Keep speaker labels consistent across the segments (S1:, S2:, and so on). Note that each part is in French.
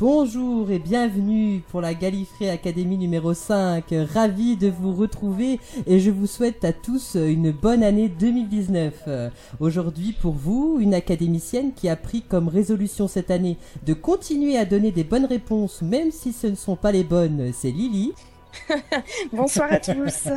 S1: Bonjour et bienvenue pour la Gallifrey Académie numéro 5. Ravi de vous retrouver et je vous souhaite à tous une bonne année 2019. Euh, Aujourd'hui pour vous, une académicienne qui a pris comme résolution cette année de continuer à donner des bonnes réponses même si ce ne sont pas les bonnes, c'est Lily.
S2: Bonsoir à tous.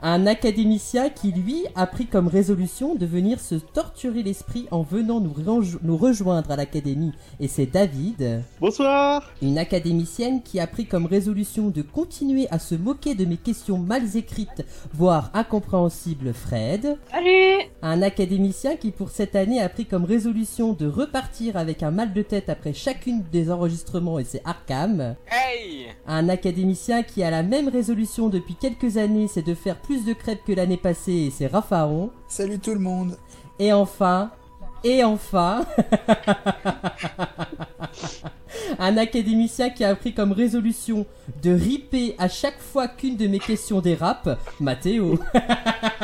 S1: Un académicien qui, lui, a pris comme résolution de venir se torturer l'esprit en venant nous, renjo- nous rejoindre à l'académie. Et c'est David.
S3: Bonsoir
S1: Une académicienne qui a pris comme résolution de continuer à se moquer de mes questions mal écrites, voire incompréhensibles, Fred.
S4: Salut
S1: Un académicien qui pour cette année a pris comme résolution de repartir avec un mal de tête après chacune des enregistrements et c'est Arkham.
S5: Hey
S1: Un académicien qui a la même résolution depuis quelques années, c'est de faire plus de crêpes que l'année passée et c'est Raphaon.
S6: Salut tout le monde.
S1: Et enfin, et enfin, un académicien qui a pris comme résolution de riper à chaque fois qu'une de mes questions dérape, Mathéo.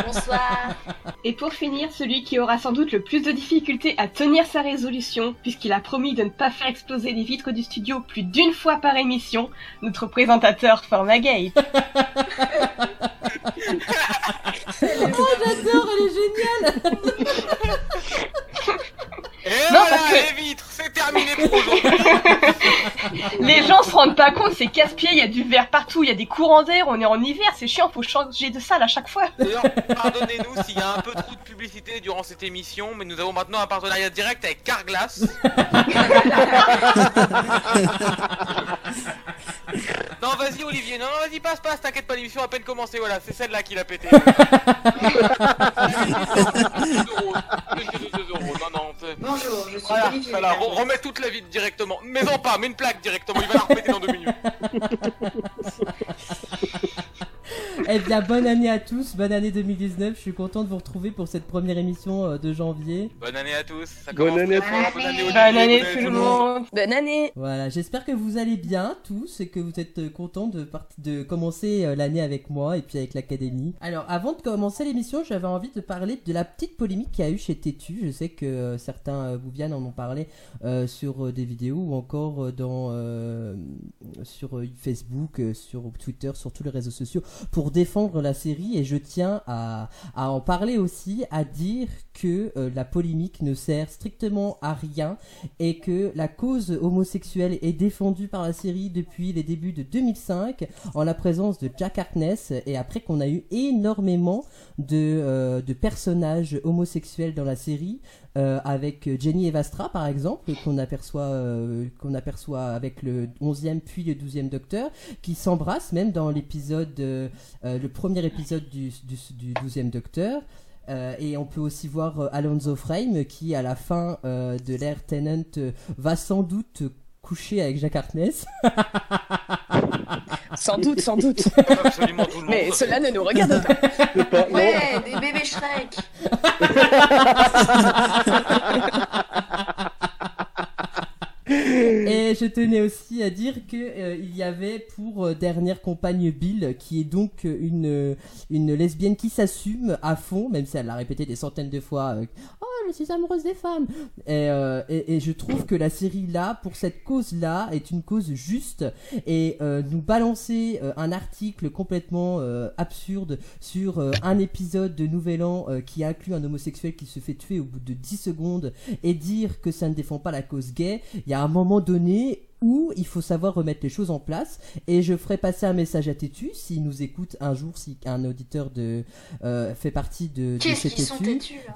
S4: Bonsoir Et pour finir, celui qui aura sans doute le plus de difficultés à tenir sa résolution, puisqu'il a promis de ne pas faire exploser les vitres du studio plus d'une fois par émission, notre présentateur Formagate.
S1: J'adore, elle est géniale.
S5: Et
S4: parce
S5: voilà,
S4: que-
S5: les vitres, c'est terminé pour aujourd'hui
S4: Les gens se rendent pas compte, c'est casse-pied, il y a du verre partout, il y a des courants d'air, on est en hiver, c'est chiant, faut changer de salle à chaque fois.
S5: D'ailleurs, pardonnez-nous s'il y a un peu trop de publicité durant cette émission, mais nous avons maintenant un partenariat direct avec Carglass. non, vas-y Olivier, non, non, vas-y, passe, passe, t'inquiète pas, l'émission a à peine commencé, voilà, c'est celle-là qui l'a pété. Deux euros, deux euros, non, non, c'est-
S7: Bonjour, je suis
S5: Voilà,
S7: Olivier
S5: voilà,
S7: Garnier.
S5: re- remets toute la vitre directement. Mais en pas, mets une plaque directement, il va la remettre dans deux minutes.
S1: Eh bien, bonne année à tous, bonne année 2019. Je suis content de vous retrouver pour cette première émission euh, de janvier.
S5: Bonne année à tous. Ça
S3: Bonne
S5: commence
S3: année à
S5: très fort.
S7: tous.
S5: Bonne année,
S7: Bonne
S5: Olivier.
S4: Bonne année
S5: Bonne
S4: tout
S5: année
S4: le
S5: à
S4: monde Bonne année
S1: Voilà, j'espère que vous allez bien tous et que vous êtes euh, contents de, part- de commencer euh, l'année avec moi et puis avec l'académie. Alors, avant de commencer l'émission, j'avais envie de parler de la petite polémique qu'il y a eu chez Tétu. Je sais que euh, certains euh, vous viennent en ont parlé euh, sur euh, des vidéos ou encore euh, dans euh, sur euh, Facebook, euh, sur Twitter, sur tous les réseaux sociaux pour défendre la série et je tiens à, à en parler aussi, à dire que euh, la polémique ne sert strictement à rien et que la cause homosexuelle est défendue par la série depuis les débuts de 2005 en la présence de Jack Harkness et après qu'on a eu énormément de, euh, de personnages homosexuels dans la série euh, avec Jenny Evastra par exemple qu'on aperçoit euh, qu'on aperçoit avec le 11e puis le 12e docteur qui s'embrassent même dans l'épisode euh, euh, le premier épisode du, du, du 12e Docteur. Euh, et on peut aussi voir euh, Alonso Frame qui, à la fin euh, de l'ère Tennant, euh, va sans doute coucher avec Jack Harkness.
S2: Sans doute, sans doute.
S5: tous. Absolument tout le monde.
S2: Mais cela ne nous regarde pas.
S3: C'est pas... non.
S7: Ouais, des bébés Shrek.
S1: Et je tenais aussi à dire que euh, il y avait pour euh, dernière compagne Bill, qui est donc euh, une euh, une lesbienne qui s'assume à fond, même si elle l'a répété des centaines de fois. euh, oh, je suis amoureuse des femmes. Et, euh, et, et je trouve que la série là, pour cette cause là, est une cause juste. Et euh, nous balancer euh, un article complètement euh, absurde sur euh, un épisode de Nouvel An euh, qui inclut un homosexuel qui se fait tuer au bout de 10 secondes et dire que ça ne défend pas la cause gay, il y a un moment donné où il faut savoir remettre les choses en place et je ferai passer un message à Tétu s'il nous écoute un jour si un auditeur de euh, fait partie de, de
S7: Qu'est-ce
S1: chez
S7: qu'ils sont
S1: Tétu.
S7: têtus là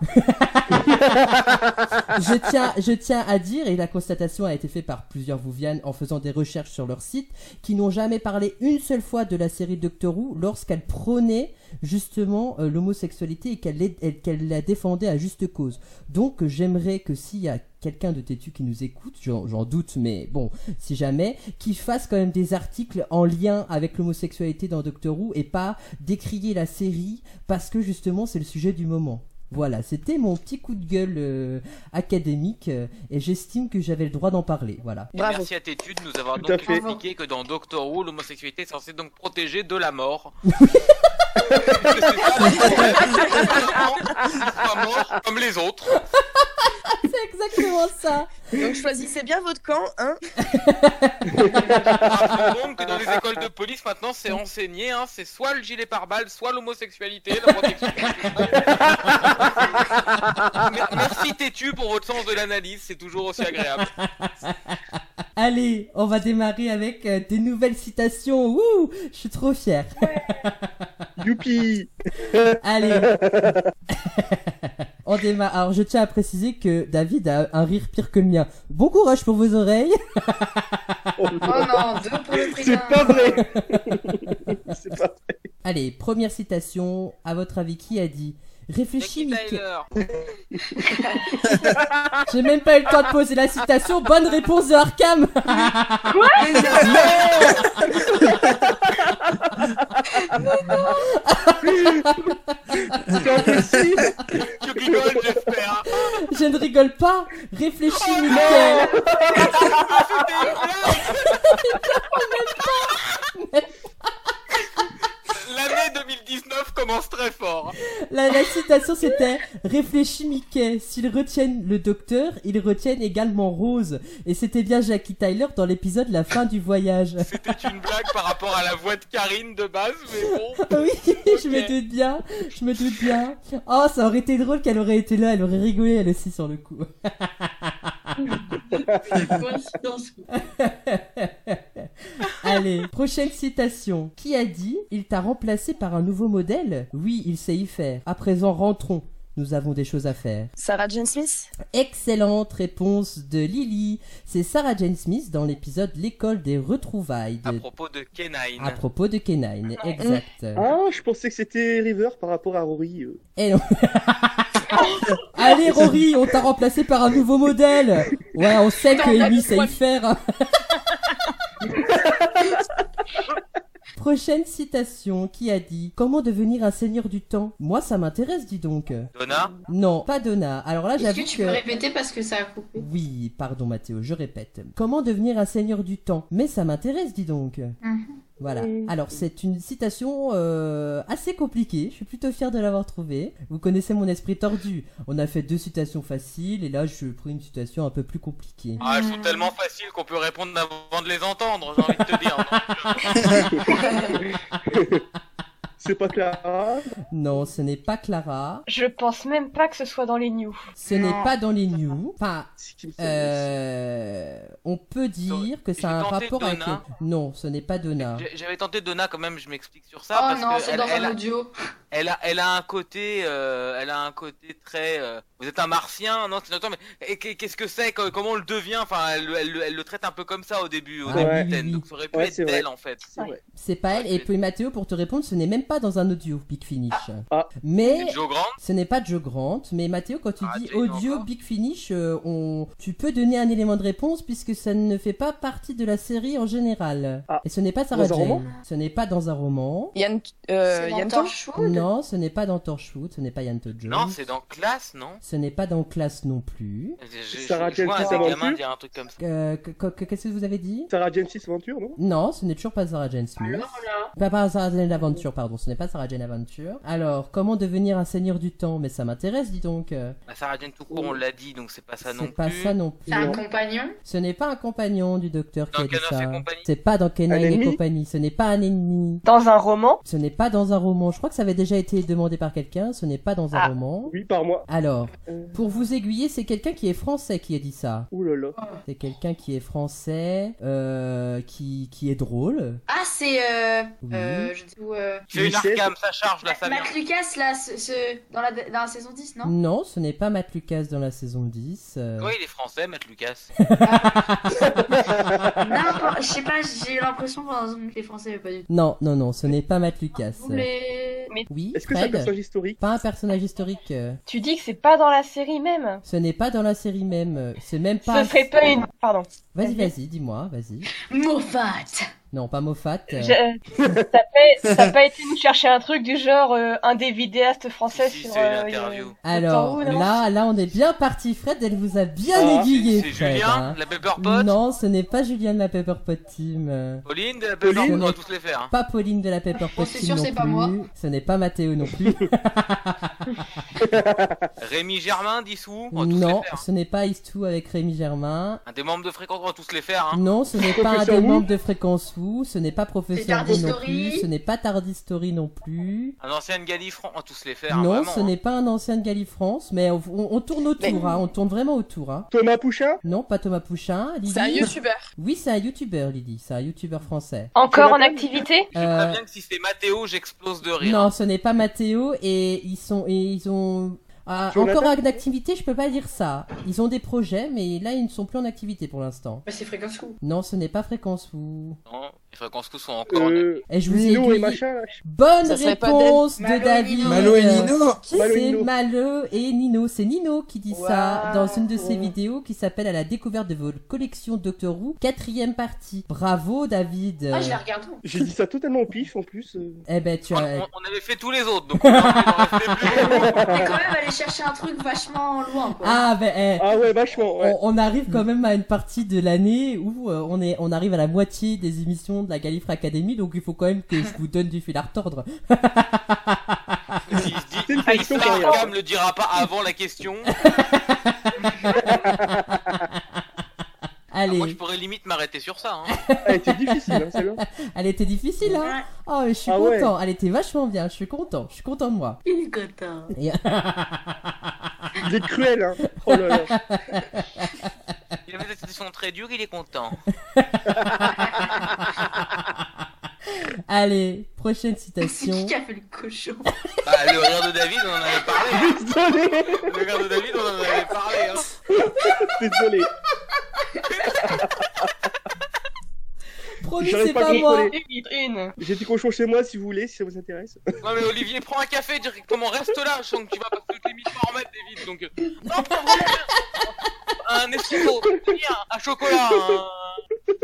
S1: je tiens je tiens à dire et la constatation a été faite par plusieurs Vouvianes en faisant des recherches sur leur site qui n'ont jamais parlé une seule fois de la série Doctor Who lorsqu'elle prônait justement euh, l'homosexualité et qu'elle l'est- elle- qu'elle la défendait à juste cause. Donc euh, j'aimerais que s'il y a quelqu'un de têtu qui nous écoute, j'en j'en doute, mais bon, si jamais, qu'il fasse quand même des articles en lien avec l'homosexualité dans Doctor Who et pas décrier la série parce que justement c'est le sujet du moment. Voilà, c'était mon petit coup de gueule euh, académique euh, et j'estime que j'avais le droit d'en parler. Voilà.
S5: Et
S2: Bravo.
S5: Merci à Tétu de nous avoir
S3: Tout à
S5: donc
S3: fait.
S5: expliqué que dans Doctor Who, l'homosexualité est censée donc protéger de la mort. C'est ça, c'est pas mort comme les autres.
S1: C'est exactement ça.
S2: Donc choisissez bien votre camp, hein.
S5: Rappelons que dans les écoles de police, maintenant, c'est enseigné, hein, c'est soit le gilet pare-balles, soit l'homosexualité, la protection constitutionnelle. Mer- Merci Tétu pour votre sens de l'analyse, c'est toujours aussi agréable.
S1: Allez, on va démarrer avec euh, des nouvelles citations. Ouh, je suis trop fier.
S3: Youpi
S1: Allez. on démarre. Alors, je tiens à préciser que David a un rire pire que le mien. Bon courage pour vos oreilles.
S6: Oh non, deux pour le prix
S3: C'est
S6: d'un.
S3: pas vrai C'est pas
S1: Allez, première citation. À votre avis, qui a dit Réfléchis,
S5: Jackie
S1: Mickey.
S5: Tyler.
S1: J'ai même pas eu le temps de poser la citation. Bonne réponse de Arkham.
S3: C'est impossible
S5: Tu rigoles, j'espère.
S1: Je ne rigole pas. Réfléchis, Mickey.
S5: C'était une blague. L'année 2019 commence très fort.
S1: La, la citation, c'était Réfléchis, Mickey. S'ils retiennent le docteur, ils retiennent également Rose. Et c'était bien Jackie Tyler dans l'épisode La fin du voyage.
S5: C'était une blague par rapport à la voix de Karine de base, mais bon.
S1: Oui, je
S5: Ok.
S1: me doute bien, je me doute bien. Oh, ça aurait été drôle qu'elle aurait été là, elle aurait rigolé elle aussi sur le coup.
S6: Coïncidence.
S1: Allez, prochaine citation. Qui a dit Il t'a remplacé par un nouveau modèle Oui, il sait y faire. À présent, rentrons. Nous avons des choses à faire.
S2: Sarah Jane Smith
S1: Excellente réponse de Lily. C'est Sarah Jane Smith dans l'épisode L'école des retrouvailles de-
S5: À propos de Kenine.
S1: à propos de Kenine. Exact.
S3: Ah, je pensais que c'était River par rapport à Rory. euh.
S1: Et on- Allez Rory, on t'a remplacé par un nouveau modèle. Ouais, on sait que
S6: Attends,
S1: Amy
S6: là,
S1: sait y
S6: quoi-
S1: faire. Prochaine citation qui a dit Comment devenir un seigneur du temps Moi ça m'intéresse dis donc.
S5: Donna
S1: Non, pas Donna. Alors là
S6: Est-ce
S1: j'avoue
S6: que Oh tu peux répéter parce que ça a coupé
S1: Oui, pardon Mathéo, je répète. Comment devenir un seigneur du temps Mais ça m'intéresse, dis donc.
S6: Mhm.
S1: Voilà.
S2: Mhm.
S1: Alors c'est une citation euh, assez compliquée. Je suis plutôt fier de l'avoir trouvée. Vous connaissez mon esprit tordu. On a fait deux citations faciles et là je prends une citation un peu plus compliquée.
S5: Ah, elles sont tellement faciles qu'on peut répondre avant de les entendre, j'ai envie de te dire.
S3: C'est pas Clara
S1: Non, ce n'est pas Clara.
S4: Je pense même pas que ce soit dans les news.
S1: Ce n'est
S2: Non.
S1: pas dans les news. Enfin,
S3: C'est qui me fait-
S1: euh, on peut dire que ça
S5: J'ai
S1: a un
S5: tenté
S1: rapport avec.
S5: Donna.
S1: Non, ce n'est pas Donna.
S5: J'ai- J'avais tenté Donna quand même, je m'explique sur ça.
S6: Oh
S5: parce
S6: non,
S5: que
S6: c'est
S5: elle,
S6: dans
S5: elle
S6: un
S5: a,
S6: audio.
S5: elle, a, elle a un côté, euh, elle a un côté très. euh, vous êtes un martien, non c'est- Attends, mais et qu'est- qu'est-ce que c'est que- Comment on le devient Enfin, elle, elle, elle le traite un peu comme ça au début, au
S1: Ah,
S5: début
S3: ouais.
S5: d'elle,
S1: oui, oui.
S5: donc ça aurait pu
S3: Ouais,
S5: être
S3: c'est vrai.
S5: elle en fait.
S3: C'est vrai.
S1: C'est pas elle. Et puis Mathéo, pour te répondre, ce n'est même pas dans un audio Big Finish.
S3: Ah.
S1: Mais
S5: C'est Joe Grant
S1: ce n'est pas Joe Grant, mais Mathéo, quand tu
S5: Ah,
S1: dis
S5: t'es
S1: audio
S5: encore.
S1: Big Finish, euh, on... tu peux donner un élément de réponse puisque ça ne fait pas partie de la série en général.
S3: Ah.
S1: Et ce n'est pas Sarah
S3: Dans un roman
S1: Jane. Ce n'est pas dans un roman.
S2: Yann,
S6: C'est
S2: euh,
S6: dans
S2: Yann
S6: Torchwood
S1: Non, ce n'est pas dans Torchwood, ce n'est pas Yanto Jones.
S5: Non, c'est dans Classe, non
S1: Ce n'est pas dans Classe non plus.
S5: Je- je-
S3: Sarah
S5: je vois
S3: Jane
S5: un
S3: Smith
S5: des
S3: non
S5: gamins
S3: plus
S5: dire un truc comme ça.
S1: Euh, que- que- Qu'est-ce que vous avez dit
S3: Sarah James Smith Venture, non
S1: Non, ce n'est toujours pas Sarah Jane Smith.
S6: Alors là,
S1: Pas, pas Sarah Jane Adventure, pardon, ce n'est pas Sarah Jane Adventure. Alors, comment devenir un seigneur du temps Mais ça m'intéresse, dis donc.
S5: Bah, Sarah Jane tout court, on l'a dit, donc c'est pas ça non
S1: C'est pas
S5: plus.
S1: ça non plus.
S6: c'est un compagnon.
S1: Ce n'est pas un compagnon du docteur qui
S5: Dans
S1: a dit
S5: Kenan et
S1: ça.
S5: compagnie.
S1: C'est pas dans Kenan
S3: Un
S1: et
S3: ennemi
S1: compagnie. Ce n'est pas un ennemi.
S4: Dans un roman
S1: Ce n'est pas dans un roman. Je crois que ça avait déjà été demandé par quelqu'un. Ce n'est pas dans un
S4: Ah.
S1: roman.
S3: Oui, par moi.
S1: Alors,
S3: Euh.
S1: pour vous aiguiller, c'est quelqu'un qui est français qui a dit ça.
S3: Ouh là là.
S1: C'est quelqu'un qui est français, euh, qui, qui est drôle.
S6: Ah, c'est. Euh,
S1: Oui.
S6: euh, je sais où, euh,
S5: C'est une
S3: Lucette.
S5: Arkham, ça charge là, ça vient.
S6: Matt Lucas, là, ce, ce- dans, la, dans la saison 10, non
S1: Non, ce n'est pas Matt Lucas dans la saison 10. euh.
S5: Oui, il est français, Matt Lucas.
S6: N'importe- Je sais pas, j'ai l'impression pendant que les Français, mais pas du tout.
S1: Non, non, non, ce n'est pas Matt Lucas.
S6: Vous les-
S1: Oui,
S3: Est-ce que c'est un
S1: Fred
S3: personnage historique
S1: Pas un personnage historique. euh.
S4: Tu dis que c'est pas dans la série même
S1: Ce n'est pas dans la série même. euh. C'est même pas.
S4: Ce serait pas une... Pardon.
S1: Vas-y, vas-y, dis-moi, vas-y.
S6: Moffat
S1: Non, pas Moffat. euh.
S4: Je- T'as pas... t'as pas été nous chercher un truc du genre euh, un des vidéastes français
S5: Si,
S4: sur...
S5: c'est une
S4: euh,
S5: interview.
S4: euh,
S1: Alors
S4: Doctor Who, non
S1: là, là, on est bien parti. Fred, elle vous a bien
S3: Ah,
S1: aiguillé.
S5: C'est
S1: Fred,
S5: Julien,
S1: hein.
S5: la Pepper Pot
S1: Non, ce n'est pas Julien de la Pepper Pepperpot Team. euh,
S5: Pauline de la
S3: Pauline
S5: Pepper, on va tous les faire. hein.
S1: Pas Pauline de la Pepperpot
S6: Bon,
S1: Team.
S6: Oh, c'est sûr,
S1: non
S6: c'est pas
S1: plus.
S6: moi.
S1: Ce n'est pas Mathéo non plus.
S5: Rémi Germain, dissous, on va tous
S1: non,
S5: les faire.
S1: ce n'est pas Istou avec Rémi Germain.
S5: Un Ah, des membres de fréquence, on va tous les faire. Hein.
S1: Non, ce n'est pas un
S3: Professeur
S1: des
S3: Wu.
S1: membres de Fréquence Wu, ce n'est pas Professeur
S6: C'est
S1: Wu non
S6: Tardistory.
S1: plus, ce n'est pas Tardistory non plus.
S5: Un ancien Galifran, on va tous les faire.
S1: Non,
S5: vraiment,
S1: ce
S5: hein.
S1: n'est pas un ancien de Galifrance, mais on, on- on tourne autour,
S2: Mais-
S1: hein, on tourne vraiment autour. Hein.
S3: Thomas Pouchin
S1: Non, pas Thomas Pouchin. Lydie.
S7: C'est un youtubeur.
S1: Oui, c'est un youtubeur, Lydie, c'est un youtubeur français.
S4: Encore
S3: Tu
S4: en
S3: l'as pas,
S4: activité
S5: Je
S1: Euh,
S5: préviens que si c'est Mathéo, j'explose de rire.
S1: Non, ce n'est pas Mathéo et ils sont et ils ont Ah,
S3: Jonathan
S1: encore en activité, je peux pas dire ça. Ils ont des projets, mais là ils ne sont plus en activité pour l'instant.
S6: Bah, c'est fréquence ou
S1: Non, ce n'est pas fréquence vous.
S5: Non, les fréquences tous sont encore. en-
S3: euh,
S1: Et je vous ai
S3: Nino
S1: dit
S3: et machin là. je-
S1: bonne
S7: Ça serait pas
S1: réponse de
S6: Malo et
S1: David.
S6: Nino.
S8: Malo et
S1: Euh,
S8: Nino
S1: qui
S3: Malo et
S1: c'est
S3: Nino.
S1: Malo et Nino C'est Nino qui dit ça
S6: Waouh.
S1: dans une de ses vidéos qui s'appelle À la découverte de vos collections Doctor Who, quatrième partie. Bravo David.
S6: Ah, je la regarde.
S3: J'ai dit ça totalement au pif en plus. euh.
S1: Eh ben tu
S5: On,
S1: as.
S5: on- on avait fait tous les autres, donc on en fait plus.
S6: Mais quand même, aller chercher un truc vachement loin, quoi.
S1: Ah ben. eh,
S3: Ah ouais, vachement. Ouais. Mm.
S1: On, on arrive quand même à une partie de l'année où euh, on, est, on arrive à la moitié des émissions de la Galifre Academy, donc il faut quand même que je vous donne du fil à retordre.
S5: Il se dit,
S3: C'est une
S5: ah,
S3: question
S5: ça,
S3: carrière.
S5: Cam le dira pas avant la question.
S3: Ah,
S1: Allez,
S5: Moi, je pourrais limite m'arrêter sur ça. Hein.
S3: Elle était difficile, hein, celle-là.
S1: elle était difficile, hein Oh, mais je suis
S3: Ah ouais.
S1: content, elle était vachement bien, je suis content, je suis content de moi.
S6: Il est content.
S3: Vous êtes cruel, hein. Oh là là.
S5: Il avait des questions très dures, il est content.
S1: Allez, prochaine
S6: C'est qui
S1: citation.
S6: qui a fait le cochon
S5: Bah, le rire de David, on en avait parlé. hein.
S3: Désolé,
S5: Le rire de David, on en avait parlé. Hein.
S3: désolé.
S1: Promis,
S3: j'aurais
S1: c'est
S3: pas
S1: pas
S3: compris.
S1: Ah, moi.
S4: Et vitrine.
S3: J'ai du cochon chez moi si vous voulez, si ça vous intéresse.
S5: Non, mais Olivier, prends un café directement, reste là. Je sens que tu vas passer toutes les minutes pour en mettre, David. Donc, euh, non, prends vraiment un, un espresso, un, un chocolat. Un...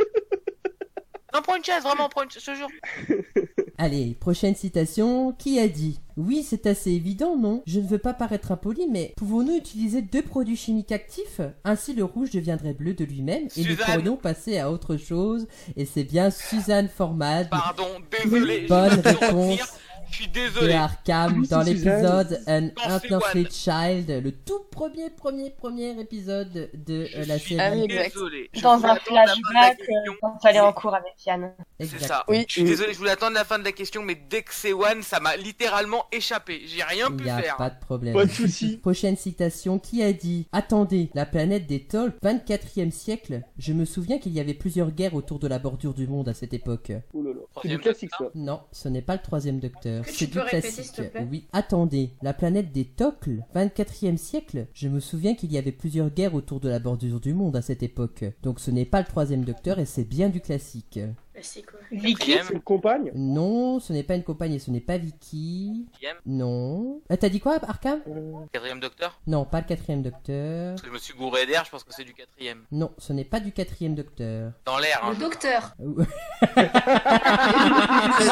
S5: Non, prends une chaise, vraiment, prends une chaise, je te jure.
S1: Allez, prochaine citation. Qui a dit Oui, c'est assez évident, non Je ne veux pas paraître impoli, mais pouvons-nous utiliser deux produits chimiques actifs Ainsi, le rouge deviendrait bleu de lui-même et nous
S5: Suzanne.
S1: pourrions passer à autre chose. Et c'est bien Suzanne Formad.
S5: Pardon, désolé.
S1: Bonne
S5: je vais te retenir.
S1: réponse
S5: Je suis
S1: de
S5: désolé.
S1: Arkham
S3: Oui,
S1: dans
S3: c'est
S1: l'épisode An
S5: Quand c'est
S1: Unfortunate Child, le tout premier, premier, premier épisode de euh, la
S5: Je suis
S1: série.
S7: oui.
S5: désolé. Je
S4: Dans
S5: voulais
S4: un
S5: attendre la fin de la
S4: flashback, euh,
S5: question.
S4: quand t'allais en cours avec Yann.
S5: C'est
S1: Exact.
S5: ça.
S7: Oui.
S5: Je suis désolé, je voulais attendre la fin de la question, mais dès que c'est one, ça m'a littéralement échappé. J'ai rien
S1: Il
S5: pu
S1: n'y a
S5: faire.
S1: pas de problème.
S3: Pas de soucis.
S1: Prochaine citation, qui a dit Attendez, la planète des Tolp, 24e siècle. Je me souviens qu'il y avait plusieurs guerres autour de la bordure du monde à cette époque.
S3: Oh là là. C'est
S5: Troisième
S3: du classique ça.
S1: Non, ce n'est pas le troisième docteur.
S6: Est-ce que
S1: C'est
S6: tu
S1: du
S6: peux répéter,
S1: classique.
S6: s'il te plaît
S1: oui. Attendez, la planète des Tocles, 24e siècle. Je me souviens qu'il y avait plusieurs guerres autour de la bordure du monde à cette époque. Donc ce n'est pas le troisième docteur et c'est bien du classique.
S6: Bah, c'est quoi
S4: Vicky
S3: C'est une compagne
S1: Non, ce n'est pas une compagne et ce n'est pas Vicky.
S5: Quatrième,
S1: Non. Euh, T'as dit quoi, Arkham
S3: Euh,
S5: quatrième docteur
S1: Non, pas le quatrième docteur.
S5: Parce que je me suis gouré d'air, je pense que c'est du quatrième.
S1: Non, ce n'est pas du quatrième docteur.
S5: Dans l'air, hein.
S6: Le docteur.
S1: Euh,
S6: Merci,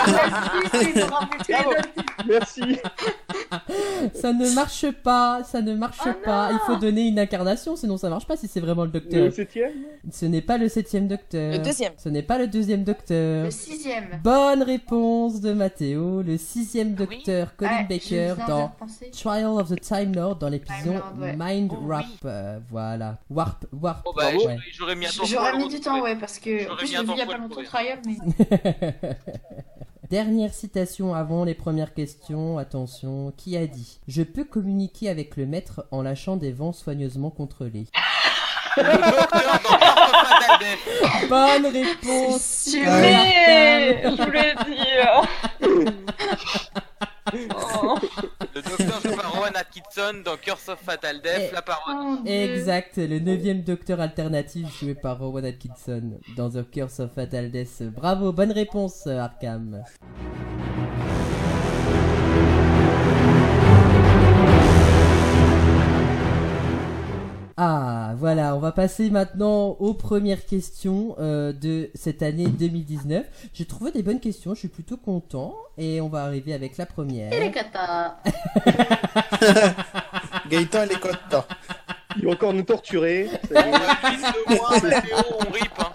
S6: c'est pour embêter les docteurs.
S3: Merci.
S1: ça ne marche pas, ça ne marche
S6: Oh
S1: pas. Il faut donner une incarnation, sinon ça marche pas si c'est vraiment le
S3: Le
S1: docteur.
S3: septième
S1: Ce n'est pas le septième docteur.
S7: Le deuxième.
S1: Ce n'est pas le deuxième docteur.
S6: Le sixième.
S1: Bonne réponse de Mathéo, le sixième
S5: Ah oui
S1: docteur Colin
S6: Ouais, j'ai
S1: Baker
S6: besoin de
S1: dans
S6: penser.
S1: Trial of the Time Lord dans l'épisode
S6: Lord, ouais.
S1: Mind
S5: Oh oui.
S1: Wrap. euh, voilà. Warp, Warp.
S5: Oh bah,
S1: ouais.
S5: j'aurais- j'aurais mis un temps
S6: J'aurais
S5: pour
S6: mis
S5: le
S6: du temps,
S5: retrouver.
S6: ouais, parce que. En
S5: J'aurais
S6: plus,
S5: mis
S6: je
S5: un
S6: l'ai vu
S5: temps
S6: il y a
S5: pour
S6: pas
S5: le
S6: longtemps,
S5: trouver.
S6: Trial, mais.
S1: Dernière citation avant les premières questions. Attention, qui a dit Je peux communiquer avec le maître en lâchant des vents soigneusement contrôlés.
S5: Le docteur dans Dark of Fatal Death.
S1: Bonne
S6: Oh,
S1: réponse
S6: C'est
S1: Ah.
S6: sûr.
S4: Mais je voulais dire. Oh.
S5: Le docteur joué par Rowan Atkinson dans Curse of Fatal Death,
S1: Eh.
S5: la parole.
S6: Mon Dieu.
S1: Exact, le neuvième docteur alternatif joué par Rowan Atkinson dans The Curse of Fatal Death. Bravo, bonne réponse euh, Arkham. Ah, voilà, on va passer maintenant aux premières questions euh, de cette année 2019. J'ai trouvé des bonnes questions, je suis plutôt content. Et on va arriver avec la première.
S6: Et les katas.
S8: Gaëtan, elle est contente.
S3: Il va encore nous torturer. Ça y est.
S5: Vite de moi, Mathéo, on rip. hein.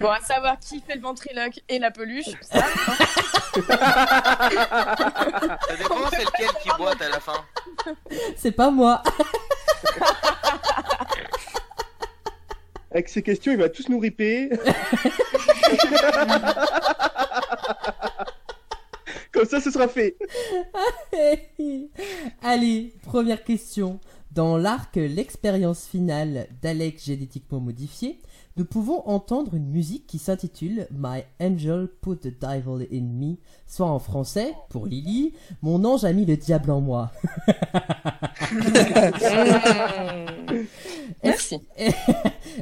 S7: Bon, à savoir qui fait le ventriloque et la peluche.
S5: Ça dépend, c'est lequel qui boite à la fin.
S1: C'est pas moi.
S3: Avec ces questions, il va tous nous riper. Comme ça, ce sera fait.
S1: Allez, première question. Dans l'arc L'expérience finale d'Alex génétiquement modifié, nous pouvons entendre une musique qui s'intitule My Angel Put the Devil in Me, soit en français, pour Lily, Mon ange a mis le diable en moi.
S4: Merci.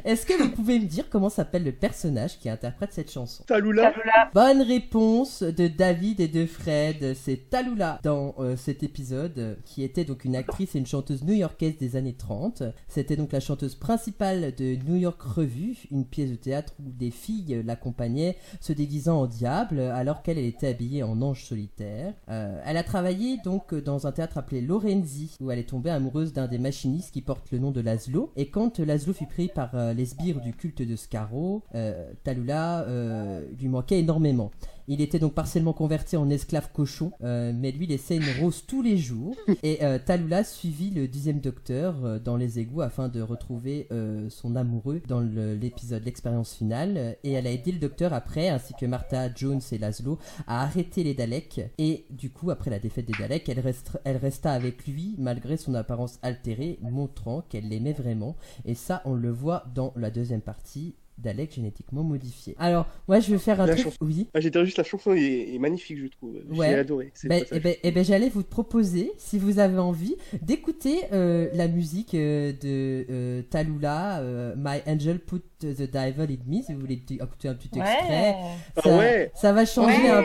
S1: Est-ce que vous pouvez me dire comment s'appelle le personnage qui interprète cette chanson
S3: Taloula.
S1: Bonne réponse de David et de Fred, c'est Talula dans euh, cet épisode, euh, qui était donc une actrice et une chanteuse new-yorkaise des années 30. C'était donc la chanteuse principale de New York Revue, une pièce de théâtre où des filles euh, l'accompagnaient se déguisant en diable alors qu'elle elle était habillée en ange solitaire. Euh, elle a travaillé donc euh, dans un théâtre appelé Lorenzi où elle est tombée amoureuse d'un des machinistes qui porte le nom de Laszlo. Et quand euh, Laszlo fut pris par euh, les sbires du culte de Scaro, euh, Talula euh, lui manquait énormément. Il était donc partiellement converti en esclave cochon, euh, mais lui laissait une rose tous les jours. Et euh, Talula suivit le dixième docteur euh, dans les égouts afin de retrouver euh, son amoureux dans le- l'épisode L'expérience finale. Et elle a aidé le docteur après, ainsi que Martha, Jones et Laszlo, à arrêter les Daleks. Et du coup, après la défaite des Daleks, elle, reste- elle resta avec lui malgré son apparence altérée, montrant qu'elle l'aimait vraiment. Et ça, on le voit dans la deuxième partie Daleks génétiquement modifiés. Alors, moi, je vais faire un
S3: La
S1: truc.
S3: chanson.
S1: Oui.
S3: Ah, J'étais juste la chanson est, est magnifique, je trouve.
S1: Ouais.
S3: J'ai adoré. C'est le
S1: Ben,
S3: passage.
S1: eh ben, eh ben, j'allais vous proposer, si vous avez envie, d'écouter euh, la musique euh, de euh, Talula, euh, My Angel Put the Devil in Me, si vous voulez t- écouter un petit extrait.
S3: Ah
S1: Ça,
S3: ouais.
S1: ça va changer
S6: Ouais.
S1: un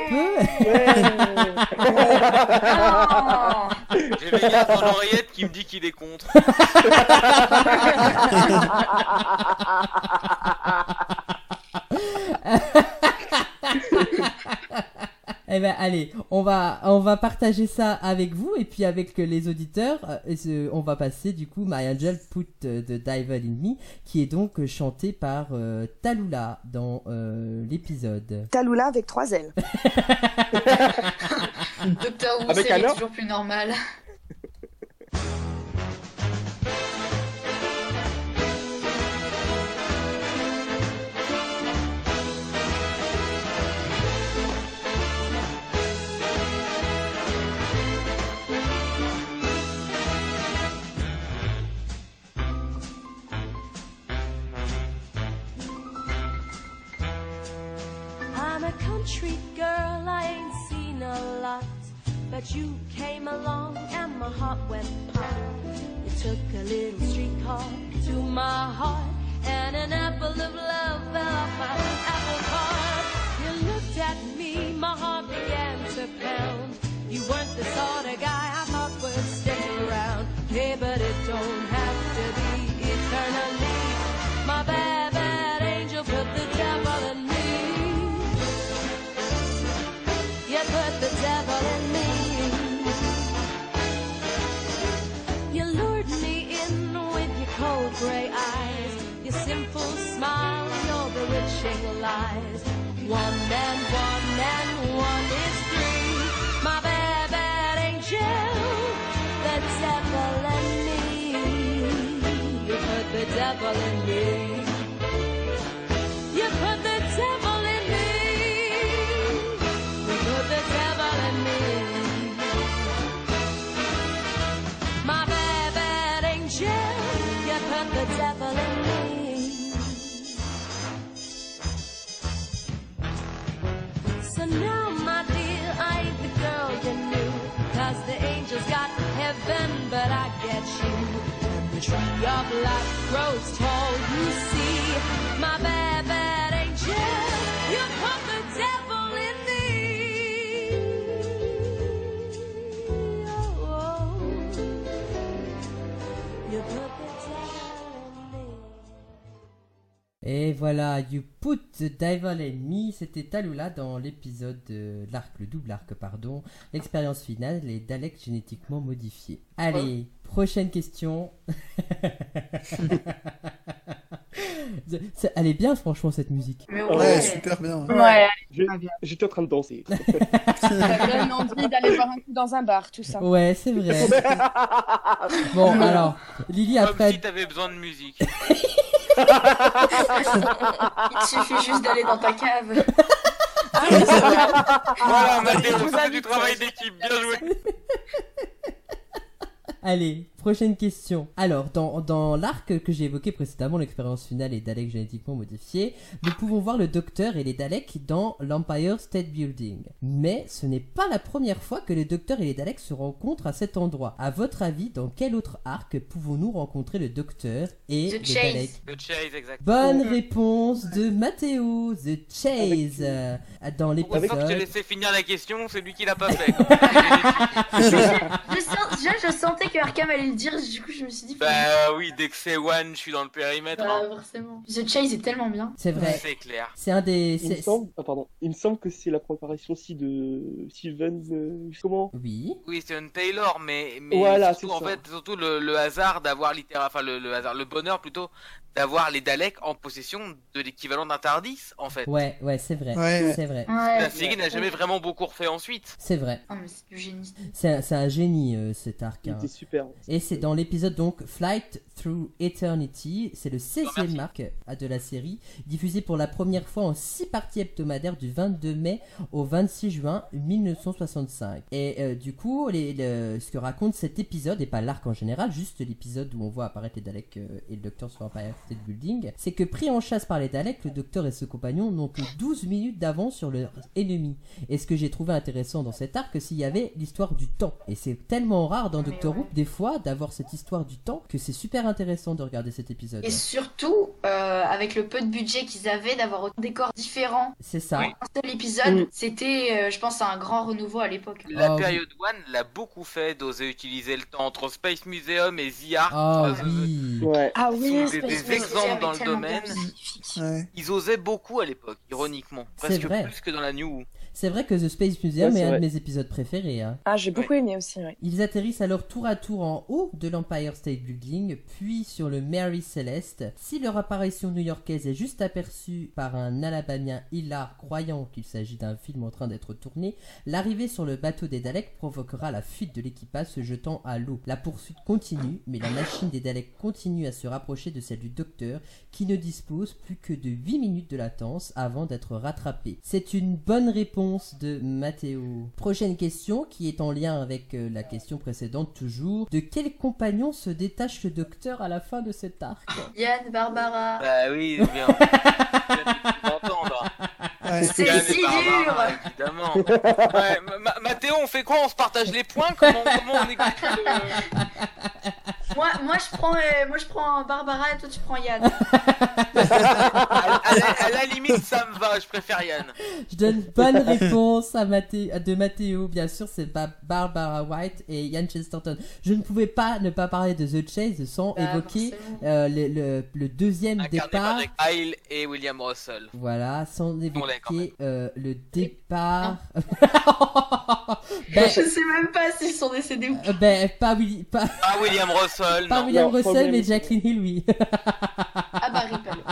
S1: peu.
S6: Non
S5: J'ai veillé à son oreillette qui me dit qu'il est contre.
S1: Eh ben, allez, on va, on va partager ça avec vous et puis avec euh, les auditeurs. euh, et ce- on va passer du coup My Angel Put euh, the Devil in Me, qui est donc euh, chanté par euh, Talula dans euh, l'épisode.
S2: Talula avec trois ailes.
S6: Docteur Who,
S3: Avec
S6: série
S3: Anna
S6: toujours plus normale.
S8: I'm a country girl, I ain't seen a lot. But you came along and my heart went pop. You took a little streetcar to my heart. And an apple of love fell off my apple cart. You looked at me, my heart began to pound. You weren't the sort of guy I thought would stick around. Hey, but it don't have to be eternally. My bad, bad angel put the devil in me. You put the devil in me. You lured me in with your cold gray eyes, your sinful smile, your bewitching lies. One and one and one is three. My bad, bad angel, the devil in me. You put the devil in me. You put the devil in me. You put the devil in me. My bad, bad angel. You put the devil in me. So now, my dear, I ain't the girl you knew. Cause the angels got heaven, but I get you. And the tree of life grows tall, you see. My bad, bad angel, you put the devil in me. Oh, you put the devil in me.
S1: Et voilà, You Put the Devil in Me, c'était Talula dans l'épisode de l'arc, le double arc, pardon, l'expérience finale, les Daleks génétiquement modifiés. Allez, prochaine question. C'est- Elle est bien, franchement, cette musique.
S6: Mais
S3: Ouais,
S6: ouais.
S9: Ouais, super bien.
S7: Ouais,
S3: J'étais en train de danser.
S9: hein.
S7: ça donne envie d'aller voir un coup dans un bar, tout ça.
S1: Ouais, c'est vrai. Bon, alors, Lily,
S5: Comme si
S1: après.
S5: t'avais besoin de musique.
S6: Il te suffit juste d'aller dans ta cave.
S5: voilà,
S4: je
S5: Mathéo,
S4: vous
S5: ça c'est du
S4: invite,
S5: travail d'équipe, bien joué.
S1: Allez, prochaine question. Alors, dans, dans l'arc que j'ai évoqué précédemment, l'expérience finale et Daleks génétiquement modifiés, nous pouvons voir le Docteur et les Daleks dans l'Empire State Building. Mais ce n'est pas la première fois que le Docteur et les Daleks se rencontrent à cet endroit. À votre avis, dans quel autre arc pouvons-nous rencontrer le Docteur et
S6: The
S1: les
S6: Chase.
S1: Daleks
S5: Le chase, exact.
S1: Bonne
S3: Mmh.
S1: réponse de Mathéo, The Chase, euh, dans
S5: Pourquoi
S1: l'épisode.
S5: pas que j'ai laissé finir la question C'est lui qui l'a pas fait.
S6: Je, sens- déjà, je sentais que Arkham allait le dire, du coup, je me suis dit.
S5: bah oui, dès que c'est one, je suis dans le périmètre.
S6: Bah,
S5: hein.
S6: forcément. The Chase est tellement bien.
S1: C'est vrai.
S5: C'est clair.
S1: C'est un des.
S3: Il me
S1: c'est-
S3: semble, ah, pardon. Il me semble que c'est la préparation aussi de Sylvan, euh, comment
S1: Oui.
S5: Oui, c'est un Taylor, mais, mais
S3: Voilà,
S5: surtout,
S3: c'est
S5: en
S3: ça.
S5: fait, surtout le, le hasard d'avoir littéralement, enfin le, le hasard, le bonheur plutôt d'avoir les Daleks en possession de l'équivalent d'un Tardis, en fait.
S1: Ouais, ouais, c'est vrai.
S9: Ouais.
S1: C'est vrai.
S6: Ouais.
S5: La série n'a jamais vraiment beaucoup refait ensuite.
S1: C'est vrai.
S6: Non, mais c'est du génie.
S1: C'est un, c'est un génie euh, cet arc.
S3: Il
S1: hein.
S3: était super.
S1: Et c'est dans l'épisode donc Flight Through Eternity, c'est le 16e arc euh, de la série, diffusé pour la première fois en 6 parties hebdomadaires du 22 mai au 26 juin 1965. Et euh, du coup, les- le- ce que raconte cet épisode, et pas l'arc en général, juste l'épisode où on voit apparaître les Daleks euh, et le Docteur sur Empire State Building, c'est que pris en chasse par les Daleks, le Docteur et ses compagnons n'ont que 12 minutes d'avance sur leur ennemi. Et ce que j'ai trouvé intéressant dans cet arc, s'il y avait l'histoire du temps. Et c'est tellement rare dans
S6: Mais
S1: Doctor
S6: ouais.
S1: Who, des fois, d'avoir cette histoire du temps, que c'est super intéressant de regarder cet épisode.
S6: Et surtout, euh, avec le peu de budget qu'ils avaient, d'avoir autant de décors différents.
S1: C'est ça.
S5: Oui.
S6: Un seul épisode,
S3: Mm.
S6: c'était, euh, je pense, un grand renouveau à l'époque.
S5: La
S1: Ah, oui.
S5: période one l'a beaucoup fait d'oser utiliser le temps entre Space Museum et The Ark.
S1: Ah
S5: euh,
S1: oui.
S3: Ouais.
S7: Ah
S5: Des-
S7: oui,
S5: des
S7: Space
S5: exemples
S7: Museum.
S5: dans le
S6: Tellement
S5: domaine.
S6: bien magnifique.
S9: Ouais.
S5: Ils osaient beaucoup à l'époque, ironiquement.
S1: C'est
S5: Presque
S1: vrai.
S5: plus que dans la New. Who.
S1: C'est vrai que The Space Museum
S3: Ouais, c'est
S1: est un
S3: vrai.
S1: de mes épisodes préférés. hein.
S7: Ah, j'ai beaucoup aimé aussi, ouais.
S1: Ils atterrissent alors tour à tour en haut de l'Empire State Building, puis sur le Mary Celeste. Si leur apparition new-yorkaise est juste aperçue par un Alabamien hilar croyant qu'il s'agit d'un film en train d'être tourné, l'arrivée sur le bateau des Daleks provoquera la fuite de l'équipage se jetant à l'eau. La poursuite continue, mais la machine des Daleks continue à se rapprocher de celle du Docteur, qui ne dispose plus que de 8 minutes de latence avant d'être rattrapé. C'est une bonne réponse de Mathéo. Prochaine question qui est en lien avec euh, la question précédente toujours. De quel compagnon se détache le docteur à la fin de cet arc
S6: Yann, Barbara.
S5: Bah oui, bien.
S9: Ouais.
S6: C'est si dur.
S5: Évidemment. Ouais, Ma- Ma- Mathéo, on fait quoi On se partage les points Comment, comment on écoute le-
S6: Moi, moi, je prends, euh, moi, je prends Barbara et toi, tu prends Yann.
S5: à, à la, à la limite, ça me va, je préfère Yann.
S1: Je donne bonne réponse à Mathé- à- de Mathéo. Bien sûr, c'est Ba- Barbara White et Ian Chesterton. Je ne pouvais pas ne pas parler de The Chase sans
S6: Bah,
S1: évoquer
S6: forcément.
S1: euh, le, le- le deuxième
S5: Incarné par
S1: départ.
S5: Jack Hyde et William Russell.
S1: Voilà, sans
S5: l'est quand
S1: évoquer euh, le départ. ben,
S6: Je sais même pas s'ils sont décédés ou
S1: euh, ben, pas, Willy- pas,
S5: Pas Ah, William Russell,
S1: pas
S5: non.
S1: William
S3: Non, pas
S1: Russell,
S3: William
S1: mais
S3: Russell.
S1: Jacqueline Hill, oui.
S6: Ah bah, Ripple.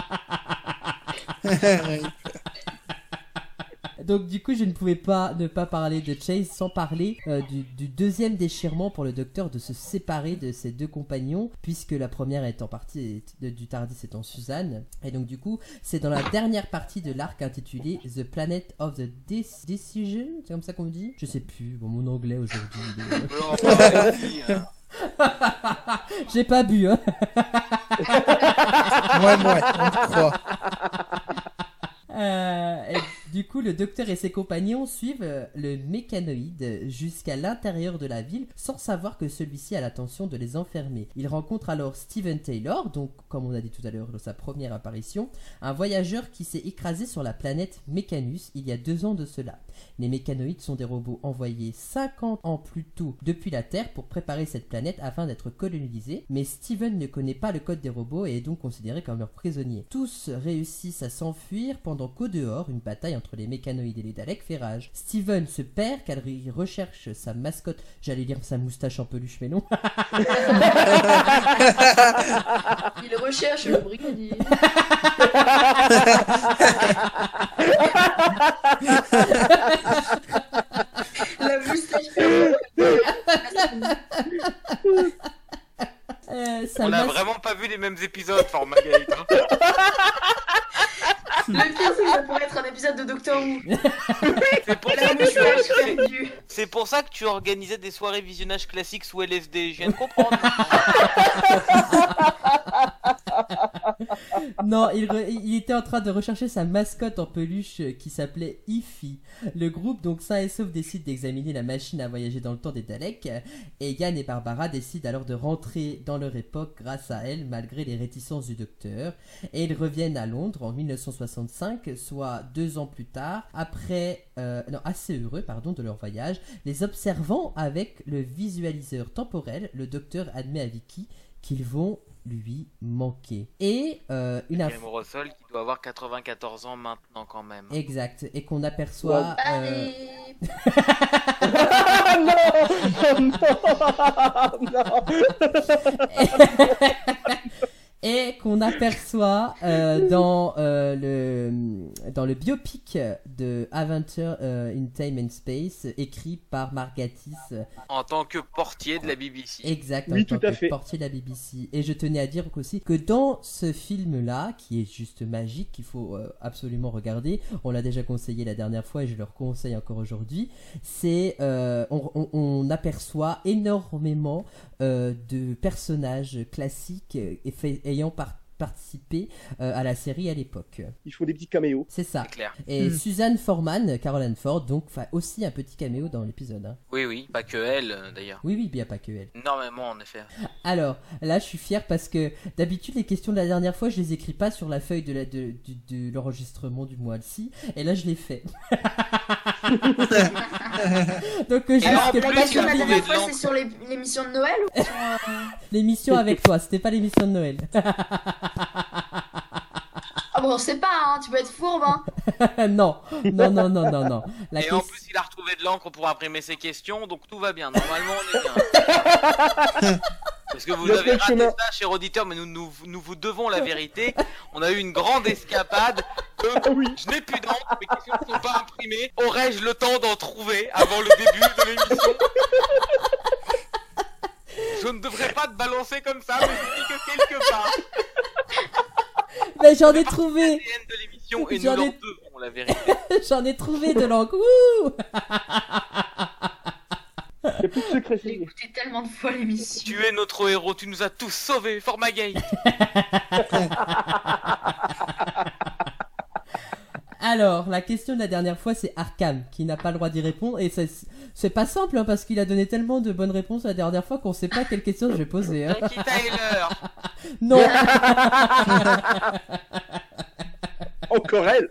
S1: Donc, du coup, je ne pouvais pas ne pas parler de Chase sans parler euh, du, du deuxième déchirement pour le docteur de se séparer de ses deux compagnons, puisque la première est en partie de- du Tardis étant Suzanne. Et donc, du coup, c'est dans la dernière partie de l'arc intitulé The Planet of the Dec- Decision, c'est comme ça qu'on dit Je sais plus, bon, mon anglais aujourd'hui. il est-
S5: Bon, bah, vas-y, euh,
S1: J'ai pas bu, hein.
S9: Ouais, ouais, on te croit.
S1: Euh, et du coup, le docteur et ses compagnons suivent euh, le mécanoïde jusqu'à l'intérieur de la ville sans savoir que celui-ci a l'intention de les enfermer. Il rencontre alors Steven Taylor, donc comme on a dit tout à l'heure dans sa première apparition, un voyageur qui s'est écrasé sur la planète Mécanus il y a deux ans de cela. Les mécanoïdes sont des robots envoyés 50 ans plus tôt depuis la Terre pour préparer cette planète afin d'être colonisés, mais Steven ne connaît pas le code des robots et est donc considéré comme leur prisonnier. Tous réussissent à s'enfuir pendant qu'au dehors, une bataille entre les mécanoïdes et les Daleks fait rage. Steven se perd car il recherche sa mascotte. J'allais dire sa moustache en peluche, mais non.
S6: Il recherche le brigadier. La moustache.
S1: Euh, sa
S5: On a
S1: mas-
S5: vraiment pas vu les mêmes épisodes, enfin, Marguerite. hein.
S6: Le pire, c'est que ça pourrait être un épisode de Doctor Who.
S5: C'est pour ça
S6: La
S5: que tu-
S6: moustache perdue.
S5: C'est pour ça que tu organisais des soirées visionnage classiques sous LSD, je viens de comprendre.
S1: Ah, Non, il, re- il était en train de rechercher sa mascotte en peluche euh, qui s'appelait Ifi. Le groupe, donc sain et sauf, décide d'examiner la machine à voyager dans le temps des Daleks. euh, Et Yann et Barbara décident alors de rentrer dans leur époque grâce à elle, malgré les réticences du docteur. Et ils reviennent à Londres en 1965, soit deux ans plus tard, après, euh, non, assez heureux, pardon, de leur voyage, les observant avec le visualiseur temporel. Le docteur admet à Vicky qu'ils vont lui manquer. Et euh, une info.
S5: Guillermo Rossol qui doit avoir 94 ans maintenant quand même.
S1: Exact, et qu'on aperçoit. euh,
S6: Allez.
S3: Ah non Oh non
S1: et qu'on aperçoit euh, dans, euh, le, dans le biopic de Adventure euh, in Time and Space, écrit par Margatis.
S5: En tant que portier de la BBC.
S1: Exact,
S3: Oui,
S1: en tant
S3: tout à
S1: que
S3: fait.
S1: portier de la BBC. Et je tenais à dire aussi que dans ce film-là, qui est juste magique, qu'il faut euh, absolument regarder, on l'a déjà conseillé la dernière fois et je le conseille encore aujourd'hui, c'est euh, on, on- on aperçoit énormément euh, de personnages classiques euh, et fait- ayant par- participé euh, à la série à l'époque.
S3: Ils font des petits caméos.
S1: C'est ça.
S5: C'est clair.
S1: Et
S3: Hmm.
S9: Mm.
S1: Suzanne Forman, Caroline Ford, donc fait aussi un petit caméo dans l'épisode. hein.
S5: Oui, oui, pas que elle euh, d'ailleurs.
S1: Oui, oui, bien pas que elle.
S5: Énormément en effet.
S1: Alors, là, je suis fier parce que d'habitude, les questions de la dernière fois, je les écris pas sur la feuille de la- de- du- de l'enregistrement du mois ci Et là, je l'ai fait. Donc, euh, je
S5: Alors,
S1: risque
S5: en
S1: pas
S5: plus,
S6: La
S1: de
S6: question de la
S5: il y
S1: publier.
S5: a des
S6: dernière fois,
S5: langues.
S6: c'est sur les- l'émission de Noël ou sur, euh,
S1: l'émission avec toi. C'était pas l'émission de Noël.
S6: Ah bon, on sait pas, hein, tu peux être fourbe. Hein.
S1: non, non, non, non, non, non. La
S5: et
S1: question-
S5: en plus, il a retrouvé de l'encre pour imprimer ses questions, donc tout va bien. Normalement, on est bien. Parce que vous
S3: Le
S5: avez raté
S3: questionnaire.
S5: ça, cher auditeur, mais nous, nous, nous vous devons la vérité. On a eu une grande escapade. de- Je n'ai plus d'encre, mes questions ne sont pas imprimées. Aurais-je le temps d'en trouver avant le début de l'émission Je ne devrais pas te balancer comme ça, mais je dis que quelque part,
S1: Mais j'en ai trouvé,
S5: l'ADN de l'émission, et nous
S1: J'en ai-
S5: leur devons la vérité.
S1: j'en ai trouvé de l'encre.
S3: Il n'y a plus de secret.
S6: J'ai
S3: c'est-
S6: écouté tellement de fois l'émission.
S5: Tu es notre héros, tu nous as tous sauvés, Fort Magay.
S1: Alors, la question de la dernière fois, c'est Arkham qui n'a pas le droit d'y répondre. Et c'est c'est pas simple hein, parce qu'il a donné tellement de bonnes réponses la dernière fois qu'on sait pas quelle question je vais poser. hein.
S5: Jackie Tyler.
S1: Non,
S3: Encore elle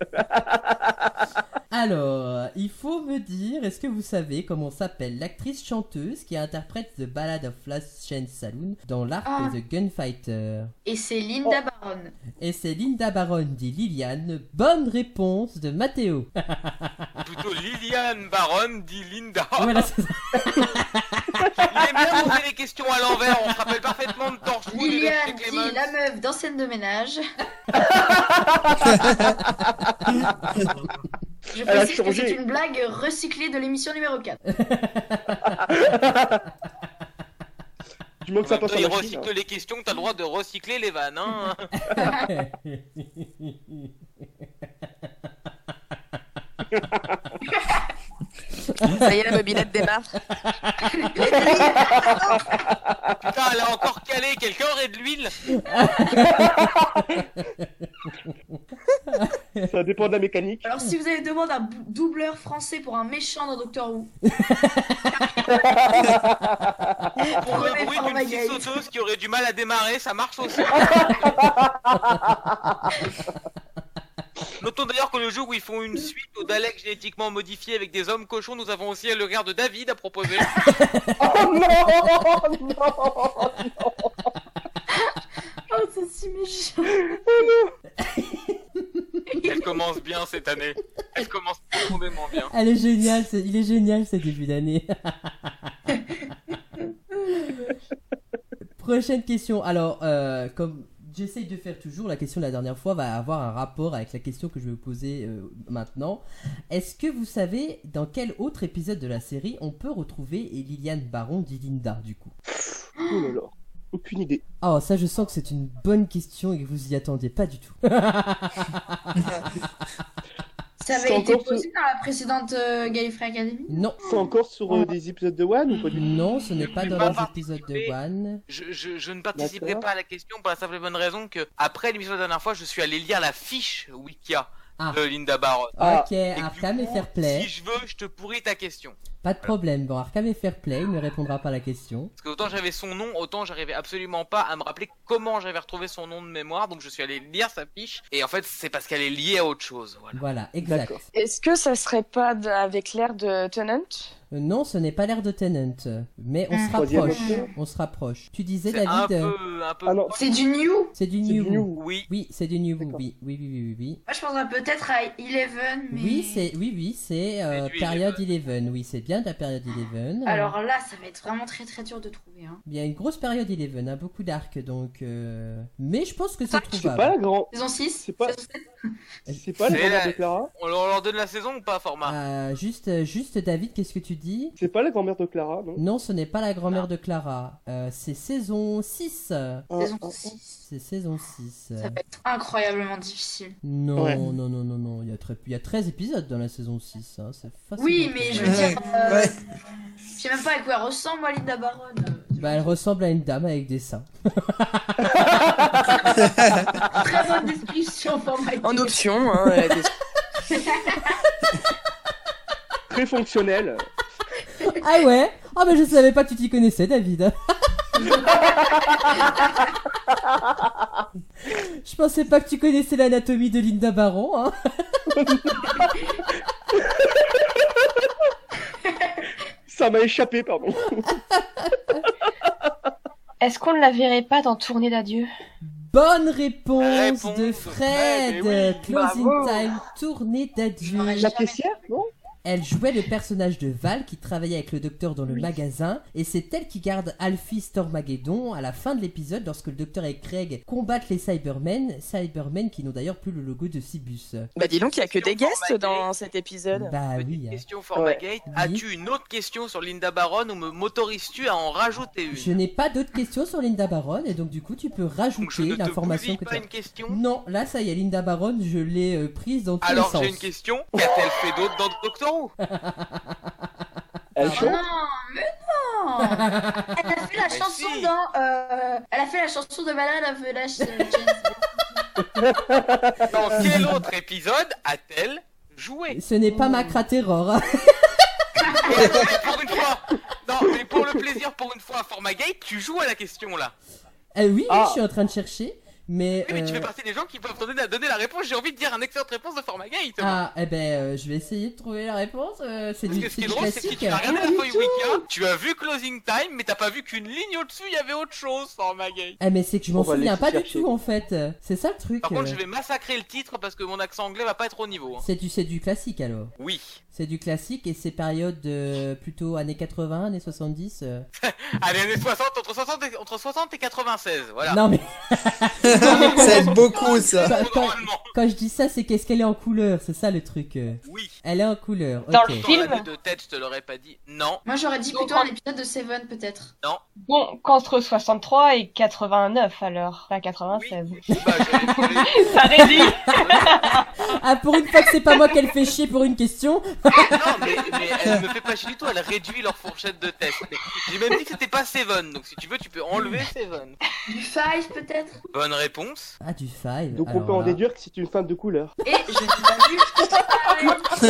S1: Alors, il faut me dire, est-ce que vous savez comment s'appelle l'actrice chanteuse qui interprète The Ballad of Last Chance Saloon dans l'arc
S6: Ah.
S1: de The Gunfighter
S6: Et c'est Linda Baron.
S1: Et c'est Linda Baron dit Liliane. Bonne réponse de Mathéo.
S5: Plutôt Liliane Baron dit Linda.
S1: Ah, Voilà, c'est ça.
S5: Il aime bien poser les questions à l'envers, on se rappelle parfaitement de Torchwood et de
S6: Liliane
S5: Jeffrey
S6: dit
S5: Clemens.
S6: la meuf dans scène de ménage. Je
S3: Elle a
S6: précise que
S3: changé.
S6: c'est une blague recyclée de l'émission numéro 4.
S3: Du moins
S5: En
S3: que ça
S5: même
S3: passe
S5: temps,
S3: en
S5: il
S3: machine. hein.
S5: recycle les questions, t'as le droit de recycler les vannes. Hein
S2: Ça y est, la mobilette démarre.
S5: Putain, elle a encore calé, quelqu'un aurait de l'huile
S3: Ça dépend de la mécanique.
S6: Alors si vous avez demandé un bou- doubleur français pour un méchant dans Doctor Who,
S5: Pour le
S6: Prenez
S5: bruit
S6: Fort
S5: d'une scie
S6: Magay.
S5: sauteuse qui aurait du mal à démarrer, ça marche aussi. Notons d'ailleurs que le jour où ils font une suite aux Daleks génétiquement modifiés avec des hommes cochons, nous avons aussi le regard de David à proposer.
S3: Oh non Non
S6: oh c'est si méchant.
S5: Elle commence bien cette année. Elle commence profondément bien.
S1: Elle est géniale, ce- il est génial ce début d'année. Prochaine question. Alors, euh, comme j'essaye de faire toujours, la question de la dernière fois va avoir un rapport avec la question que je vais vous poser euh, maintenant. Est-ce que vous savez dans quel autre épisode de la série on peut retrouver Liliane Baron d'Ilinda du coup
S3: Oh là là. Aucune idée.
S1: Ah, ça, je sens que c'est une bonne question et que vous y attendiez pas du tout.
S6: Ça
S3: C'est
S6: avait été
S3: encore
S6: posé dans la précédente euh, Gallifrey Academy
S1: non,
S3: C'est encore sur euh, des épisodes de One ou pas du tout
S1: non, ce n'est pas dans
S5: Pas
S1: les épisodes de
S5: participé.
S1: One.
S5: Je, je, je ne participerai
S3: D'accord.
S5: pas à la question pour la simple et bonne raison que, après l'émission de la dernière fois, je suis allé lire la fiche Wikia
S1: Ah.
S5: de Linda Baron.
S3: Ah,
S1: ok,
S5: Et que
S1: Arkham
S5: du
S1: et
S5: coup,
S1: Fair Play.
S5: Si je veux, je te pourris ta question.
S1: Pas de problème. Bon, Arkham est fair play, il ne répondra pas à la question.
S5: Parce que autant j'avais son nom, autant j'arrivais absolument pas à me rappeler comment j'avais retrouvé son nom de mémoire. Donc je suis allé lire sa fiche. Et en fait, c'est parce qu'elle est liée à autre chose. Voilà.
S1: Voilà, exact.
S3: D'accord.
S7: Est-ce que ça serait pas de- avec l'air de Tenant
S1: Euh, Non, ce n'est pas l'air de Tenant, mais
S6: Mmh.
S1: on se
S3: Troisième
S1: rapproche.
S3: option.
S1: On se rapproche. Tu disais,
S5: C'est un
S1: David, euh,
S5: peu, un peu.
S3: Ah non.
S6: C'est du New
S1: c'est du
S3: C'est du
S1: New.
S3: New.
S1: Who.
S5: Oui.
S1: Oui, c'est du New. Who,
S3: D'accord.
S1: Oui, oui, oui, oui, oui.
S6: Moi, je penserais peut-être à Eleven, mais...
S1: Oui, c'est, oui, oui, c'est euh,
S5: C'est du
S1: période 11. Oui, c'est bien de la période 11.
S6: Alors là, ça va être vraiment très très dur de trouver. Hein.
S1: Il y a une grosse période 11, hein, beaucoup d'arcs, donc. euh, Mais je pense que
S6: Ah,
S1: c'est
S3: C'est pas
S1: trouvable.
S3: la grande.
S6: Saison 6
S3: C'est pas-
S6: saison 7.
S3: C'est pas la
S5: C'est
S3: grande
S5: la-
S3: de Clara
S5: On leur on leur donne la saison ou pas, format
S1: Euh, juste, juste, David, qu'est-ce que tu dis
S3: C'est pas la grand-mère de Clara, non
S1: Non, ce n'est pas la grand-mère de Clara. Euh, c'est saison 6.
S6: Saison
S3: Ah, ah,
S6: 6.
S1: C'est saison 6.
S6: Ça va être incroyablement difficile.
S1: Non,
S3: Ouais.
S1: non, non, non, non. Il y a, très... il y a 13 épisodes dans la saison 6. hein, C'est facile.
S6: Oui, mais je veux
S9: Ouais.
S6: dire... euh,
S9: Ouais.
S6: Je sais même pas à quoi elle ressemble, moi, Linda Baron. euh.
S1: Bah, elle ressemble à une dame avec des seins.
S6: Très bonne description pour Mike.
S2: En option, hein, la question.
S3: Très fonctionnelle.
S1: Ah ouais Ah, mais je savais pas que tu t'y connaissais, David. je pensais pas que tu connaissais l'anatomie de Linda Baron. Hein.
S3: Ça m'a échappé, pardon.
S4: Est-ce qu'on ne la verrait pas dans Tournée d'adieu
S1: Bonne réponse,
S5: Réponse
S1: de
S5: de
S1: Fred.
S5: Fred, eh oui,
S1: Closing
S5: bravo.
S1: time, tournée d'adieu.
S6: J'aurais
S3: La
S6: Jamais.
S3: caissière, non
S1: Elle jouait le personnage de Val qui travaillait avec le docteur dans le
S3: Oui.
S1: magasin, et c'est elle qui garde Alfie Stormageddon à la fin de l'épisode lorsque le docteur et Craig combattent les Cybermen, Cybermen qui n'ont d'ailleurs plus le logo de Cybus.
S2: Bah dis donc, il y a que des guests
S5: Formagate.
S2: dans cet épisode.
S1: Bah
S5: Petite
S1: oui, hein.
S5: question, Formagate.
S1: Oui.
S5: As-tu une autre question sur Linda Baron ou me m'autorises-tu à en rajouter une
S1: je n'ai pas d'autres questions sur Linda Baron, et donc du coup tu peux
S5: Donc je
S1: rajouter
S5: ne te
S1: l'information
S5: bousille
S1: que
S5: pas
S1: tu as.
S5: une question
S1: Non, là ça y est, Linda Baron, je l'ai euh, prise dans tous
S5: Alors
S1: les sens.
S5: j'ai une question. Qu'a-t-elle fait d'autre dans Doctor Who
S3: Elle
S6: Oh
S3: chante
S6: non, mais non Elle a fait la
S5: Mais
S6: chanson
S5: si.
S6: dans... euh, Elle a fait la chanson de Malade of Lash
S5: Dans quel autre épisode a-t-elle joué
S1: Ce n'est pas Macra Terror. hein.
S5: Et pour une fois Non, mais pour le plaisir, pour une fois, Formagate, tu joues à la question là.
S1: Eh oui, oui,
S3: Ah.
S1: je suis en train de chercher, mais...
S5: Oui, mais tu
S1: euh,
S5: fais partie des gens qui peuvent donner la, donner la réponse. J'ai envie de dire une excellente réponse de Formagate.
S1: Ah, eh ben, euh, je vais essayer de trouver la réponse. euh, c'est
S5: Parce
S1: du,
S5: que ce qui
S1: c'est
S5: est
S1: du
S5: drôle, c'est que
S1: classique. Ah,
S5: tu as regardé la feuille Wicca, tu as vu Closing Time, mais t'as pas vu qu'une ligne au-dessus, il y avait autre chose, Formagate.
S1: Ah, mais c'est que je m'en
S3: On va
S1: souviens
S3: laisser
S1: pas du
S3: chercher.
S1: tout, en fait. C'est ça le truc.
S5: Par contre, je
S1: euh.
S5: vais massacrer le titre parce que mon accent anglais va pas être au niveau. hein.
S1: C'est du, c'est du classique, alors.
S5: Oui.
S1: C'est du classique et c'est période euh, plutôt années 80, années 70. euh.
S5: Allez, années 60, entre 60 et, entre 60 et 96, voilà.
S1: Non, mais
S9: ça aide beaucoup, ça.
S1: pas- pas-
S5: Normalement,
S1: quand je dis ça, c'est qu'est-ce qu'elle est en couleur, c'est ça le truc. euh.
S5: oui.
S1: Elle est en couleur,
S4: Dans
S1: ok.
S4: le-
S5: Dans
S4: Film.
S5: la vue de tête, je te l'aurais pas dit. Non,
S6: Moi, j'aurais dit plutôt un épisode de Seven, peut-être.
S4: Bon, qu'entre 63 et 89 alors, pas 96.
S5: oui. Bah, j'avais trouvé-
S4: Ça réduit
S1: Ah, pour une fois que c'est pas moi qu'elle fait chier pour une question.
S5: Non, mais, mais elle me fait pas chier du tout, elle réduit leur fourchette de test. Mais J'ai même dit que c'était pas Seven, donc si tu veux, tu peux enlever Seven.
S6: Du Five, peut-être
S5: Bonne réponse.
S1: Ah, du five.
S3: Donc on
S1: alors
S3: peut en
S1: là.
S3: déduire que c'est une femme de couleur.
S6: Et je n'ai pas vu...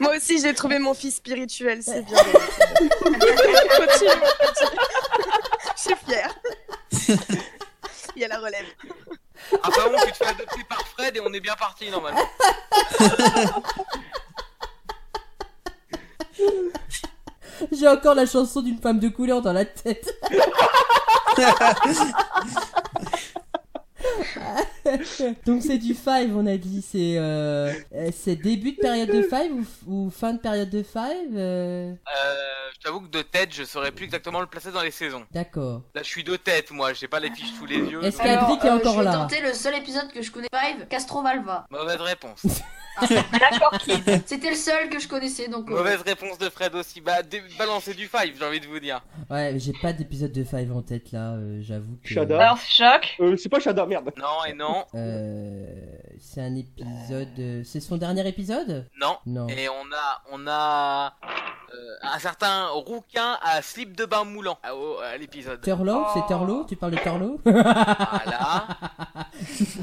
S2: Moi aussi, j'ai trouvé mon fils spirituel, c'est bien. Continue, continue. Je suis fière. Il y a la relève.
S5: Après, bon, tu te fais adopter par Fred et on est bien parti normalement.
S1: J'ai encore la chanson d'une femme de couleur dans la tête. Donc c'est du five, on a dit. C'est euh, euh, c'est début de période de five ou, ou fin de période de five euh,
S5: Euh, je t'avoue que de tête, je saurais plus exactement le placer dans les saisons.
S1: D'accord.
S5: Là, je suis de tête, moi. J'ai pas les fiches sous les yeux.
S1: Est-ce
S5: donc-
S1: qu'elle-
S6: Alors,
S1: Patrick est
S6: euh,
S1: encore
S6: je vais
S1: là.
S6: tenter le seul épisode que je connais Five, Castrovalva.
S5: Mauvaise réponse.
S4: D'accord, Kid.
S1: Eh.
S6: C'était le seul que je connaissais, donc... euh,
S5: Mauvaise réponse de Fred aussi. Bah, dé- balancez du five, j'ai envie de vous dire.
S1: Ouais, j'ai pas d'épisode de five en tête là, euh, j'avoue. Que...
S3: Shada.
S4: Alors, choc.
S3: Euh, c'est pas Shada, merde.
S5: Non et non,
S1: Euh, c'est un épisode. euh, C'est son dernier épisode
S5: non.
S1: Non.
S5: Et on a, on a euh, un certain rouquin à slip de bain moulant à, au- à l'épisode.
S1: Turlo, c'est
S4: Oh.
S1: Turlo Tu parles de Turlo
S5: Voilà.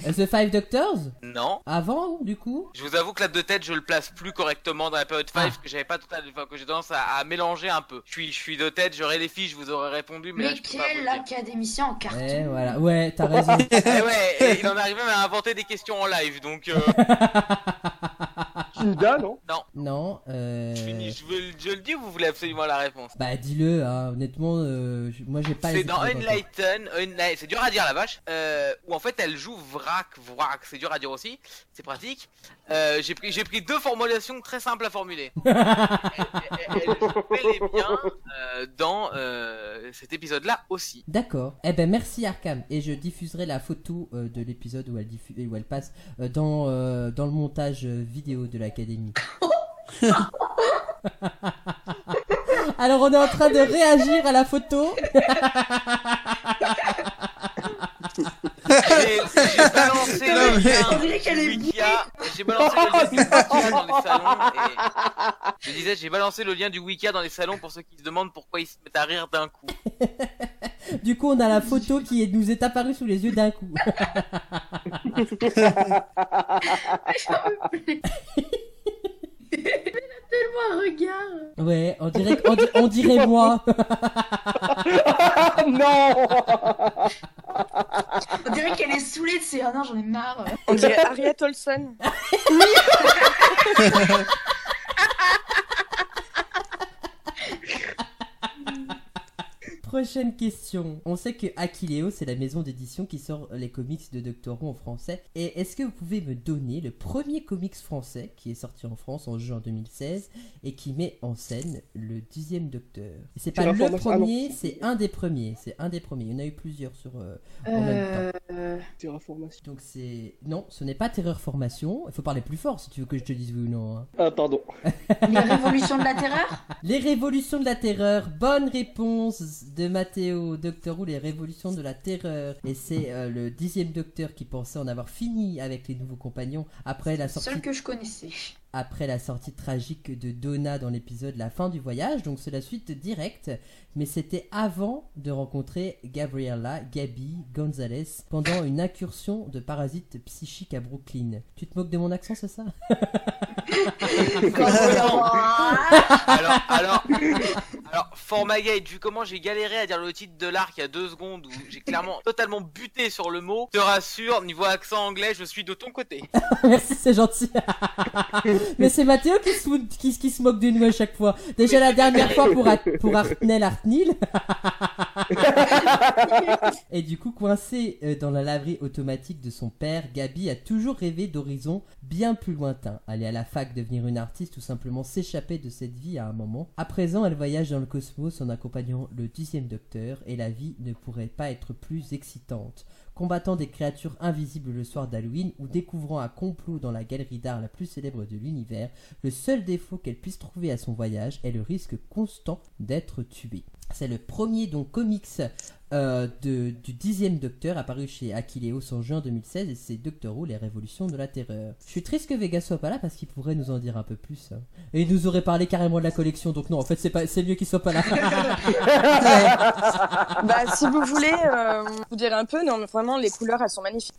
S1: Euh, The Five Doctors
S5: Non.
S1: Avant, du coup
S5: Je vous avoue que là de tête, je le place plus correctement dans la période 5 que j'avais pas total, enfin, que j'ai tendance à, à mélanger un peu. Je suis, je suis de tête, j'aurais les fiches, je vous aurais répondu, mais, là,
S6: Mais
S5: je peux pas vous
S6: quel
S5: le dire.
S6: académicien en carton
S1: Eh, voilà. Ouais, t'as raison.
S5: Eh ouais, et il en arrivait même à inventer des questions en live, donc euh,
S3: Hilda, non
S1: non, euh...
S5: je, finis- je veux- je le dis ou vous voulez absolument la réponse
S1: Bah, dis-le, hein. honnêtement, euh, je- moi j'ai pas les
S5: C'est dans
S1: épisodes en tête.
S5: Unlighten, Unli- c'est dur à dire la vache, euh, où en fait elle joue vrac, vrac, c'est dur à dire aussi, c'est pratique. Euh, j'ai pris, j'ai pris deux formulations très simples à formuler. elle, elle- elle joue bel et bien euh, dans euh, cet épisode-là aussi.
S1: D'accord. Eh ben merci Arkham et je diffuserai la photo euh, de l'épisode où elle diffu- où elle passe euh, dans euh, dans le montage euh, vidéo de l'académie. Alors on est en train de réagir à la photo.
S5: J'ai j'ai
S9: Non,
S5: balancé le
S9: mais-
S5: lien
S6: On dirait qu'elle est
S5: du Wikia, j'ai balancé le lien du Wikia dans les salons. et- Je disais, j'ai balancé le lien du Wikia dans les salons pour ceux qui se demandent pourquoi ils se mettent à rire d'un coup.
S1: Du coup on a la photo qui est- nous est apparue sous les yeux d'un coup.
S6: Tellement un regard
S1: Ouais, on dirait on, di- on dirait moi.
S3: Ah non
S6: On dirait qu'elle est saoulée de ses... Ah non, j'en ai marre
S2: On dirait Harriet Olson.
S1: Prochaine question. On sait que Aquileo, c'est la maison d'édition qui sort les comics de Doctor Who en français. Et est-ce que vous pouvez me donner le premier comics français qui est sorti en France en juin 2016 et qui met en scène le dixième Docteur Et C'est pas le
S3: l'information- ah non.
S1: premier, c'est un des premiers. C'est un des premiers. Il y en a eu plusieurs sur. euh, En même
S6: Euh,
S3: Terraformation.
S1: Donc c'est non, ce n'est pas Terreur Formation. Il faut parler plus fort si tu veux que je te dise oui ou non. hein.
S3: Ah, pardon.
S6: Les révolutions de la terreur
S1: Les Révolutions de la Terreur. Bonne réponse de Mathéo. Docteur Who, les Révolutions de la Terreur. Et c'est euh, le dixième Docteur qui pensait en avoir fini avec les nouveaux compagnons après la sortie
S6: Seul que je connaissais.
S1: après la sortie tragique de Donna dans l'épisode La fin du voyage, donc c'est la suite directe, mais c'était avant de rencontrer Gabriella, Gabi, Gonzalez pendant une incursion de parasites psychiques à Brooklyn. Tu te moques de mon accent, c'est ça
S5: Alors, alors, alors, Formaga et du comment j'ai galéré à dire le titre de l'arc il y a deux secondes où j'ai clairement totalement buté sur le mot. Te rassure, niveau accent anglais, je suis de ton côté.
S1: Merci, c'est gentil. mais c'est Mathéo qui se, fout- qui, qui se moque de nous à chaque fois. Déjà la dernière fois pour, Ar- pour Artnel Artnil. Et du coup, coincée euh, dans la laverie automatique de son père, Gabi a toujours rêvé d'horizons bien plus lointains. Aller à la fac, devenir une artiste ou simplement s'échapper de cette vie à un moment. À présent, elle voyage dans le cosmos en accompagnant le dixième docteur et la vie ne pourrait pas être plus excitante. Combattant des créatures invisibles le soir d'Halloween ou découvrant un complot dans la galerie d'art la plus célèbre de l'univers, le seul défaut qu'elle puisse trouver à son voyage est le risque constant d'être tuée. C'est le premier donc comics euh, de, du dixième Docteur apparu chez Aquileo en juin 2016 et c'est Doctor Who les révolutions de la terreur. Je suis triste que Vega soit pas là parce qu'il pourrait nous en dire un peu plus. hein. Et il nous aurait parlé carrément de la collection donc non en fait c'est pas c'est mieux qu'il soit pas là.
S2: Bah, si vous voulez, euh, vous dire un peu, non, mais vraiment, les couleurs, elles sont magnifiques.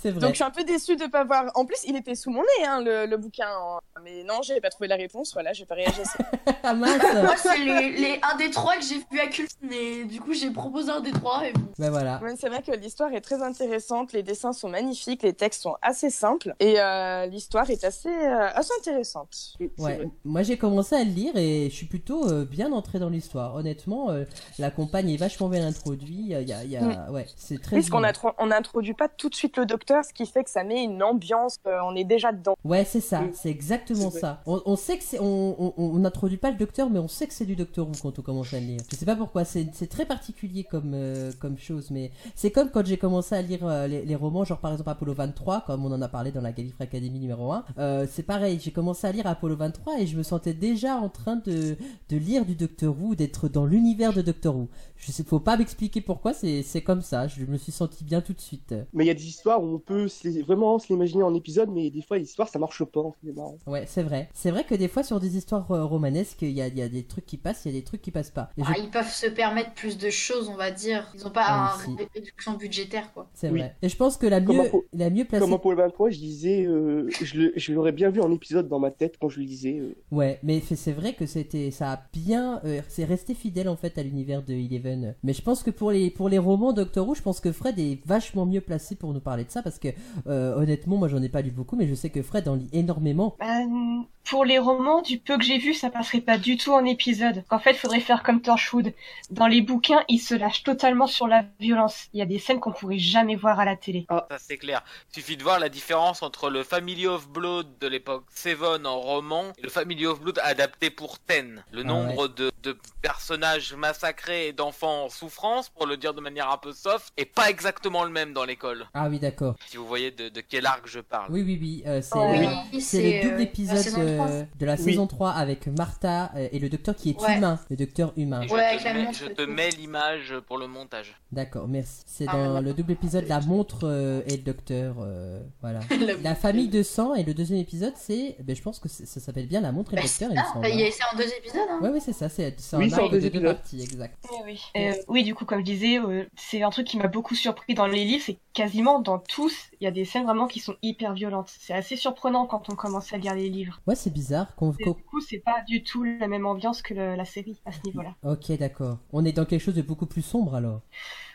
S1: c'est vrai.
S7: Donc je suis un peu déçue de pas voir. En plus, il était sous mon nez, hein, le, le bouquin. hein. Mais non, j'ai pas trouvé la réponse. Voilà, j'ai pas réagi. à ça.
S1: Ah, mince. mince.
S6: Moi, c'est les, les- un des trois que j'ai vu à Culture. Et du coup, j'ai proposé un des trois. Et...
S1: ben voilà.
S7: Ouais, c'est vrai que l'histoire est très intéressante, les dessins sont magnifiques, les textes sont assez simples et euh, l'histoire est assez, euh, assez intéressante.
S3: C'est
S1: Ouais.
S3: vrai.
S1: Moi j'ai commencé à le lire et je suis plutôt euh, bien entré dans l'histoire. Honnêtement, euh, la compagne est vachement bien introduite. euh, y a- y a... Ouais, c'est très
S7: Puisqu'on qu'on
S1: bien.
S7: a tro- on n'introduit pas tout de suite le docteur, ce qui fait que ça met une ambiance, euh, on est déjà dedans.
S1: Ouais, c'est ça,
S3: Mm.
S1: c'est exactement
S3: C'est vrai.
S1: ça. On, on sait que c'est. On on- on n'introduit pas le docteur, mais on sait que c'est du docteur Who quand on commence à le lire. Je sais pas pourquoi, c'est c'est très particulier comme, euh, comme chose, mais c'est comme quand j'ai commencé à lire euh, les, les romans, genre par exemple Apollo 23, comme on en a parlé dans la Gallifrey Academy numéro 1. Euh, c'est pareil, j'ai commencé à lire Apollo 23 et je me sentais déjà en train de, de lire du docteur Who, d'être dans l'univers de docteur Who. Je sais, faut pas m'expliquer pourquoi, c'est c'est comme ça, je me suis senti bien tout de suite.
S3: Mais il y a des histoires où on peut se les- vraiment se l'imaginer en épisode, mais des fois, les histoires, ça marche pas. C'est marrant.
S1: Ouais, c'est vrai. C'est vrai que des fois, sur des histoires euh, romanesques, il y a, il y a des trucs qui passent, il y a des trucs qui passent pas. Et je-
S6: Ah, ils peuvent se permettre plus de choses, on va dire. Ils n'ont pas
S1: Ah,
S6: un-
S1: si.
S6: une réduction budgétaire, quoi.
S1: C'est
S3: oui.
S1: vrai. Et je pense que la
S3: Comme
S1: mieux,
S3: un po-
S1: la mieux placée.
S3: Comme pour le 23, je disais, euh, je le- je l'aurais bien vu en épisode dans ma tête quand je le lisais. euh.
S1: Ouais, mais c'est c'est vrai que c'était, ça a bien, euh, c'est resté fidèle en fait à l'univers de Eleven. Mais je pense que pour les, pour les romans Doctor Who, je pense que Fred est vachement mieux placé pour nous parler de ça parce que, euh, honnêtement, moi j'en ai pas lu beaucoup, mais je sais que Fred en lit énormément.
S4: Ben, pour les romans, du peu que j'ai vu, ça passerait pas du tout en épisode. En fait, faudrait faire comme Torchwood. Dans les bouquins, ils se lâchent totalement sur la violence. Il y a des scènes qu'on pourrait jamais voir à la télé.
S5: Ça c'est clair. Suffit de voir la différence entre le Family of Blood de l'époque Seven en roman et le Family of Blood adapté pour Ten. Le
S1: Ah
S5: nombre de, de personnages massacrés et d'enfants en souffrance, pour le dire de manière un peu soft, est pas exactement le même dans l'école.
S1: Ah oui, d'accord.
S5: Si vous voyez de, de quel arc je parle.
S1: Oui, oui, oui. euh, c'est,
S6: Oui,
S1: euh, c'est
S6: c'est
S1: le double
S6: euh,
S1: épisode
S6: la saison
S1: de,
S6: 3.
S1: de la
S3: Oui.
S1: saison 3 avec Martha euh, et le docteur qui est
S6: Ouais.
S1: humain. Le docteur humain.
S5: Et je
S6: Ouais, avec
S5: te
S6: la
S5: mets-
S6: montre
S5: je
S6: et
S5: te
S6: tout.
S5: mets l'image pour le montage.
S1: D'accord, merci. C'est
S6: Ah,
S1: dans
S6: ouais.
S1: le double épisode La montre euh, et le docteur. euh, voilà. La famille de sang et le deuxième épisode, c'est. Ben, je pense que c'est- ça s'appelle bien La montre et le
S6: Bah,
S1: docteur, il me
S6: Ah,
S1: semble.
S6: bah, il y a- c'est en deux épisodes, hein.
S1: Ouais, ouais, c'est ça. C'est c'est
S3: Oui,
S1: un
S3: c'est
S1: arc
S3: en deux
S1: de deux
S3: épisodes.
S1: parties, exact.
S7: oui.
S4: Euh, oui, du coup, comme je disais, euh, c'est un truc qui m'a beaucoup surpris dans les livres, c'est quasiment dans tous, il y a des scènes vraiment qui sont hyper violentes. C'est assez surprenant quand on commence à lire les livres.
S1: Ouais, c'est bizarre. qu'on-
S4: Et
S1: qu'on-
S4: du coup, c'est pas du tout la même ambiance que le- la série à ce niveau-là.
S1: Ok, d'accord. On est dans quelque chose de beaucoup plus sombre alors.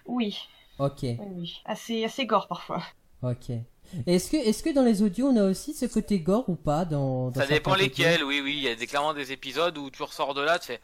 S4: Oui,
S1: Ok,
S4: oui, oui. Assez, assez gore parfois.
S1: ok. Est-ce que, est que dans les audios, on a aussi ce côté gore ou pas dans, dans
S5: Ça dépend
S1: certains
S5: lesquels, oui, oui. Il y a des- clairement des épisodes où tu ressors de là, tu fais.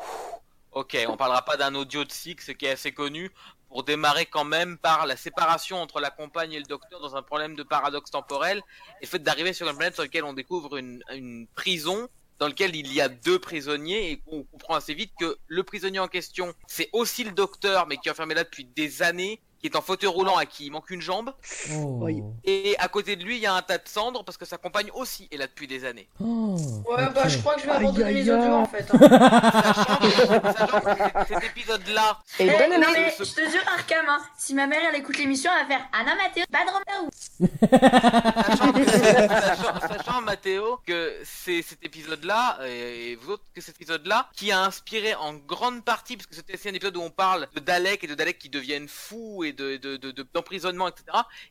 S5: Ouh, Ok, on parlera pas d'un audio de Six qui est assez connu pour démarrer quand même par la séparation entre la compagne et le docteur dans un problème de paradoxe temporel et le fait d'arriver sur une planète sur laquelle on découvre une, une prison dans laquelle il y a deux prisonniers et on comprend assez vite que le prisonnier en question c'est aussi le docteur mais qui est enfermé là depuis des années qui est en fauteuil roulant à qui il manque une jambe
S1: Oh.
S3: Oui.
S5: et à côté de lui il y a un tas de cendres parce que sa compagne aussi est là depuis des années.
S1: Oh,
S6: Ouais,
S1: ok.
S6: bah, je crois que je vais
S3: Aïe,
S6: abandonner
S3: aïe,
S6: les
S3: aïe.
S6: audios, en fait. hein.
S5: sachant que, sachant que cet- cet épisode-là,
S6: Eh,
S7: Et bonne
S6: non,
S7: année
S6: mais je te jure, Arkham, hein, si ma mère, elle écoute l'émission, elle va faire Ah non, Mathéo, pas de Romain
S5: sachant, que- sachant, sachant, Mathéo que c'est cet épisode-là et, et vous autres que cet épisode-là qui a inspiré en grande partie parce que c'était aussi un épisode où on parle de Dalek et de Dalek qui deviennent fous et de de- de- de- d'emprisonnement de, etc.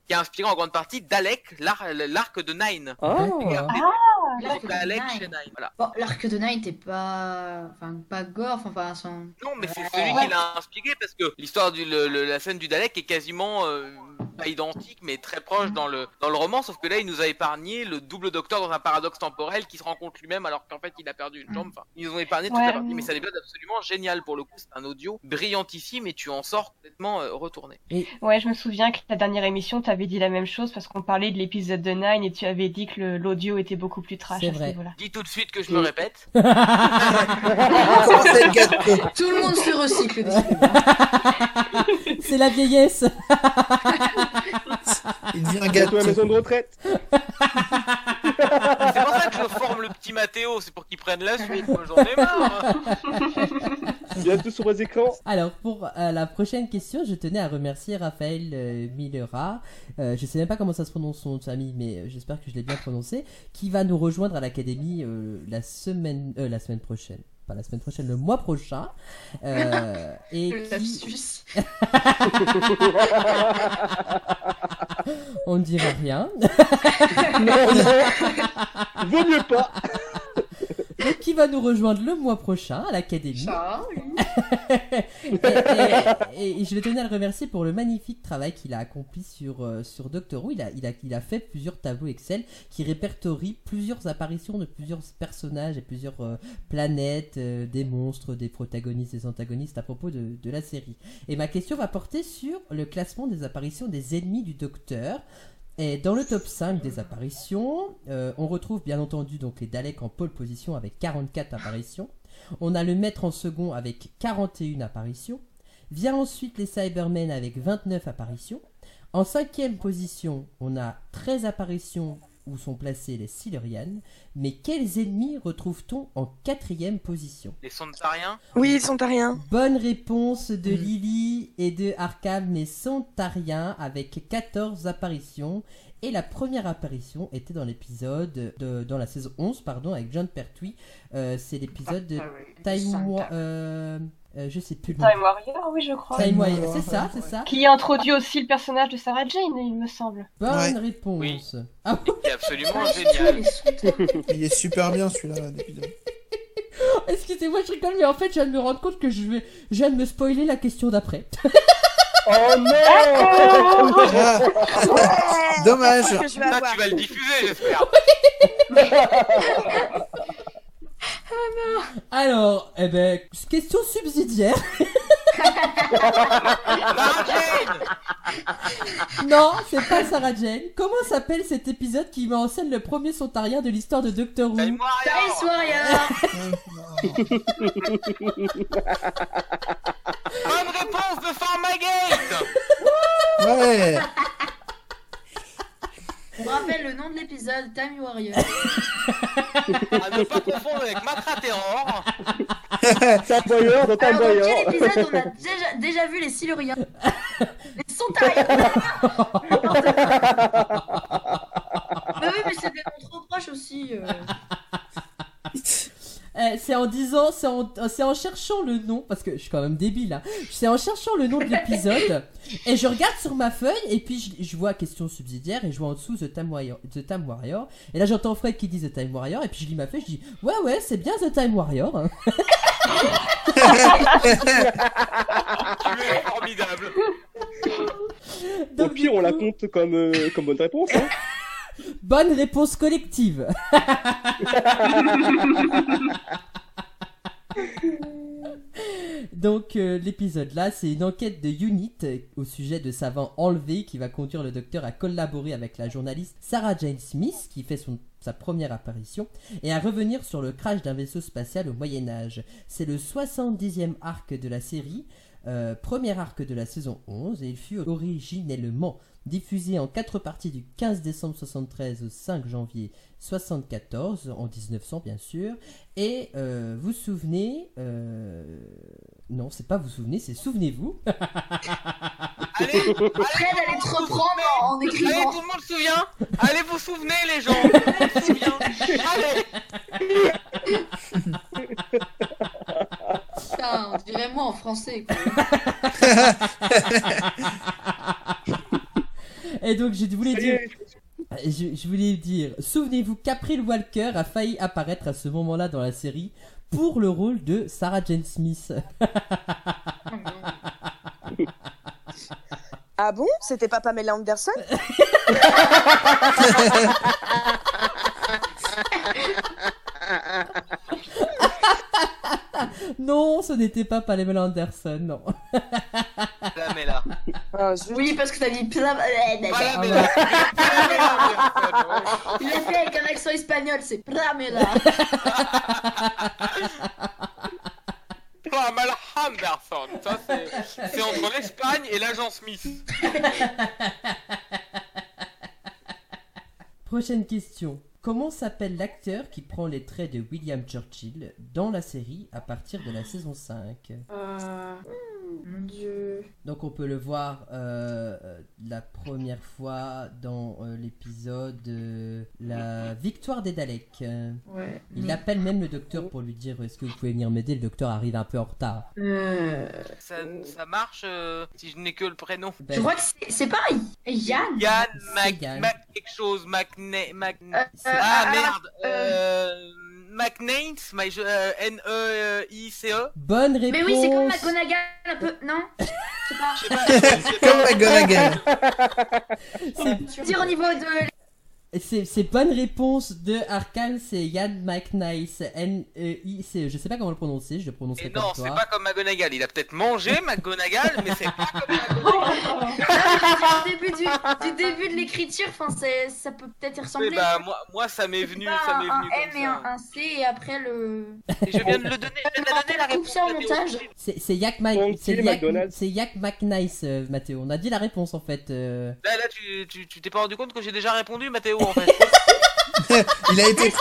S5: qui a inspiré en grande partie Dalek l'ar- l'arc de Nine.
S3: Ah,
S7: Oh.
S1: D'accord.
S6: l'arc de
S5: Dalek
S6: Nine.
S5: chez Nine. Voilà.
S6: Bon, l'arc de Night est pas. Enfin, pas gore, enfin, sans.
S5: Non, mais c'est celui qui l'a inspiré parce que l'histoire du le- le- la scène du Dalek est quasiment euh, pas identique, mais très proche dans le dans le roman. Sauf que là, il nous a épargné le double docteur dans un paradoxe temporel qui se rencontre lui-même alors qu'en fait, il a perdu une jambe. Enfin, ils nous ont épargné toute
S4: Ouais.
S5: la partie, mais c'est un épisode absolument génial pour le coup. C'est un audio brillantissime et tu en sors complètement euh, retourné.
S4: Ouais, je me souviens que la dernière émission, t'avais dit la même chose parce qu'on parlait de l'épisode de Nine et tu avais dit que le- l'audio était beaucoup plus trash
S1: C'est
S4: à ce
S1: vrai.
S4: niveau-là.
S5: Dis tout de suite que je me répète.
S9: C'est le gâteau.
S6: Tout le monde se recycle. décidément.
S1: c'est la vieillesse.
S9: Il devient un
S3: bientôt la maison
S9: gâteau.
S3: de retraite.
S5: C'est pour ça que je forme le petit Mathéo, c'est pour qu'il prenne la suite. Moi, j'en ai marre. hein.
S3: Bientôt sur les écrans.
S1: Alors, pour euh, la prochaine question, je tenais à remercier Raphaël euh, Millera. Euh, je sais même pas comment ça se prononce son nom de famille, mais euh, j'espère que je l'ai bien prononcé. Qui va nous rejoindre à l'académie euh, la semaine, euh, la semaine prochaine. Pas la semaine prochaine, le mois prochain. Euh, et
S6: Le
S1: qui-
S6: lapsus.
S1: on ne dira rien.
S3: Non, non. Vaut mieux pas.
S1: qui va nous rejoindre le mois prochain à l'Académie.
S6: Charles.
S1: et, et- et- et je vais tenir à le remercier pour le magnifique travail qu'il a accompli sur, euh, sur Doctor Who. Il a, il, a, il a fait plusieurs tableaux Excel qui répertorient plusieurs apparitions de plusieurs personnages et plusieurs euh, planètes, euh, des monstres, des protagonistes, des antagonistes à propos de, de la série. Et ma question va porter sur le classement des apparitions des ennemis du Docteur. Et dans le top 5 des apparitions, euh, on retrouve bien entendu donc les Daleks en pole position avec 44 apparitions. On a le maître en second avec 41 apparitions. Vient ensuite les Cybermen avec 29 apparitions. En cinquième position, on a 13 apparitions où sont placés les Silurians. Mais quels ennemis retrouve-t-on en quatrième position
S5: Les Sontariens
S7: Oui, ils sont à rien.
S1: Bonne réponse de Lily et de Arkham, mais Sontariens avec 14 apparitions. Et la première apparition était dans l'épisode, de- dans la saison 11, pardon, avec John Pertwee. Euh, c'est l'épisode de Time War. Euh, euh, je sais plus le nom.
S4: Time Warrior, oui, je crois.
S1: Time
S9: Time
S1: Warrior,
S9: Warrior.
S1: c'est ça, c'est ça.
S4: Qui introduit aussi le personnage de Sarah Jane, il me semble.
S1: Bonne
S9: Ouais.
S1: réponse.
S5: Oui.
S1: Ah,
S5: C'est absolument
S6: Ah,
S5: génial.
S6: les sous-titres.
S9: Il est super bien celui-là d'épisode.
S1: excusez-moi, je rigole, mais en fait, je viens de me rendre compte que je vais, je viens de me spoiler la question d'après.
S3: Oh
S1: oh,
S3: non
S9: Ah. Dommage.
S7: Que je vais
S5: Ça,
S7: avoir.
S5: tu vas le diffuser, j'espère.
S1: Alors, eh ben, question subsidiaire.
S5: Sarah Jane
S1: Non, c'est pas Sarah Jane. Comment s'appelle cet épisode qui met en scène le premier Sontarien de l'histoire de Doctor Who
S5: Time Warrior
S6: Ice Warrior.
S5: Bonne réponse de Farmagate
S9: Ouais.
S6: On rappelle le nom de l'épisode, Time Warrior.
S5: À Ah, ne pas confondre avec Matra Terror.
S3: Time Warrior
S1: Ah,
S3: dans Time
S6: Alors, dans quel
S3: Warrior
S6: épisode on a déjà, déjà vu les Siluriens Les Sontariens Bah oui, mais c'est des noms trop proches aussi. euh.
S1: Eh, C'est en disant, c'est en, c'est en cherchant le nom, parce que je suis quand même débile, hein. c'est en cherchant le nom de l'épisode, et je regarde sur ma feuille, et puis je, je vois question subsidiaire, et je vois en dessous The Time Warrior. The Time Warrior et là j'entends Fred qui dit The Time Warrior, et puis je lis ma feuille, je dis ouais ouais, c'est bien The Time Warrior. hein.
S5: Tu es formidable.
S3: Au
S1: Donc,
S3: pire, on la
S1: du coup,
S3: compte comme, euh, comme bonne réponse. Hein.
S1: Bonne réponse collective. Donc euh, l'épisode là, c'est une enquête de Unit euh, au sujet de savants enlevés qui va conduire le docteur à collaborer avec la journaliste Sarah Jane Smith qui fait son- sa première apparition et à revenir sur le crash d'un vaisseau spatial au Moyen Âge. C'est le 70e arc de la série, euh, premier arc de la saison 11 et il fut originellement diffusé en quatre parties du 15 décembre 73 au 5 janvier 74 en 1900 bien sûr et euh, vous souvenez euh, non c'est pas vous souvenez c'est souvenez-vous
S5: Allez, allez,
S6: Fred allait te reprendre en, en
S5: allez,
S6: écrivant.
S5: tout le monde se souvient. Allez, vous souvenez, les gens. Tout le monde se souvient. Allez,
S6: Putain, on dirait moi en français. quoi.
S1: et donc je voulais dire
S3: Salut.
S1: je, je voulais dire souvenez-vous qu'April Walker a failli apparaître à ce moment-là dans la série pour le rôle de Sarah Jane Smith
S7: Ah bon C'était pas Pamela Anderson
S1: non ce n'était pas Pamela Anderson non
S5: la Mela.
S6: Oui, parce que t'as dit. euh,
S5: Pas
S6: Il
S5: la Mela. Pas la Mela.
S6: l'a fait avec un accent espagnol, c'est Pramela.
S5: Pas mal Anderson. Ça, c'est- c'est entre l'Espagne et l'agent Smith.
S1: Prochaine question. Comment s'appelle l'acteur qui prend les traits de William Churchill dans la série à partir de la saison 5
S6: Euh, hmm, Mon dieu.
S1: Donc on peut le voir euh, euh, la première fois dans euh, l'épisode euh, La victoire des Daleks. Euh,
S6: Ouais.
S1: Il appelle même le docteur pour lui dire est-ce que vous pouvez venir m'aider Le docteur arrive un peu en retard.
S6: Euh,
S5: Ça, ça marche euh, si je n'ai que le prénom.
S1: Ben,
S6: Je crois que c'est- c'est pas Yann.
S5: Yann
S1: C'est
S5: Mac,
S1: Yann. Ben,
S5: Mac quelque chose, Mac, Mac...
S6: Euh,
S5: Ah
S6: euh,
S5: merde.
S6: euh,
S5: Euh... McNace, my- je- euh, N-E-I-C-E.
S1: Bonne réponse.
S6: Mais oui, c'est comme McGonagall un peu. Non Je sais pas.
S5: Je sais pas, je sais pas.
S9: Comme McGonagall.
S1: C'est-
S6: Dire au niveau de.
S1: C'est c'est bonne réponse de Arkane, c'est Yann McNice. N-E-I-C-E. Je sais pas comment le prononcer, je le prononcerai
S5: Et
S1: comme
S5: non, c'est
S1: toi.
S5: pas comme McGonagall. Il a peut-être mangé McGonagall, mais c'est pas comme McGonagall.
S6: Du début, du, du début de l'écriture, enfin, c'est- ça peut peut-être y
S5: Oui,
S6: ressembler.
S5: bah, moi, moi, ça m'est venu,
S6: Pas
S5: ça m'est
S6: un
S5: venu
S6: M et un,
S5: comme ça.
S6: un C et après le.
S5: Et je viens de le donner, je viens de la donner la
S6: Coupe
S5: réponse.
S6: ça au
S5: Mathéo.
S6: montage.
S1: C'est c'est Yak Mike.
S3: Frankie
S1: C'est Yak,
S3: McDonald's.
S1: c'est Yak McNice, euh, Mathéo. On a dit la réponse en fait. euh.
S5: Là, là, tu, tu, tu t'es pas rendu compte que j'ai déjà répondu, Mathéo, en fait.
S9: Il a été.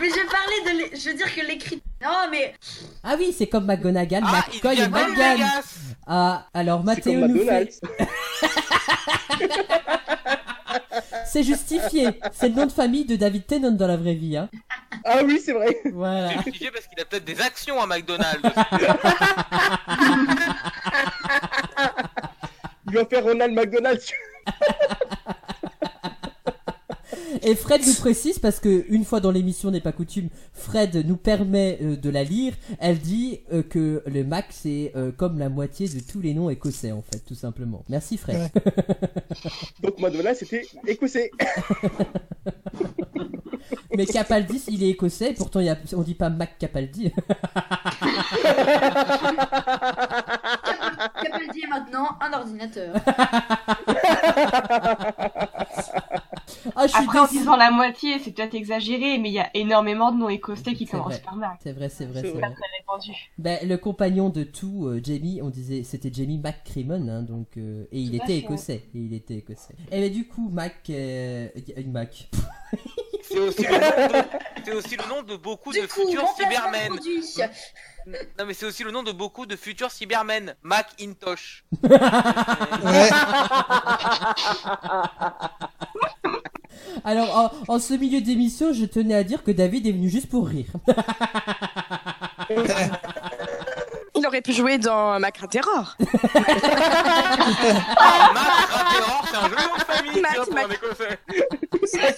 S6: Mais je parlais de. l'é- Je veux dire que l'écriture. Non, mais.
S1: Ah oui, c'est comme McGonagall,
S5: ah, il
S1: McCoy
S5: vient
S1: et
S5: de
S1: McGann.
S5: Vegas.
S1: Ah, alors
S3: C'est comme
S1: Mathéo nous fait.
S3: McDonald's.
S1: C'est justifié. C'est le nom de famille de David Tennant dans la vraie vie. Hein.
S3: Ah oui, c'est vrai.
S5: C'est
S1: Voilà.
S5: justifié parce qu'il a peut-être des actions à McDonald's.
S3: Il va faire Ronald McDonald.
S1: Et Fred nous précise parce que une fois dans l'émission n'est pas coutume, Fred nous permet euh, de la lire. Elle dit euh, que le Mac c'est euh, comme la moitié de tous les noms écossais en fait, tout simplement. Merci Fred.
S9: Ouais.
S3: Donc McDonald, c'était écossais.
S1: Mais Capaldi, il est écossais, et pourtant il y a- on dit pas Mac Capaldi.
S6: Capaldi est maintenant un ordinateur.
S1: Ah, je suis
S4: Après, en
S1: déçue.
S4: disant la moitié, c'est peut-être exagéré, mais il y a énormément de noms écossais qui
S1: C'est
S4: commencent
S1: vrai.
S4: par Mac.
S1: C'est vrai, c'est vrai,
S3: C'est
S1: c'est
S3: vrai.
S1: vrai.
S4: répandu.
S1: Ben, le compagnon de tout, euh, Jamie, on disait, c'était Jamie McCrimmon, hein, donc, euh, et il
S4: Tout à
S1: était
S4: fait.
S1: écossais, et il était écossais. Et ben, du coup, Mac, euh, y- Mac, Pff,
S5: C'est aussi, le nom de- c'est aussi le nom de beaucoup
S6: Du
S5: de
S6: coup,
S5: futurs
S6: mon placement de
S5: cybermen.
S6: produit.
S5: Non, mais c'est aussi le nom de beaucoup de futurs cybermen. Macintosh.
S9: Ouais.
S1: Alors, en, en ce milieu d'émission, je tenais à dire que David est venu juste pour rire.
S7: Il aurait pu jouer dans Macra Terror.
S5: Ah, Mac Rateror, c'est un jeu de famille. tu
S7: Mac,
S5: vois, pour
S7: Mac.
S5: un écossais.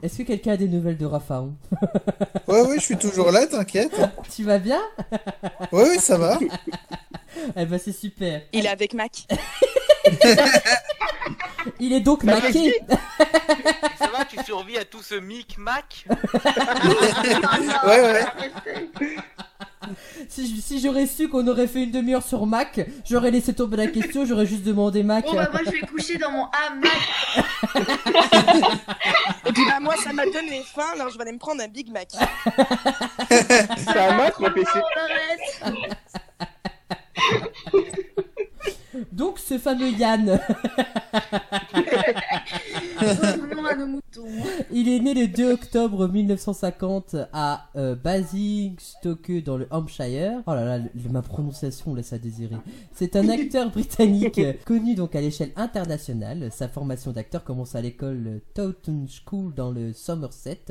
S1: Est-ce que quelqu'un a des nouvelles de Raphaël
S9: Ouais, ouais, je suis toujours là, t'inquiète.
S1: Tu vas bien
S9: Ouais, ouais, ça va.
S1: Eh ben, c'est super.
S7: Il est avec Mac.
S1: Il est donc
S6: Bah,
S3: Mac
S1: maqué.
S5: Ça va, tu survis à tout ce micmac
S9: Ouais, ouais.
S1: Si, je- si j'aurais su qu'on aurait fait une demi-heure sur Mac, j'aurais laissé tomber la question, j'aurais juste demandé Mac.
S6: Bon, bah, moi, je vais coucher dans mon hamac.
S7: Et puis bah moi ça m'a donné faim, alors je vais aller me prendre un Big Mac.
S3: C'est un Mac, mon PC.
S6: Arrête.
S1: Donc ce fameux Yann,
S6: Revenons à nos moutons.
S1: il est né le 2 octobre 1950 à euh, Basingstoke dans le Hampshire. Oh là là, le- ma prononciation laisse à désirer. C'est un acteur britannique euh, connu donc à l'échelle internationale. Sa formation d'acteur commence à l'école euh, Taunton School dans le Somerset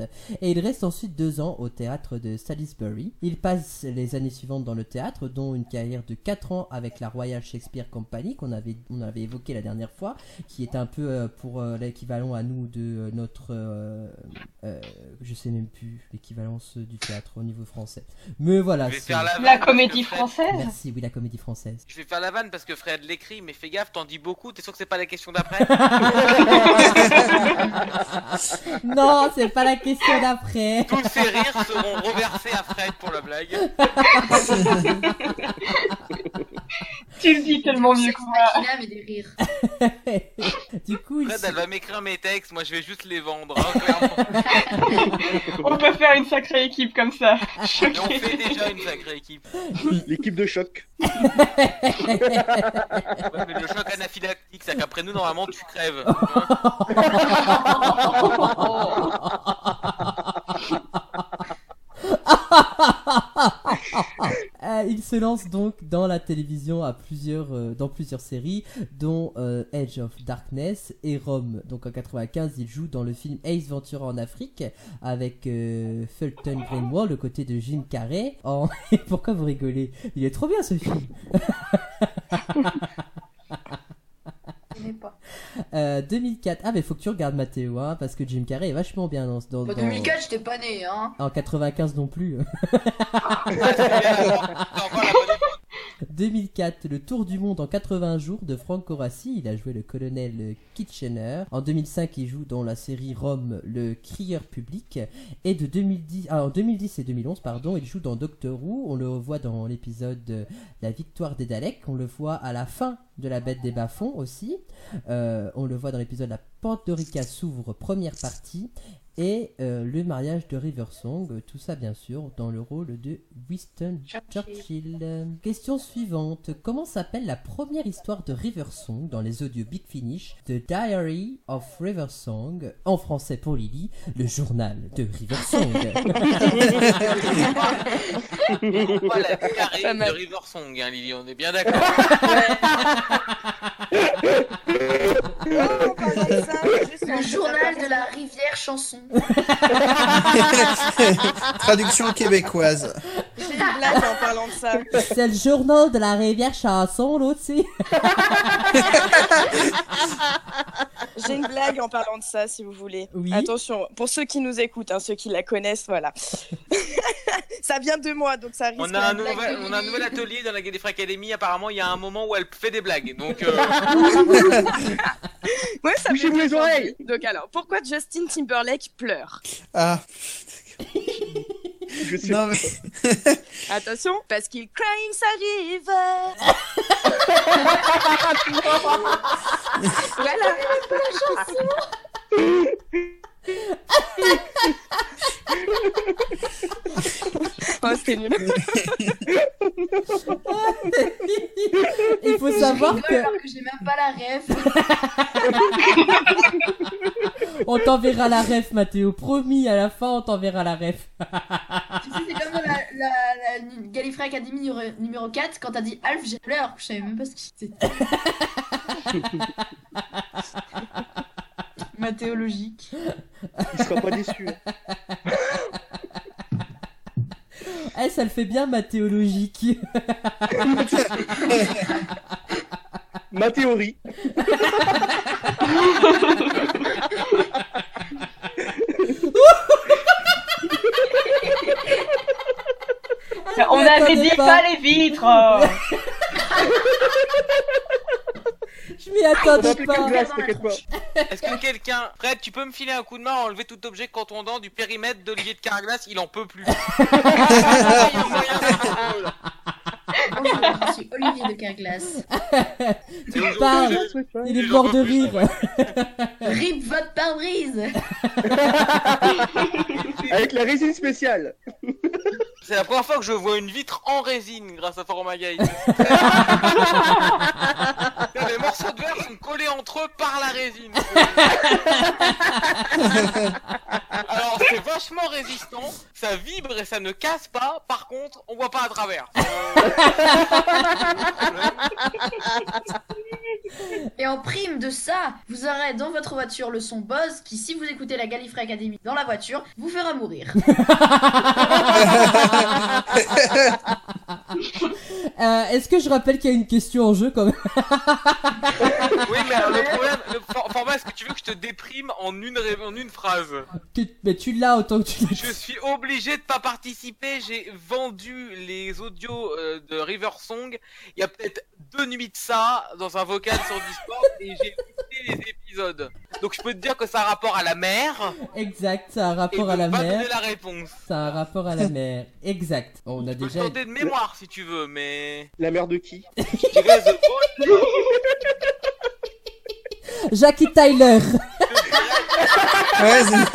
S1: et il reste ensuite deux ans au théâtre de Salisbury. Il passe les années suivantes dans le théâtre, dont une carrière de quatre ans avec la Royal Shakespeare Company qu'on avait, on avait évoqué la dernière fois, qui est un peu euh, pour euh, l'équivalent à nous de euh, notre, euh, euh, je sais même plus l'équivalence du théâtre au niveau français. Mais voilà.
S5: Je vais
S1: c'est-
S5: faire la,
S4: La
S5: vanne
S4: comédie
S5: parce que Fred-
S4: française
S1: Merci, oui, la comédie française.
S5: Je vais faire la vanne parce que Fred l'écrit, mais fais gaffe, t'en dis beaucoup, t'es sûr que c'est pas la question d'après
S1: Non, c'est pas la question d'après.
S5: Tous ces rires seront reversés à Fred pour la blague.
S4: Tu le dis tellement mieux que moi.
S6: Il a mais des rires.
S1: du coup, il
S5: Fred, elle va m'écrire mes textes, moi je vais juste les vendre, hein, clairement.
S4: On peut faire une sacrée équipe comme ça.
S5: Et on fait déjà une sacrée équipe.
S3: L'équipe de choc.
S5: Ouais, mais le choc anaphylactique, c'est qu'après nous, normalement, tu crèves. hein.
S1: Euh, il se lance donc dans la télévision à plusieurs, euh, dans plusieurs séries, dont euh, Edge of Darkness et Rome. Donc en 95, il joue dans le film Ace Ventura en Afrique avec euh, Fulton Greenwald, le côté de Jim Carrey. En... Et Pourquoi vous rigolez Il est trop bien ce film.
S6: Je n'ai pas.
S1: Euh, 2004. Ah, mais faut que tu regardes Mathéo, hein, parce que Jim Carrey est vachement bien dans. dans,
S6: Bon,
S1: dans-
S6: 2004, Bah, j'étais pas né, hein.
S1: En 95 non plus.
S5: T'as encore euh, la bonne époque.
S1: 2004, le tour du monde en 80 jours de Frank Corassi. Il a joué le colonel Kitchener. En 2005, il joue dans la série Rome, le crieur public. Et de 2010, ah, en 2010 et 2011, pardon, il joue dans Doctor Who. On le voit dans l'épisode euh, La victoire des Daleks. On le voit à la fin de La Bête des Bas-Fonds aussi. Euh, on le voit dans l'épisode La Pandorica s'ouvre, première partie. Et euh, le mariage de Riversong, euh, tout ça bien sûr, dans le rôle de Winston
S6: Churchill.
S1: Churchill. Question suivante. Comment s'appelle la première histoire de Riversong dans les audios Big Finish The Diary of Riversong, en français pour Lily, le journal de Riversong
S5: Pas la diarrhée
S7: Pas mal.
S5: de River Song, hein, Lily, on est bien d'accord.
S7: Non, pas mal ça, juste
S6: Le
S7: un-
S6: journal de la rivière chanson.
S9: Traduction québécoise.
S7: J'ai une blague en parlant de ça.
S1: C'est le journal de la rivière chanson, l'autre, c'est.
S7: J'ai une blague en parlant de ça, si vous voulez.
S1: Oui.
S7: Attention, pour ceux qui nous écoutent, hein, ceux qui la connaissent, voilà. ça vient de moi, donc ça risque.
S5: On a, un
S6: la blague
S5: nouvel,
S6: de
S5: on a un
S6: Lily.
S5: nouvel atelier dans la Gay des Frères Academy. Apparemment, il y a un moment où elle fait des blagues. Donc, euh,
S7: Ouais, ça
S3: J'ai
S7: me
S3: mis les
S7: fait
S3: oreilles.
S7: envie. Donc alors, pourquoi Justin Timberlake pleure
S9: Ah,
S3: Je sais
S9: non mais.
S7: Attention, parce qu'il crying s'arrive. voilà. Oh, c'était nul.
S1: Il faut savoir
S6: Je rigole
S1: que.
S6: alors que j'ai même pas la rêve.
S1: On t'enverra la ref, Mathéo. Promis, à la fin, on t'enverra la ref.
S6: Tu sais, c'est comme dans la, la, la Gallifrey Academy numéro, numéro 4, quand t'as dit Alf, j'ai l'heure. Je savais même pas ce que c'était. Mathéologique.
S3: Il sera pas déçu. hein.
S1: Eh, ça le fait bien, mathéologique.
S3: Ma théorie.
S4: On avait
S1: m'attendais
S4: dit
S1: pas.
S4: pas les vitres
S1: Je m'y
S3: On a
S1: attendais
S3: appliqué le
S1: pas.
S3: glace, t'inquiète pas.
S5: est-ce que quelqu'un. Fred, tu peux me filer un coup de main à enlever tout objet contondant du périmètre d'Olivier de Carglass Il en peut plus. Il en moyen, c'est drôle.
S6: Bonjour, je suis Olivier de Carglass.
S5: C'est aujourd'hui,
S1: parles.
S5: je-
S3: hein.
S1: Il est mort de rire.
S6: Rip votre pare-brise.
S3: Avec la résine spéciale.
S5: C'est la première fois que je vois une vitre en résine grâce à Formaldehyde. Non, les morceaux de verre sont collés entre eux par la résine. Alors c'est vachement résistant, ça vibre et ça ne casse pas. Par contre, on voit pas à travers.
S6: Et en prime de ça, vous aurez dans votre voiture le son Buzz qui, si vous écoutez la Gallifrey Academy dans la voiture, vous fera mourir.
S1: Euh, Est-ce que je rappelle qu'il y a une question en jeu quand même
S5: Oui, mais alors, le problème, le for- format, est-ce que tu veux que je te déprime en une ré- en une phrase
S1: Que- Mais tu l'as autant que tu l'as.
S5: Je suis obligé de pas participer. J'ai vendu les audios euh, de River Song. Il y a peut-être deux nuits de ça dans un vocal sur Discord et j'ai écouté les épisodes. Donc je peux te dire que ça a rapport à la mer.
S1: Exact, ça a un
S5: Et
S1: rapport
S5: je
S1: à la
S5: peux pas donner
S1: mer.
S5: la réponse.
S1: Ça a un rapport à la mer. Exact. Bon, On a
S5: Je peux
S1: déjà.
S5: tenter de mémoire si tu veux, mais
S3: La mère de qui
S5: je dirais The Hall,
S1: Jackie Tyler.
S9: Ouais, c'est-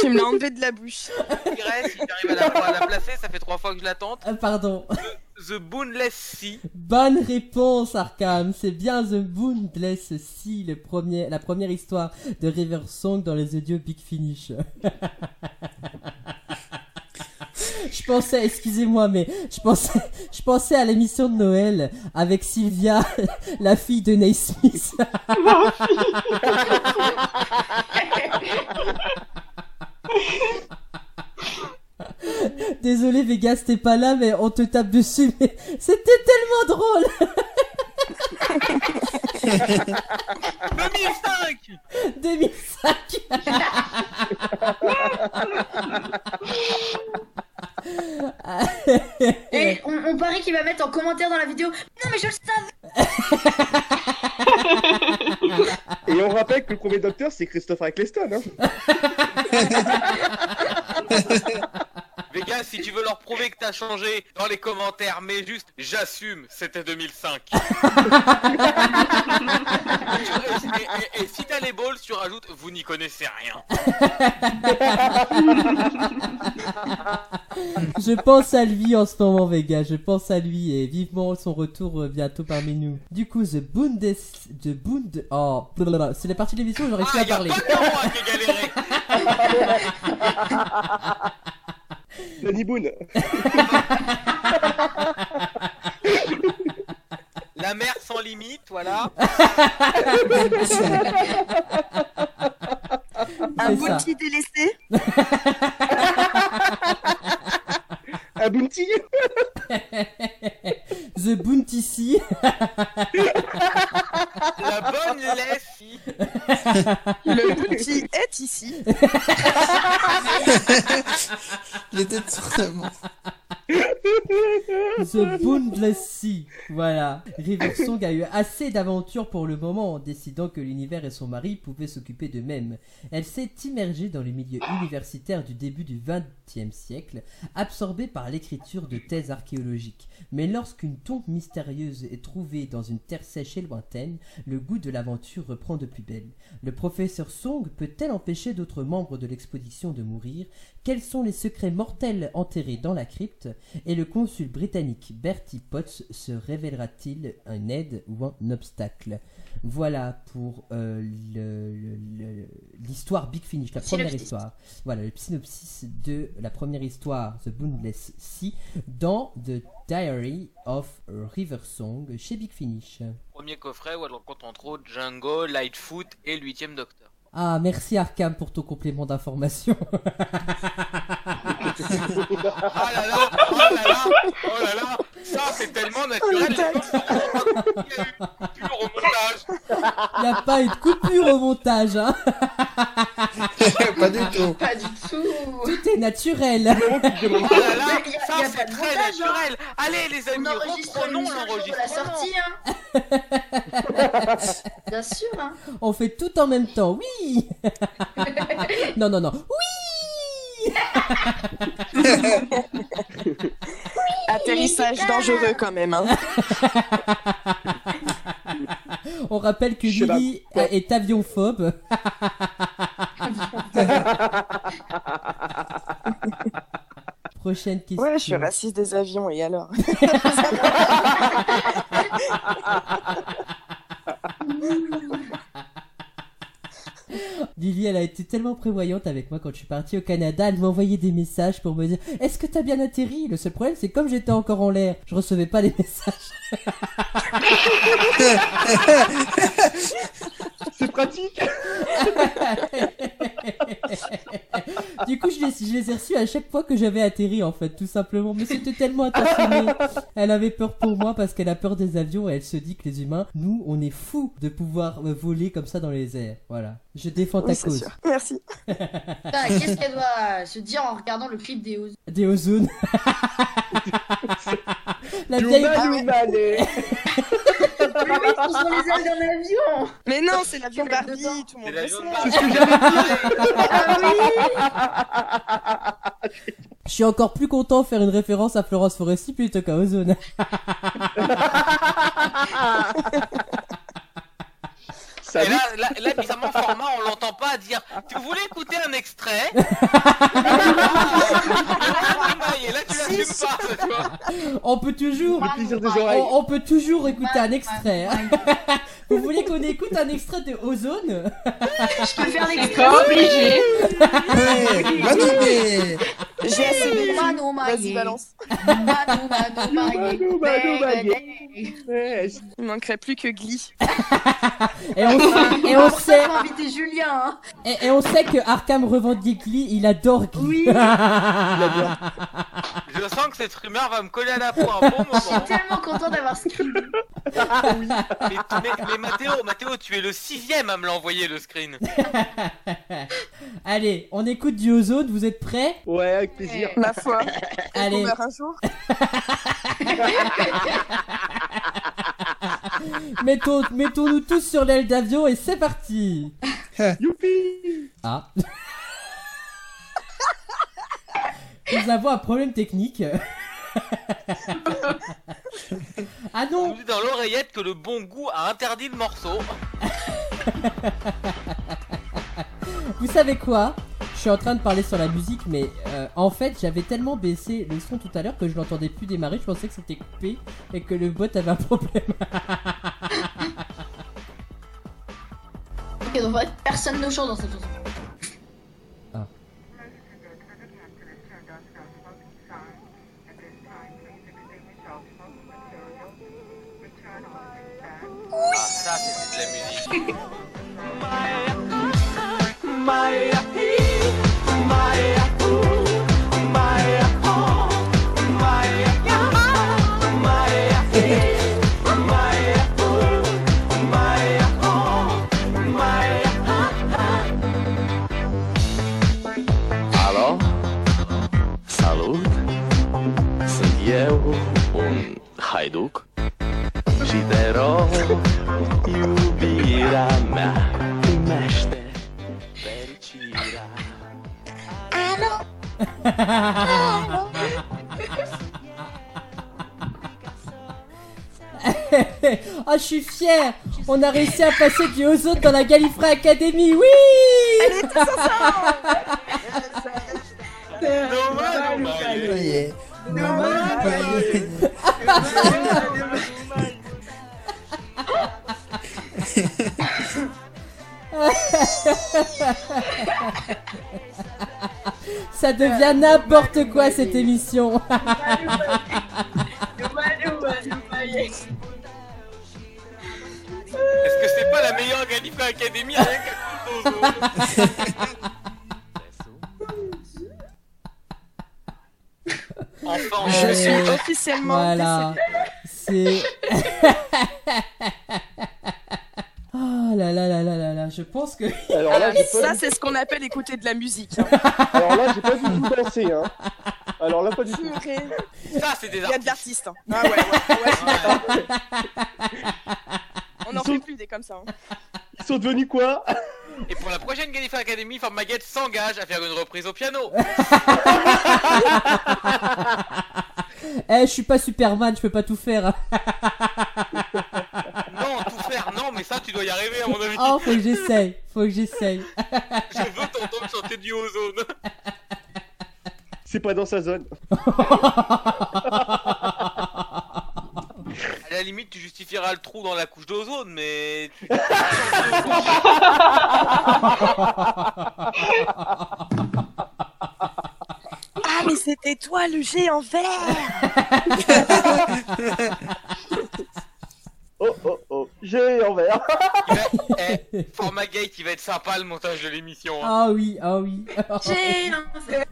S7: Tu me l'as enlevé de la bouche.
S5: je dirais, si j'arrive à la, à la placer, ça fait trois fois que je l'attends.
S1: Ah, Pardon.
S5: The Boonless Sea.
S1: Bonne réponse, Arkham. C'est bien The Boon Bless Si, le premier, la première histoire de River Song dans les audios Big Finish. je pensais, excusez-moi, mais je pensais, je pensais à l'émission de Noël avec Sylvia, la fille de Naismith. Désolé, Vegas, t'es pas là, mais on te tape dessus. mais C'était tellement drôle.
S5: 2005
S1: 2005
S6: Et on, on parie qu'il va mettre en commentaire dans la vidéo Non, mais je le savais
S3: Et on rappelle que le premier docteur, c'est Christopher Eccleston. Hein.
S5: Les gars, si tu veux leur prouver que t'as changé, dans les commentaires, mais juste, j'assume, c'était 2005. et, et- et si t'as les balls, tu rajoutes, vous n'y connaissez rien.
S1: Je pense à lui en ce moment, Vega. Je pense à lui et vivement son retour euh, bientôt parmi nous. Du coup, The Bundes. The Bund. Oh, blablabla. c'est la partie de l'émission où j'aurais pu
S5: Ah,
S1: à
S5: y'a pas
S1: parler.
S5: que moi qui ai galéré.
S3: Danny Boone.
S5: La mer sans limite, voilà.
S2: Un
S1: C'est
S2: bout
S1: ça.
S2: de pied délaissé.
S3: Un bounty.
S1: The Bounty Sea.
S5: La bonne laisse.
S7: Le bounty est ici.
S9: Les têtes sont vraiment-
S1: The Boundless Sea. Voilà. Riversong a eu assez d'aventures pour le moment en décidant que l'univers et son mari pouvaient s'occuper d'eux-mêmes. Elle s'est immergée dans le milieu universitaire du début du XXe siècle, absorbée par l'écriture de thèses archéologiques. Mais lorsqu'une tombe mystérieuse est trouvée dans une terre sèche et lointaine, le goût de l'aventure reprend de plus belle. Le professeur Song peut-elle empêcher d'autres membres de l'expédition de mourir Quels sont les secrets mortels enterrés dans la crypte et le consul britannique Bertie Potts se révélera-t-il un aide ou un obstacle Voilà pour euh, le- le- le- l'histoire Big Finish, la première
S6: Synopsis.
S1: histoire. Voilà le synopsis de la première histoire, The Boundless Sea, dans The Diary of Riversong chez Big Finish.
S5: Premier coffret où elle rencontre entre autres Django, Lightfoot et l'huitième docteur.
S1: Ah, merci Arkham pour ton complément d'information.
S5: Oh là là, oh là là, oh là là, ça c'est tellement naturel. les gens sont contents qu'il y a eu une coupure au montage.
S1: Il n'y a pas eu de coupure au montage, hein.
S9: Pas du tout.
S6: Pas du tout
S1: Tout est naturel.
S5: Oh là là,
S6: Il y a-
S5: ça
S6: il y a pas
S5: c'est
S6: de
S5: très
S6: montage, hein.
S5: naturel. Allez les
S6: On
S5: amis,
S6: enregistre
S5: reprenons
S6: l'émission le jour de la
S5: l'enregistrement.
S6: sortie, hein Bien sûr, hein
S1: On fait tout en même temps. Oui. Non, non, non. Oui.
S7: Atterrissage dangereux quand même. Hein.
S1: On rappelle que
S3: Je sais
S1: Lily est avionphobe. Prochaine question.
S7: Ouais, je suis raciste des avions et alors
S1: Lily, elle a été tellement prévoyante avec moi quand je suis partie au Canada. Elle m'envoyait des messages pour me dire Est-ce que t'as bien atterri Le seul problème, c'est que comme j'étais encore en l'air, je recevais pas les messages.
S3: C'est pratique.
S1: du coup, je les, je les ai reçus à chaque fois que j'avais atterri, en fait, tout simplement. Mais c'était tellement attentionné. Elle avait peur pour moi parce qu'elle a peur des avions et elle se dit que les humains, nous, on est fous de pouvoir euh, voler comme ça dans les airs. Voilà. Je défends ta
S7: Oui, c'est
S1: cause.
S7: sûr. Merci.
S6: Putain, Bah, Qu'est-ce qu'elle doit se dire en regardant le clip des Oz
S1: Des ozones. La vieille...
S3: Human, human, eh.
S6: Mais oui, ils sont les ailes d'un avion
S7: Mais non, c'est l'avion
S6: Tu l'as
S7: Barbie,
S6: dedans.
S7: tout le
S5: C'est
S7: monde le
S5: l'avion de
S7: sait.
S5: Barbie.
S6: Ah oui
S1: Je suis encore plus content de faire une référence à Florence Foresti plutôt qu'à Ozone.
S5: Et
S3: Salut.
S5: là, là, là, bizarrement, format, on l'entend pas dire Tu voulais écouter un extrait Et là, tu l'assumes pas, tu vois.
S1: On peut toujours...
S3: Le plaisir des
S1: On,
S3: oreilles.
S1: on peut toujours écouter
S6: Ah,
S1: un extrait.
S6: Oh
S1: hein. Vous voulez qu'on écoute un extrait de Ozone
S6: Je peux faire
S4: C'est
S6: l'extrait
S4: pas obligé.
S9: Ouais, bonne idée.
S7: J'ai assez de
S6: Mano
S7: Vas-y, balance.
S6: Mano, mano,
S3: Mano, mano,
S6: marié.
S3: Ouais,
S7: Il manquerait plus que Glee.
S1: Et on sait, et on
S6: Pour ça,
S1: sait,
S6: on va inviter Julien, hein
S1: et, et on sait que Arkham revendique Lee, il adore Guy.
S6: Oui.
S5: Je sens que cette rumeur va me coller à la peau un bon moment.
S6: Tellement content d'avoir ce clip
S5: Mais, mais- mais Mathéo, Mathéo, tu es le sixième à me l'envoyer le screen.
S1: Allez, on écoute du ozone, vous êtes prêts
S3: Ouais, avec plaisir.
S7: Ma foi, on
S1: Allez,
S7: meurt un jour.
S1: mettons- mettons-nous tous sur l'aile d'avion et c'est parti
S3: Youpi
S1: Ah Nous avons un problème technique. ah
S5: On
S1: non
S5: me dit dans l'oreillette que le bon goût a interdit le morceau.
S1: Vous savez quoi Je suis en train de parler sur la musique, mais euh, en fait, j'avais tellement baissé le son tout à l'heure que je l'entendais plus démarrer. Je pensais que c'était coupé et que le bot avait un problème.
S6: Ok, donc en fait, personne ne chante dans cette chanson.
S5: Ah, ça, c'est de la musique.
S10: Alô? Salut? Sunt eu, un haiduc Și te rog, iubirea mea Primește fericirea
S1: ah, je suis fier On a réussi à passer du ozone dans la Gallifrey Academy, oui
S5: Dommage, dommage.
S9: Ça y est.
S2: Non,
S1: Ça devient n'importe quoi cette émission
S5: Est-ce que c'est pas la meilleure Gallifrey Academy avec un couteau Enfin,
S1: Je
S5: je
S1: suis-
S5: suis...
S7: Officiellement,
S1: Euh, Voilà. C'est. Oh là là là là là là, je pense que.
S3: Alors là, j'ai pas,
S7: Ah, ça c'est ce qu'on appelle écouter de la musique. hein.
S3: alors là, j'ai pas du tout dansé, hein. Alors là, pas du tout.
S7: Il
S5: Ça, c'est des
S7: y a de l'artiste.
S5: artistes.
S7: hein. Ah ouais, ouais, ouais, je suis d'accord. On n'en
S3: Ils sont-
S7: fait plus des comme ça. hein.
S3: Ils sont devenus quoi
S5: Et pour la prochaine Gallifrey Academy, Forme Maguette s'engage à faire une reprise au piano.
S1: Eh, je suis pas Superman, je peux pas tout faire.
S5: Non, tout faire, non, mais ça, tu dois y arriver, à mon avis.
S1: Oh, faut que j'essaye, faut que j'essaye.
S5: Je veux t'entendre chanter du ozone.
S3: C'est pas dans sa zone.
S5: À la limite, tu justifieras le trou dans la couche d'ozone, mais. tu-
S7: Ah mais c'était toi le G en vert
S3: Oh oh oh, j'ai envers.
S5: Il va... eh, Format Gate, il va être sympa le montage de l'émission. hein.
S1: Ah oui, ah oui.
S6: J'ai un verre.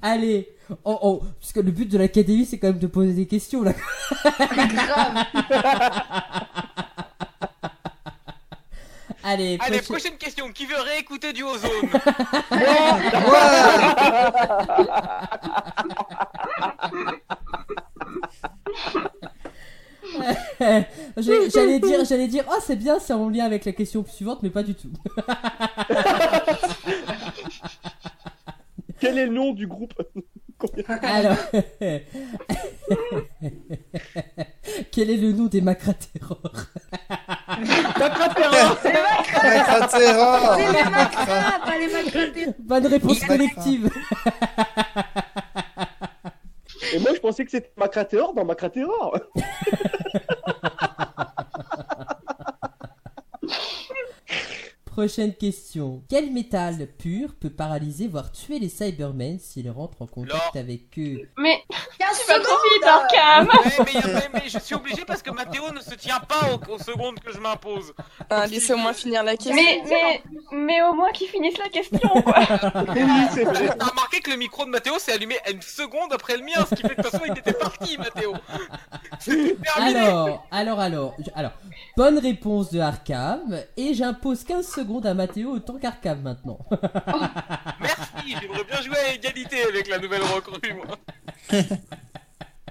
S1: Allez, oh oh, parce que le but de l'académie c'est quand même de poser des questions là.
S6: grave.
S1: Allez,
S5: Allez,
S1: prochaine-
S5: prochaine question. Qui veut réécouter du ozone
S9: Ouah
S1: J'ai- J'allais dire, j'allais dire, oh c'est bien, c'est en lien avec la question suivante, mais pas du tout.
S3: Quel est le nom du groupe
S1: Alors, quel est le nom des macraterrors
S9: Macra-terror
S6: C'est les macras, pas les macras.
S1: Bonne réponse
S9: Et-
S1: collective.
S3: Et moi, je pensais que c'était Macratéor dans Macratéor.
S1: Prochaine question. Quel métal pur peut paralyser voire tuer les Cybermen s'il rentre en contact avec eux
S4: Mais
S6: 15
S4: tu vas trop
S6: secondes.
S4: vite, Orcam
S5: Ouais, mais, y a- mais- mais je suis obligé parce que Mathéo ne se tient pas aux, aux secondes que je m'impose.
S7: Hein, Laissez au moins finir la question.
S4: mais, mais, mais au moins qu'ils finissent la question, quoi
S3: Oui, c'est vrai.
S5: T'as remarqué que le micro de Mathéo s'est allumé une seconde après le mien, ce qui fait que de toute façon il était parti, Mathéo.
S1: Alors, alors, alors, je- alors. Bonne réponse de Arkham. Et j'impose 15 secondes à Mathéo autant qu'Arkham maintenant.
S5: Merci, j'aimerais bien jouer à égalité avec la nouvelle recrue, moi.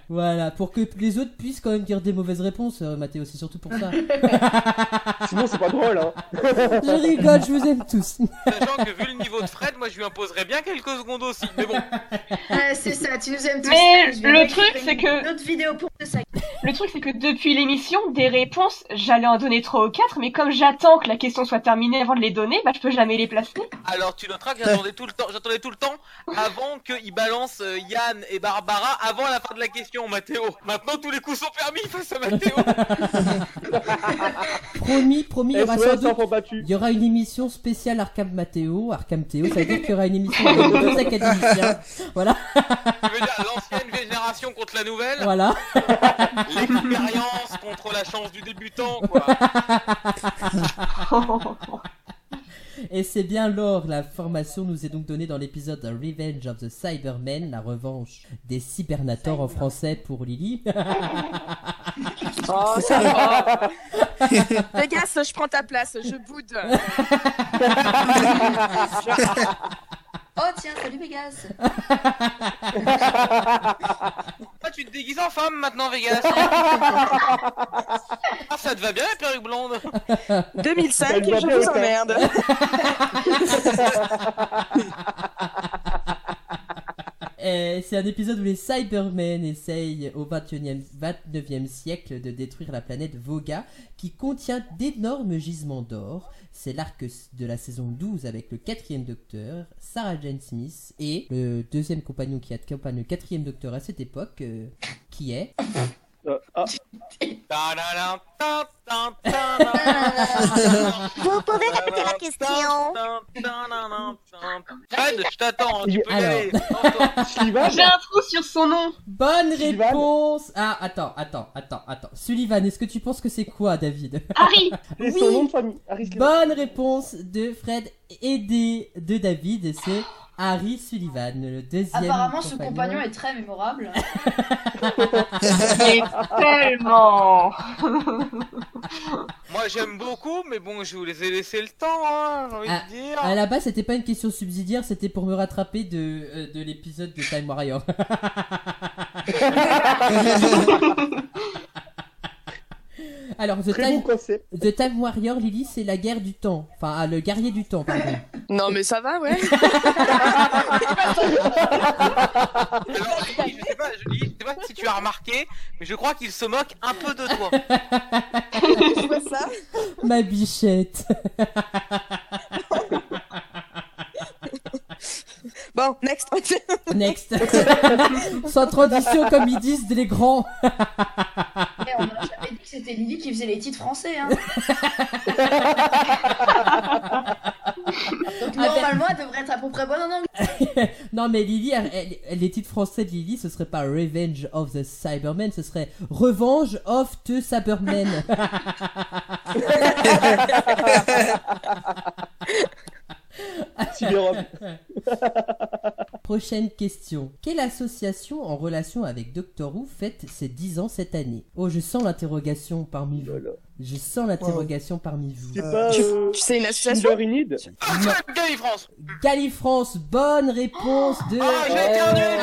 S1: voilà, pour que les autres puissent quand même dire des mauvaises réponses, euh, Mathéo, c'est surtout pour ça.
S3: Sinon, c'est pas drôle, hein.
S1: je rigole, je vous aime tous.
S5: Sachant que vu le niveau de Fred, moi je lui imposerais bien quelques secondes aussi. Mais bon,
S6: Ouais, c'est ça, tu nous aimes tous.
S4: Mais
S6: Je vais
S4: le
S6: récupérer
S4: truc, c'est que.
S6: Une autre vidéo pour te sac.
S4: Le truc, c'est que depuis l'émission, des réponses, j'allais en donner 3 ou 4, mais comme j'attends que la question soit terminée avant de les donner, bah, je peux jamais les placer.
S5: alors tu noteras que j'attendais tout le temps, j'attendais tout le temps avant qu'ils balancent euh, Yann et Barbara avant la fin de la question, Mathéo. Maintenant tous les coups sont permis face à Mathéo.
S1: Promis, promis, il y aura sans
S3: SOS,
S1: doute-
S3: enfant battu.
S1: Il y aura une émission spéciale Arkham Mathéo, Arkham Théo, ça veut dire qu'il y aura une émission avec deux académiciens. Voilà,
S5: Tu veux dire l'ancienne génération contre la nouvelle,
S1: voilà.
S5: l'expérience contre la chance du débutant, quoi.
S1: Et c'est bien l'or, la formation nous est donc donnée dans l'épisode Revenge of the Cybermen, la revanche des cybernators en français pour Lily.
S7: Oh, ça va. Vegas, je prends ta place, je boude.
S6: Oh tiens, salut Vegas.
S5: Ah, tu te déguises en femme maintenant, Vegas. ah, ça te va bien la perruque blonde.
S7: 2005,
S3: Elle m'a
S7: je
S3: fait
S7: vous
S3: autant.
S7: emmerde.
S1: Et Euh, c'est un épisode où les Cybermen essayent au 21e 29e siècle de détruire la planète Voga qui contient d'énormes gisements d'or. C'est l'arc de la saison 12 avec le quatrième docteur, Sarah Jane Smith, et le deuxième compagnon qui accompagne le quatrième docteur à cette époque, euh, qui est...
S3: Euh, ah,
S5: Ta-da-da, ta-ta-ta-ta-ta.
S11: Vous pouvez répéter la question
S5: Fred, je t'attends, hein, tu peux y
S1: Alors.
S5: aller. Attends-toi.
S3: Sullivan
S4: J'ai un trou sur son nom.
S1: Bonne
S3: Sullivan.
S1: réponse Ah, attends, attends, attends, attends. Sullivan, est-ce que tu penses que c'est quoi, David
S4: Harry
S3: C'est
S1: Oui.
S3: son nom de famille. Ah, Harry Sullivan.
S1: Bonne réponse de Fred aidé de David, et c'est Harry Sullivan, le deuxième
S6: Apparemment, ce compagnon est très mémorable.
S4: Mais tellement
S5: Moi j'aime beaucoup, mais bon, je vous les ai laissé le temps, hein, j'ai envie
S1: Ah,
S5: de dire.
S1: À la base, c'était pas une question subsidiaire, c'était pour me rattraper de, euh, de l'épisode de Time Warrior. Alors, The
S3: Très bon
S1: Time,
S3: concept.
S1: The Time Warrior, Lily, c'est la guerre du temps. Enfin, ah, le guerrier du temps, pardon.
S7: Non, mais ça va, ouais.
S5: Alors, Julie, je sais pas, Julie, je sais pas si tu as remarqué, mais je crois qu'il se moque un peu de toi.
S7: Je vois ça.
S1: Ma bichette.
S7: Bon, next.
S1: Next. Sans transition, comme ils disent les grands.
S6: Eh, on n'a jamais dit que c'était Lily qui faisait les titres français. Hein.
S1: Ah,
S6: Donc
S1: ben.
S6: normalement, elle devrait être à peu près bonne en anglais.
S1: Non, mais Lily, elle- elle- elle- les titres français de Lily, ce serait pas Revenge of the Cybermen, ce serait Revenge of the Cybermen.
S3: Cyberhomme.
S1: Prochaine question. Quelle association en relation avec Doctor Who fête ses 10 ans cette année Oh, je sens l'interrogation parmi vous.
S3: Voilà.
S1: Je sens l'interrogation parmi vous.
S3: C'est
S9: Euh,
S3: pas.
S7: tu-
S3: euh,
S7: Tu sais, une association
S3: Silver in Need
S5: Ah, Gagne France
S1: Galifrance, bonne réponse de...
S5: Ah, j'ai éternué,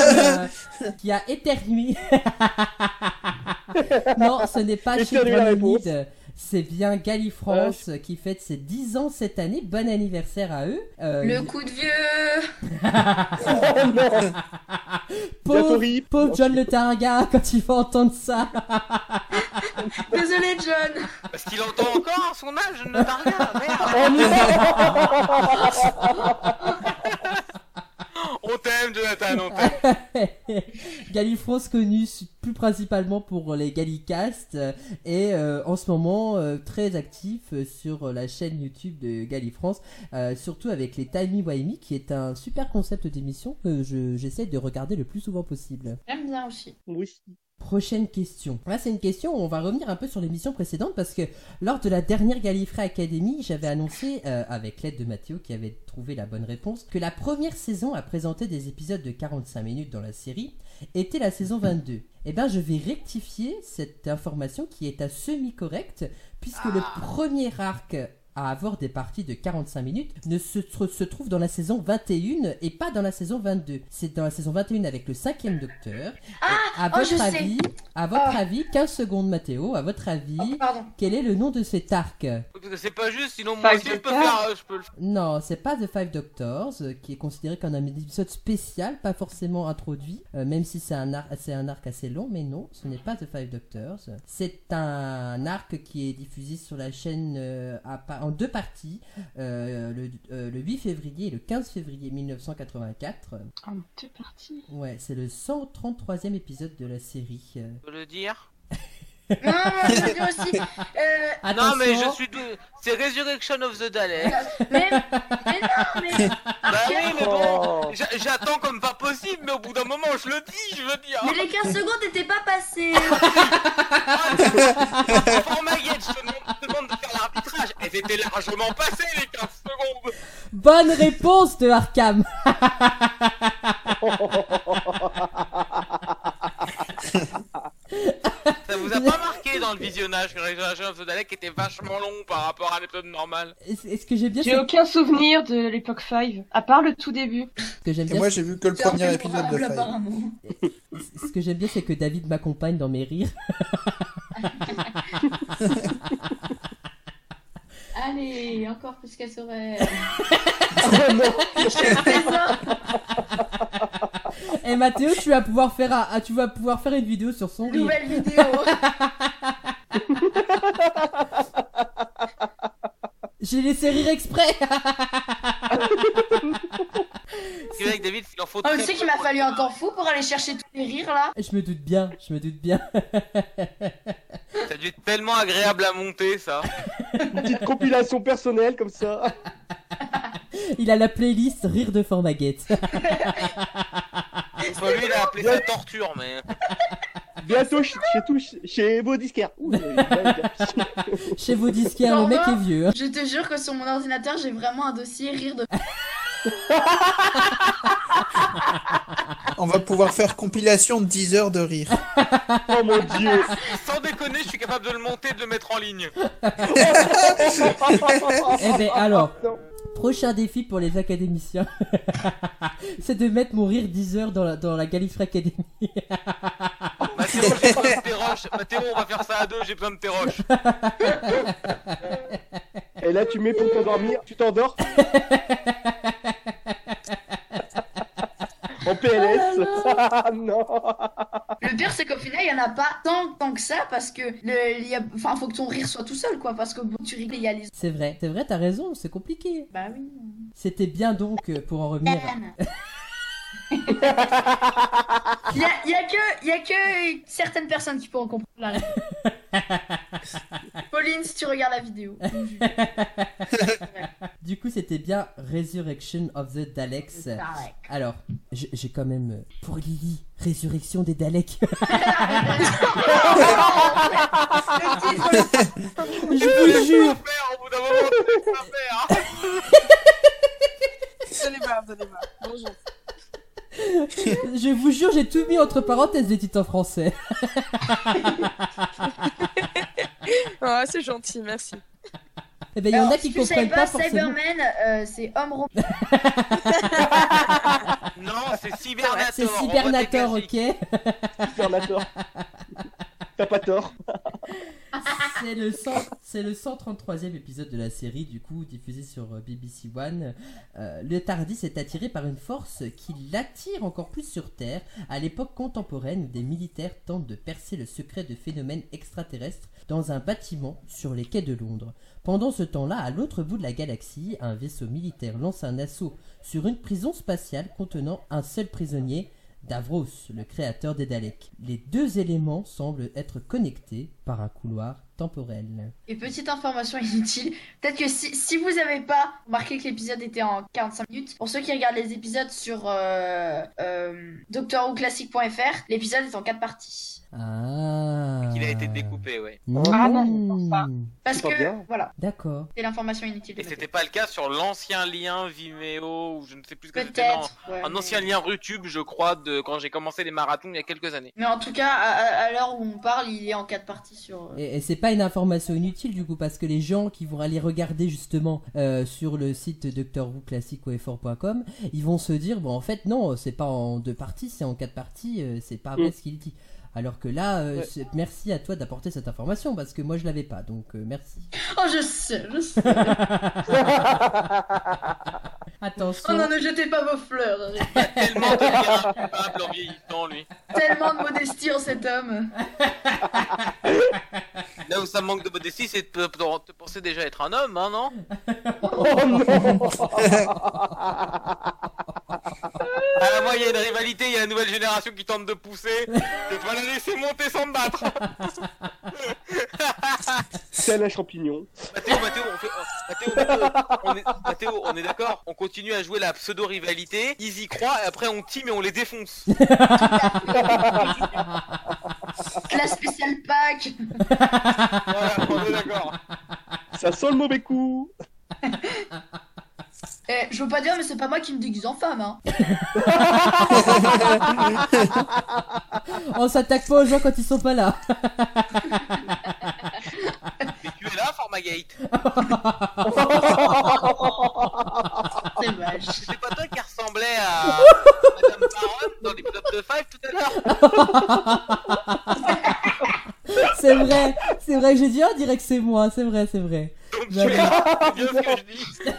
S1: Arkham, euh, qui a éternué. non, ce n'est pas chez
S3: Éternuer la
S1: Gremlin. C'est bien Galifrance qui fête ses 10 ans cette année. Bon anniversaire à eux. Euh,
S6: Le coup de vieux.
S3: Oh non
S1: pauvre,
S3: Gatori.
S1: pauvre John le Targa quand il va entendre ça.
S6: Désolé, John.
S5: Parce qu'il entend encore à son âge, ne t'a rien, merde
S3: Oh non
S5: On t'aime, Jonathan, on t'aime
S1: Galifrance connu su- plus principalement pour les Gallicasts euh, et euh, en ce moment euh, très actif euh, sur la chaîne YouTube de Galifrance, euh, surtout avec les Timey Wimey qui est un super concept d'émission que je- j'essaie de regarder le plus souvent possible.
S6: J'aime bien aussi.
S3: Oui.
S1: prochaine question. Là, c'est une question où on va revenir un peu sur l'émission précédente parce que lors de la dernière Gallifrey Academy, j'avais annoncé, euh, avec l'aide de Mathéo qui avait trouvé la bonne réponse, que la première saison à présenter des épisodes de 45 minutes dans la série était la saison 22. Eh bien, je vais rectifier cette information qui est à semi-correcte puisque le
S6: Ah.
S1: premier arc à avoir des parties de 45 minutes ne se, tr- se trouve dans la saison 21 et pas dans la saison 22. C'est dans la saison 21 avec le cinquième docteur. Et à
S6: oh,
S1: votre
S6: je sais. Oh.
S1: avis, à votre avis, 15 secondes Mathéo, à votre avis, quel est le nom de cet arc
S5: Parce que c'est pas juste, sinon moi aussi je peux faire. euh, je peux le faire.
S1: Non, c'est pas The Five Doctors, euh, qui est considéré comme un épisode spécial, pas forcément introduit, euh, même si c'est un, ar- c'est un arc assez long, mais non, ce n'est pas The Five Doctors. C'est un arc qui est diffusé sur la chaîne euh, à pa- en deux parties, euh, le, euh, le 8 février et le 15 février 1984.
S4: En deux parties
S1: Ouais, c'est le 133e épisode de la série. euh.
S5: Je peux le dire.
S6: Euh,
S1: Attention.
S5: Non, mais je suis. dou- C'est Resurrection of the Daleks. Bah oui, mais bon, j'a- j'attends comme pas possible, mais au bout d'un moment, je le dis, je veux dire.
S6: Mais les 15 secondes n'étaient pas passées.
S5: Oh my god, je te demande- je te demande de faire l'arbitrage. Elles étaient largement passées, les 15 secondes.
S1: Bonne réponse de Arkham
S5: Ça vous a pas marqué dans le visionnage que Resurrection of the Dalek était vachement long par rapport à l'épisode normal.
S1: Est-ce est-ce que j'ai bien
S4: J'ai aucun souvenir de l'époque 5, à part le tout début.
S1: que j'aime
S9: Et
S1: bien,
S9: moi,
S1: c'est-
S9: j'ai vu que le
S4: C'est un
S9: premier
S4: film
S9: épisode de
S4: horrible,
S9: Five.
S4: apparemment.
S1: ce que j'aime bien, c'est que David m'accompagne dans mes rires.
S6: Allez, encore plus qu'elle serait.
S1: Et Mathéo, tu vas pouvoir faire, un- ah, tu vas pouvoir faire une vidéo sur son rire.
S6: Nouvelle vidéo.
S1: J'ai laissé rire exprès.
S5: Parce que avec David, il en faut
S6: Ah,
S5: très
S6: tu sais
S5: peu.
S6: qu'il m'a fallu un temps fou pour aller chercher tous les rires là.
S1: je me doute bien, je me doute bien.
S5: Ça a dû être tellement agréable à monter, ça.
S3: Une petite compilation personnelle comme ça.
S1: Il a la playlist Rire de Formaguette.
S5: Enfin, lui, il a appelé ça torture, mais.
S3: Bientôt chez, chez, tout, chez Beau Disquaire. Ouh, il va dire.
S1: Chez vos disquaires, le mec est vieux. hein.
S6: Je te jure que sur mon ordinateur, j'ai vraiment un dossier rire de.
S9: On va pouvoir faire compilation de 10 heures de rire.
S3: Oh mon dieu.
S5: Sans déconner, je suis capable de le monter et de le mettre en ligne.
S1: Eh ben alors,
S3: Non.
S1: prochain défi pour les académiciens, c'est de mettre mon rire 10 heures dans la, dans la Gallifrey Academy.
S5: Mathéo, j'ai besoin de tes roches. Mathéo, on va faire ça à deux, j'ai besoin de tes roches.
S3: Et là, tu mets pour t'endormir. Tu t'endors. en PLS. Ah non.
S6: Le pire, c'est qu'au final, il y en a pas tant, tant que ça parce que le, il y a... enfin, faut que ton rire soit tout seul quoi. Parce que bon, tu rigoles, il y a les.
S1: C'est vrai, c'est vrai, t'as raison, c'est compliqué.
S6: Bah oui.
S1: C'était bien donc, euh, pour en revenir.
S6: Il y a, il y a que, il y a que certaines personnes qui pourront comprendre la réponse. Pauline, si tu regardes la vidéo.
S1: Du coup, c'était bien Resurrection of the Daleks.
S6: Daleks.
S1: Alors, j'ai j'ai quand même euh, pour Lily Résurrection des Daleks. Je vous le jure.
S5: Faut faire, au bout d'un moment, faut pas faire.
S7: Donnez moi donnez moi Bonjour.
S1: Je vous jure, j'ai tout mis entre parenthèses les titres en français.
S7: Ah, c'est gentil, merci.
S1: Eh ben, il y en
S6: Alors,
S1: a
S6: si
S1: qui
S6: tu le
S1: comprennent
S6: savais
S1: pas,
S6: pas,
S1: forcément.
S6: Cyberman, euh, c'est homme robot.
S5: Non, c'est Cybernator.
S1: C'est
S5: on va
S1: Cybernator,
S5: dégager.
S1: ok
S3: Faire la tort. T'as pas tort.
S1: C'est le, cent- c'est le 133e épisode de la série, du coup, diffusé sur euh, BBC One. Euh, le Tardis est attiré par une force qui l'attire encore plus sur Terre, à l'époque contemporaine où des militaires tentent de percer le secret de phénomènes extraterrestres dans un bâtiment sur les quais de Londres. Pendant ce temps-là, à l'autre bout de la galaxie, un vaisseau militaire lance un assaut sur une prison spatiale contenant un seul prisonnier, Davros, le créateur des Daleks. Les deux éléments semblent être connectés par un couloir temporelle.
S6: Et petite information inutile, peut-être que si, si vous avez pas remarqué que l'épisode était en 45 minutes, pour ceux qui regardent les épisodes sur euh, euh, doctorwhoclassic.fr, l'épisode est en 4 parties.
S1: Ah.
S5: Il a été découpé, ouais.
S6: Ah
S1: non,
S6: Parce que, voilà,
S1: D'accord.
S6: c'est l'information inutile.
S5: Et c'était pas le cas sur l'ancien lien Vimeo ou je ne sais plus ce que c'était.
S6: Peut-être,
S5: non,
S6: ouais,
S5: un ancien lien Rutube, je crois, de quand j'ai commencé les marathons il y a quelques années.
S6: Mais en tout cas, à, à- à l'heure où on parle, il est en 4 parties sur... euh,
S1: Et, et c'est pas une information inutile du coup parce que les gens qui vont aller regarder justement euh, sur le site drwhoclassicoeffort.com, ils vont se dire bon en fait non c'est pas en deux parties c'est en quatre parties euh, c'est pas vrai
S3: Mm.
S1: ce qu'il dit. Alors que là euh,
S3: Ouais.
S1: c'est- merci à toi d'apporter cette information parce que moi je l'avais pas donc euh, merci.
S6: Oh, je sais, je sais.
S1: Attention.
S6: oh non, ne jetez pas vos fleurs. arrêtez.
S5: Tellement de liens coupables en vieillissant, lui.
S6: Tellement de modestie en cet homme.
S5: Là où ça manque de modestie, c'est de de- de penser déjà être un homme, hein, non
S1: Oh
S5: À la moyenne rivalité, il y a la nouvelle génération qui tente de pousser. Je dois la laisser monter sans me battre.
S3: C'est la champignon.
S5: Mathéo, Mathéo, on fait- oh, Mathéo, Mathéo, on est, Mathéo, on est d'accord On continue à jouer la pseudo-rivalité. Ils y croient, et après on team et on les défonce.
S6: La spéciale pack.
S5: Voilà, on est d'accord.
S3: Ça sent le mauvais coup.
S6: Eh, je veux pas dire, mais c'est pas moi qui me déguise en femme. Hein.
S1: On s'attaque pas aux gens quand ils sont pas là.
S5: Mais tu es là, Formagate.
S6: C'est vache.
S5: C'est pas toi qui ressemblait à Madame Baron dans l'épisode de Five tout à l'heure
S1: c'est vrai, c'est vrai que j'ai dit oh, on dirait que c'est moi, c'est vrai, c'est vrai.
S5: Donc tu
S1: J'avais-
S5: es là, c'est bien ce que je dis.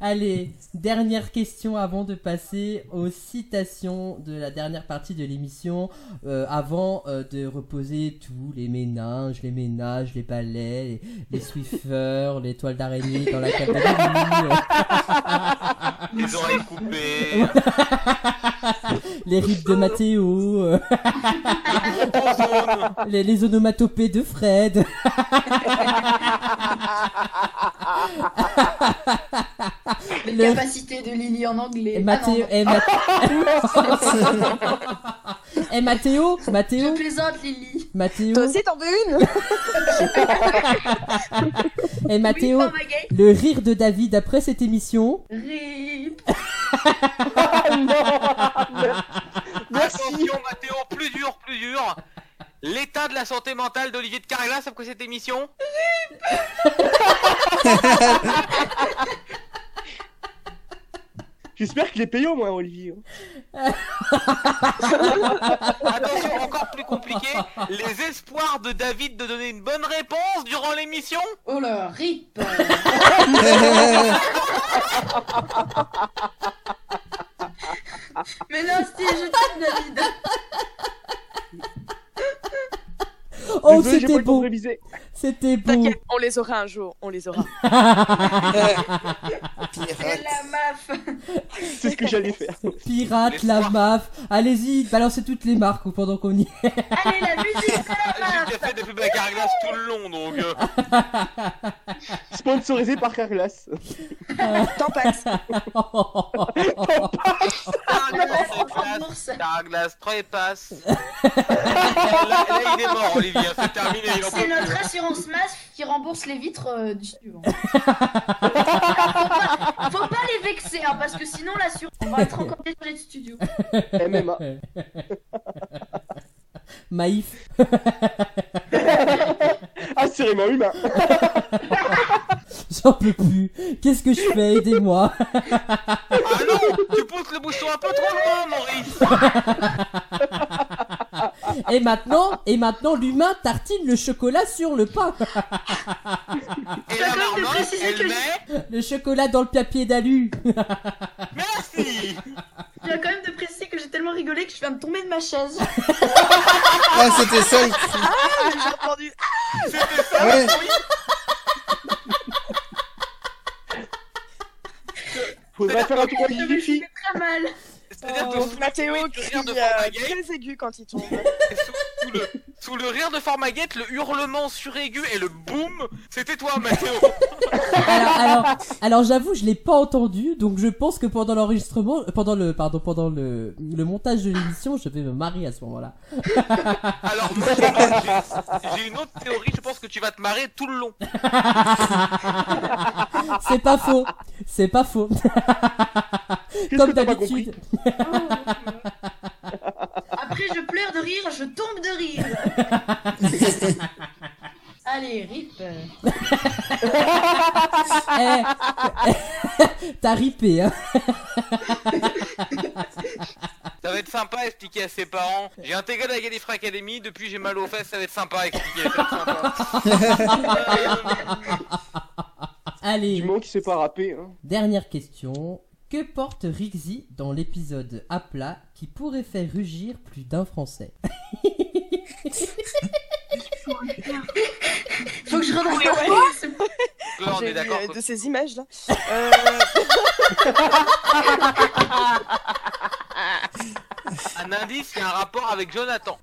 S1: Allez, dernière question avant de passer aux citations de la dernière partie de l'émission, euh, avant euh, de reposer tous les méninges, les ménages, les balais, les, les Swiffer, les toiles d'araignée dans la euh, cabane,
S5: Les oreilles coupées.
S1: les rites de Mathéo, euh, les, les onomatopées de Fred.
S6: Les
S1: Le-
S6: capacités de Lily en anglais.
S1: Et
S6: Ah non,
S1: Mathéo,
S6: non.
S1: et
S7: Ah
S1: Mathéo, et Mathéo, Mathéo,
S6: Je plaisante, Lily.
S1: Mathéo.
S7: Toi aussi, t'en veux une
S1: Et Eh, Mathéo,
S6: Oui, Formagate.
S1: le rire de David après cette émission.
S6: Rip.
S1: Ah
S5: Attention, Mathéo, plus dur, plus dur. L'état de la santé mentale d'Olivier de Carglass après cette émission
S3: J'espère qu'il est payant, moi, Olivier.
S5: Attention, encore plus compliqué. Les espoirs de David de donner une bonne réponse durant l'émission
S6: Oh là, rip. mais non, Steve, je t'aime, David.
S1: Oh,
S3: Désolé, j'ai
S1: c'était
S3: pas eu le temps de
S1: beau,
S3: réviser.
S1: c'était beau.
S7: T'inquiète, on les aura un jour, on les aura.
S6: Et la maf.
S3: C'est ce que j'allais faire.
S1: Pirate, la MAF. Allez-y, balancez toutes les marques pendant qu'on y est.
S6: Allez, la musique de la
S5: J'ai
S6: maf.
S5: déjà fait des pubs à Carglass tout le long, donc... euh,
S3: Sponsorisé par Carglass.
S7: Tampax.
S6: La
S5: Carglass,
S6: maf rentre en
S5: Carglass,
S6: bourse.
S5: Carglass, trois et passe. là, là, il est mort, Olivier, c'est terminé, il en peut
S6: C'est notre
S5: plus.
S6: assurance MAF qui rembourse les vitres euh, du suivant. faut, pas, faut pas les vexer, hein, parce que sinon l'assurance on va être encore sur les studios.
S3: MMA.
S1: Maïf.
S3: Assurément humain.
S1: J'en peux plus. Qu'est-ce que je fais Aidez-moi.
S5: Ah non, tu pousses le bouchon un peu trop loin, Maurice
S1: Et maintenant, et maintenant, l'humain tartine le chocolat sur le pain.
S5: Et
S6: T'as
S5: la
S6: quand même
S5: marmotte,
S6: précisé que
S5: elle
S6: je-
S5: met...
S1: Le chocolat dans le papier d'alu.
S5: Merci
S6: Je viens quand même de préciser que j'ai tellement rigolé que je viens de tomber de ma chaise.
S9: Ah, c'était ça le cri.
S7: J'ai entendu.
S5: C'était ça,
S9: Ouais.
S5: oui
S3: Faudra faire un tour
S6: Je
S3: de
S6: me suis
S3: wifi.
S6: fait très mal.
S5: C'est-à-dire que
S7: Oh, Mathéo qui
S5: tu rires de
S7: euh,
S5: Formagate,
S7: très aigu quand il tombe. euh,
S5: et sou- sous le, sous le rire de Formaguette, le hurlement suraigu et le boum, c'était toi, Mathéo.
S1: Alors, alors, alors j'avoue, je l'ai pas entendu, donc je pense que pendant l'enregistrement, pendant le, pardon, pendant le, le montage de l'émission, je vais me marier à ce moment-là.
S5: Alors, moi, j'ai- j'ai une autre théorie, je pense que tu vas te marrer tout le long.
S1: C'est pas faux, c'est pas faux. Comme d'habitude.
S6: Après, je pleure de rire, je tombe de rire. Allez, rip.
S1: Eh, T'as ripé, hein.
S5: Ça va être sympa à expliquer à ses parents. J'ai intégré la Galifrey Academy, depuis j'ai mal aux fesses, ça va être sympa à expliquer. ça va être sympa.
S1: Allez.
S3: Du moment qu'il s'est pas râpé, hein.
S1: Dernière question. Que porte Rixie dans l'épisode à plat qui pourrait faire rugir plus d'un Français
S6: Faut que je remonte
S7: Ouais,
S6: la
S7: ouais.
S6: force.
S5: Là, on
S7: J'ai
S5: est
S7: vu,
S5: d'accord,
S7: euh,
S5: quoi.
S7: De ces Euh, images là.
S5: Un indice, il y a un rapport avec Jonathan.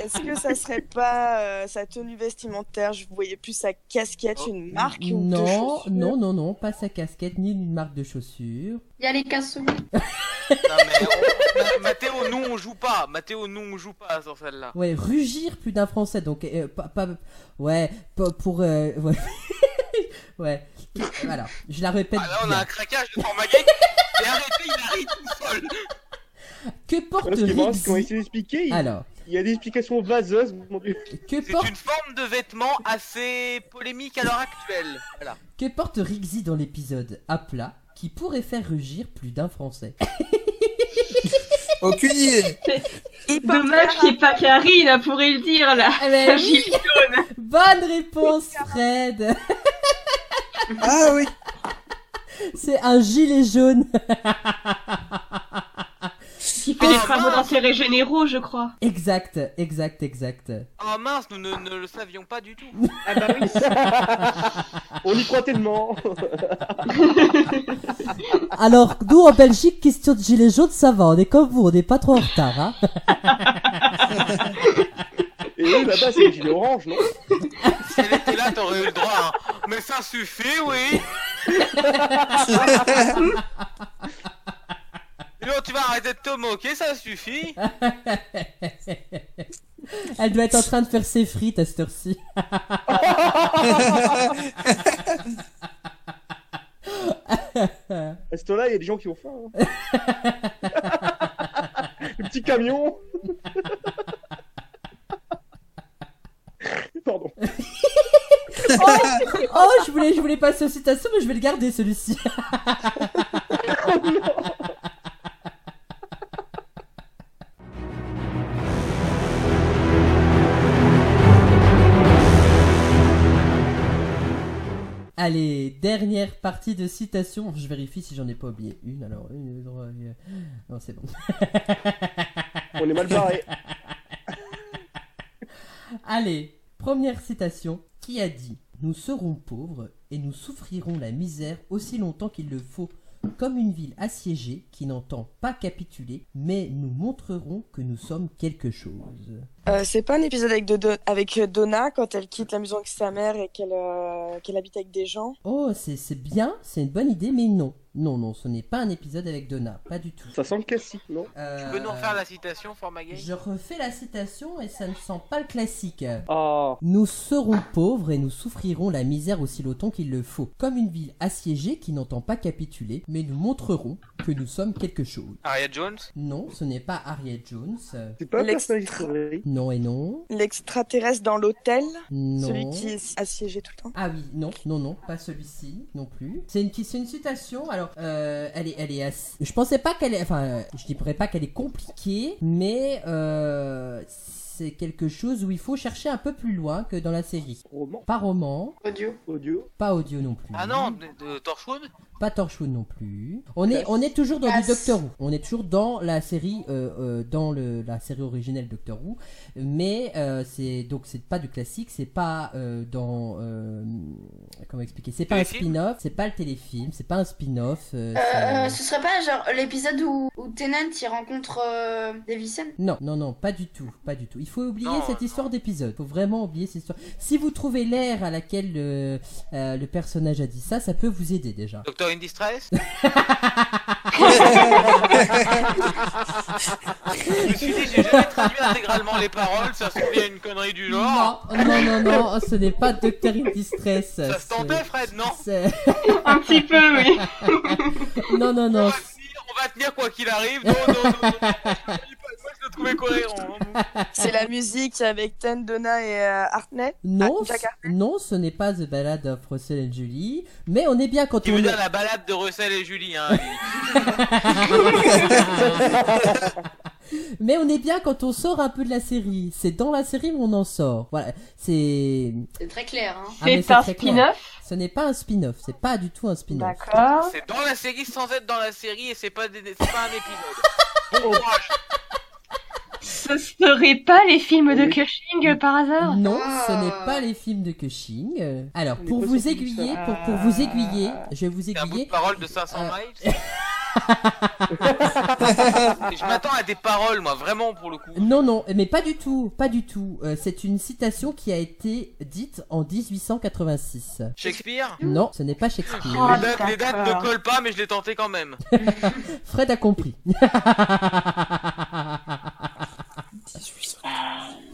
S7: Est-ce que ça serait pas euh, sa tenue vestimentaire Je voyais plus sa casquette, une marque ou deux
S1: Non,
S7: chaussures.
S1: non, non, non, pas sa casquette ni une marque de chaussures.
S6: Il y a les cassoules.
S5: Non, mais on- Ma- Mathéo, nous on joue pas. Mathéo, nous on joue pas sur celle-là.
S1: Ouais, rugir plus d'un Français, donc euh, pas, pas- ouais, pas pour euh, ouais. ouais. Alors, je la répète.
S5: Ah là, on a
S1: bien.
S5: un craquage de Formaguette. Et arrêtez, il arrive tout seul.
S1: Que porte
S3: Voilà ce qui est marrant, c'est qu'on
S1: Rixie
S3: essaie d'expliquer. il-
S1: Alors.
S3: Il y a des explications vaseuses, mon dieu.
S1: Que
S5: C'est une forme de vêtement assez polémique à l'heure actuelle. Voilà.
S1: Que porte Rixie dans l'épisode à plat qui pourrait faire rugir plus d'un Français
S9: Aucune idée.
S4: Dommage qu'il n'y ait pas Carrie là pourrait le dire là.
S1: Eh ben oui.
S4: Gilles jaune.
S1: Bonne réponse, Fred
S9: Ah oui
S1: C'est un gilet jaune
S4: Qui
S5: Ah.
S4: fait des travaux d'intérêt généraux, je crois.
S1: Exact, exact, exact.
S5: Oh mince, nous ne, ne le savions pas du tout.
S3: Ah bah oui. On y croit tellement.
S1: Alors, nous en Belgique, question de gilet jaune, ça va, on est comme vous, on n'est pas trop en retard. Hein
S3: Et eux, là-bas, c'est le gilet orange, non
S5: Si elle était là, t'aurais eu le droit. hein. Mais ça suffit, oui. Dis donc, tu vas arrêter de te moquer, ça suffit.
S1: Elle doit être en train de faire ses frites à cette heure-ci.
S3: À ce temps-là, il y a des gens qui ont faim. hein. le petit camion. Pardon.
S1: Oh, je voulais, je voulais passer aux citations, mais je vais le garder celui-ci. Allez, dernière partie de citation. Je vérifie si j'en ai pas oublié une. Alors, une, deux, trois, euh, non, c'est bon.
S3: On est mal barré.
S1: Allez, première citation. Qui a dit Nous serons pauvres et nous souffrirons la misère aussi longtemps qu'il le faut, comme une ville assiégée qui n'entend pas capituler, mais nous montrerons que nous sommes quelque chose.
S7: Euh, c'est pas un épisode avec, de Don- avec euh, Donna quand elle quitte la maison avec sa mère et qu'elle euh, qu'elle habite avec des gens.
S1: Oh, c'est c'est bien, c'est une bonne idée, mais non. Non, non, ce n'est pas un épisode avec Donna, pas du tout.
S3: Ça sent le classique, non
S1: Euh,
S5: Tu peux nous refaire la citation, Formaguet
S1: Je refais la citation et ça ne sent pas le classique.
S3: Ah.
S1: Nous serons pauvres et nous souffrirons la misère aussi longtemps qu'il le faut, comme une ville assiégée qui n'entend pas capituler, mais nous montrerons que nous sommes quelque chose.
S5: Aria Jones
S1: Non, ce n'est pas Harriet Jones. Euh,
S3: C'est pas un
S7: L'extra-
S3: personnage historique.
S1: Non et non.
S7: L'extraterrestre dans l'hôtel,
S1: Non.
S7: celui qui est assiégé tout le temps.
S1: Ah oui, non, non, non, pas celui-ci non plus. C'est une, c'est une citation, alors, euh, elle est, elle est assez... Je pensais pas qu'elle est... Enfin, euh, je dirais pas qu'elle est compliquée, mais... Euh, c'est quelque chose où il faut chercher un peu plus loin que dans la série. Pas roman,
S6: Audio.
S3: Audio.
S1: pas audio non plus.
S5: Ah non, de, de Torchwood
S1: Pas Torchwood non plus. On est, on est toujours dans du Doctor Who. On est toujours dans la série, euh, euh, dans le, la série originelle Doctor Who. Mais euh, c'est donc c'est pas du classique, c'est pas euh, dans euh, comment expliquer, c'est pas un spin-off, c'est pas le téléfilm, c'est pas un spin-off. euh,
S6: Euh,
S1: c'est-
S6: euh, ce serait pas genre l'épisode où, où Tennant il rencontre euh, Davison
S1: Non, non, non, pas du tout, pas du tout. Il faut oublier
S6: Non,
S1: cette histoire d'épisode. Faut vraiment oublier cette histoire. Si vous trouvez l'ère à laquelle euh, euh, le personnage a dit ça, ça peut vous aider déjà.
S5: Doctor in Distress Je me suis dit, j'ai jamais traduit intégralement les paroles, ça se trouve, il y a une connerie du genre.
S1: Oh, non, non, non, ce n'est pas Doctor in Distress.
S5: Ça se tentait, Fred, non
S1: Un petit peu, oui. non, non, non.
S5: On va tenir quoi qu'il arrive, non, non, non, non. Moi, je le trouvais cohérent. hein.
S7: C'est la musique avec Ten, Donna et euh, Hartnett.
S1: Non,
S7: Ah, Jack Hartnett.
S1: c- non, ce n'est pas The Ballad of Russell and Julie, mais on est bien quand
S5: Qui
S1: on
S5: veut
S1: est...
S5: dire la balade de Russell et Julie, hein.
S1: mais on est bien quand on sort un peu de la série. C'est dans la série où on en sort. Voilà, c'est.
S6: C'est très clair. Hein.
S1: Ah, mais très clair. Ce n'est pas un spin-off, c'est pas du tout un spin-off.
S5: C'est dans la série sans être dans la série et c'est pas, des- c'est pas un épisode. Bon courage.
S4: Ce serait pas les films de Cushing euh, par hasard
S1: Non, ce n'est pas les films de Cushing. Euh, Alors, pour vous aiguiller, pour, pour vous aiguiller, je vais vous
S5: C'est un bout de
S1: aiguiller.
S5: parole de 500 miles. Et je m'attends à des paroles, moi, vraiment, pour le coup.
S1: Non, non, mais pas du tout, pas du tout. Euh, c'est une citation qui a été dite en 1886.
S5: Shakespeare
S1: Non, ce n'est pas Shakespeare.
S5: les, dates, les dates ne collent pas, mais je l'ai tenté quand même.
S1: Fred a compris.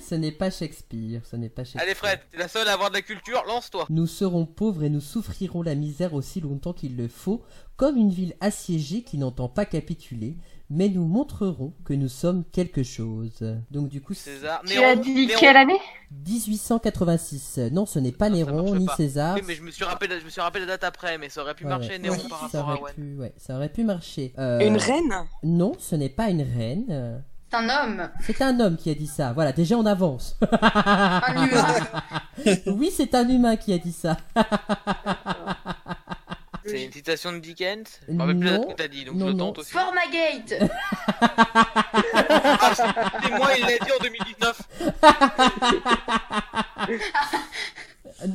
S1: ce n'est pas Shakespeare, ce n'est pas Shakespeare.
S5: Allez, Fred, t'es la seule à avoir de la culture, lance-toi.
S1: Nous serons pauvres et nous souffrirons la misère aussi longtemps qu'il le faut, comme une ville assiégée qui n'entend pas capituler, mais nous montrerons que nous sommes quelque chose. Donc du coup, c'est-
S5: César.
S4: Tu
S5: Néron,
S4: as dit
S5: Néron.
S4: quelle année
S1: 1886. Non, ce n'est pas Néron
S5: Je sais
S1: ni
S5: pas.
S1: César.
S5: Oui, mais je me, suis rappelé, la- je me suis rappelé la date après, mais ça aurait pu
S1: Ouais,
S5: marcher,
S1: ouais.
S5: Néron,
S1: Ouais,
S5: par
S1: ça
S5: rapport à
S1: aurait
S5: One.
S1: pu, ouais, ça aurait pu marcher. Euh,
S7: Une reine
S1: Non, ce n'est pas une reine. Euh,
S6: C'est un homme.
S1: C'est un homme qui a dit ça. Voilà, déjà on avance. Ah.
S6: Un humain.
S1: oui, c'est un humain qui a dit ça.
S5: C'est une citation de Dickens Je me rappelle plus la date
S1: Non.
S5: que t'as dit, donc
S1: Non,
S5: je le
S1: non.
S5: tente aussi.
S6: Formagate.
S5: Et moi, il l'a dit en 2019.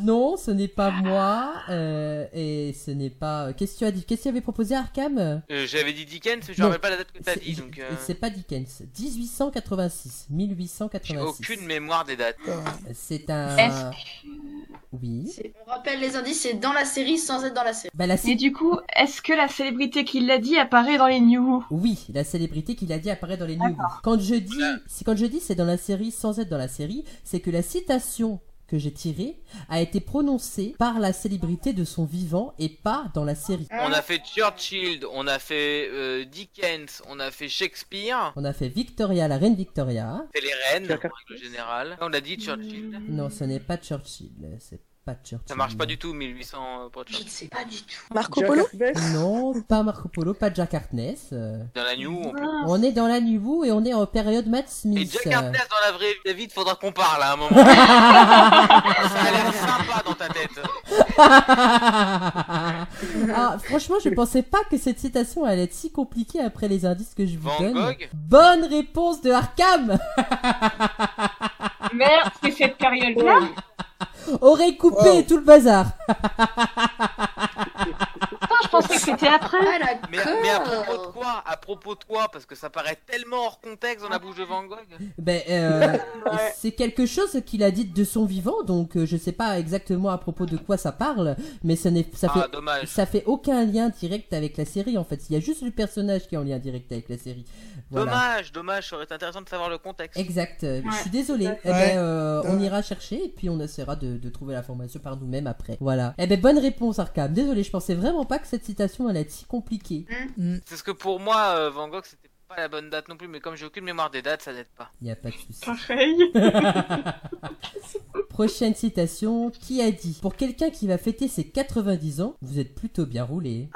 S1: Non, ce n'est pas moi. euh, et ce n'est pas. euh, Qu'est-ce que tu as dit Qu'est-ce que tu avais proposé Arkham
S5: Euh, J'avais dit Dickens, mais je me
S1: Non.
S5: rappelle pas la date que t'as
S1: C'est-
S5: dit, donc... euh,
S1: C'est pas Dickens. 1886.
S5: J'ai
S1: 1886.
S5: aucune mémoire des dates.
S1: C'est un.
S6: Est-ce
S1: Oui.
S6: On rappelle les indices, c'est dans la série sans être dans la série.
S1: Bah, la
S4: Et du coup, est-ce que la célébrité qui l'a dit apparaît dans les New Who
S1: Oui, la célébrité qu'il a dit apparaît dans les news. Quand je dis, c'est quand je dis c'est dans la série sans être dans la série, c'est que la citation que j'ai tirée a été prononcée par la célébrité de son vivant et pas dans la série.
S5: On a fait Churchill, on a fait euh, Dickens, on a fait Shakespeare.
S1: On a fait Victoria, la reine Victoria.
S5: C'est les reines, en règle générale. On a dit Churchill.
S1: Non, ce n'est pas Churchill. C'est pas Churchill.
S5: Ça marche pas du tout, 1800 euh, pour Churchill.
S6: Pas du tout.
S7: Marco
S1: Jack Non, pas Marco Polo, pas Jack Harkness. euh.
S5: Dans la New, on peut...
S1: On est dans la Nubu et on est en période Matt
S5: Et
S1: Smith.
S5: Jack
S1: euh.
S5: Harkness dans la vraie vie, David, faudra qu'on parle à un moment. ça a l'air sympa dans ta tête.
S1: ah, franchement, je pensais pas que cette citation allait être si compliquée après les indices que je vous
S5: Van
S1: donne.
S5: Gogh
S1: Bonne réponse de Arkham
S4: Merde, c'est cette période-là
S1: Aurait coupé tout le bazar.
S4: Putain, je pensais que c'était
S6: Ah.
S4: après.
S5: Mais, mais
S1: Ah.
S5: à propos de quoi À propos de quoi Parce que ça paraît tellement hors contexte dans la bouche de Van Gogh.
S1: Ben, euh, c'est quelque chose qu'il a dit de son vivant, donc euh, je sais pas exactement à propos de quoi ça parle, mais ça n'est, ça
S5: Ah,
S1: fait,
S5: dommage.
S1: ça fait aucun lien direct avec la série en fait. Il y a juste le personnage qui est en lien direct avec la série. Voilà.
S5: Dommage, dommage, ça aurait été intéressant de savoir le contexte.
S1: Exact. euh,
S5: Ouais,
S1: je suis désolé.
S5: tout
S1: Eh
S5: à fait.
S1: ben, euh,
S5: Ouais,
S1: on
S5: dommage.
S1: ira chercher et puis on essaiera de, de trouver l'information par nous-mêmes après. Voilà. Eh ben bonne réponse Arkham. Désolé, je pensais vraiment pas que cette citation allait être si compliquée.
S5: C'est ce que pour moi, euh, Van Gogh, c'était pas la bonne date non plus, mais comme j'ai aucune mémoire des dates, ça n'aide pas.
S1: Il n'y a pas de souci.
S4: Pareil.
S1: Prochaine citation qui a dit Pour quelqu'un qui va fêter ses 90 ans, vous êtes plutôt
S5: Ah.
S1: bien roulé.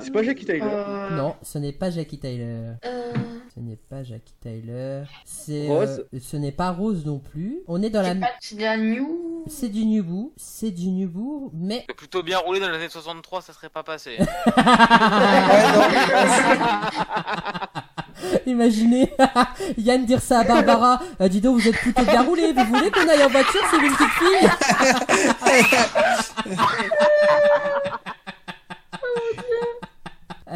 S3: C'est pas Jackie Tyler.
S1: Non, ce n'est pas Jackie Tyler.
S6: Euh,
S1: Ce n'est n'est pas Jackie Tyler. C'est,
S3: Rose.
S1: euh, ce n'est pas Rose non plus. On est dans la.
S6: C'est un new.
S1: C'est du Nubu. C'est du Nubu, mais.
S5: Plutôt bien roulé dans les années 63, ça serait pas passé. hein,
S1: Imaginez Yann dire ça à Barbara. Euh, dis donc, vous êtes plutôt bien roulé. Vous voulez qu'on aille en voiture C'est une petite fille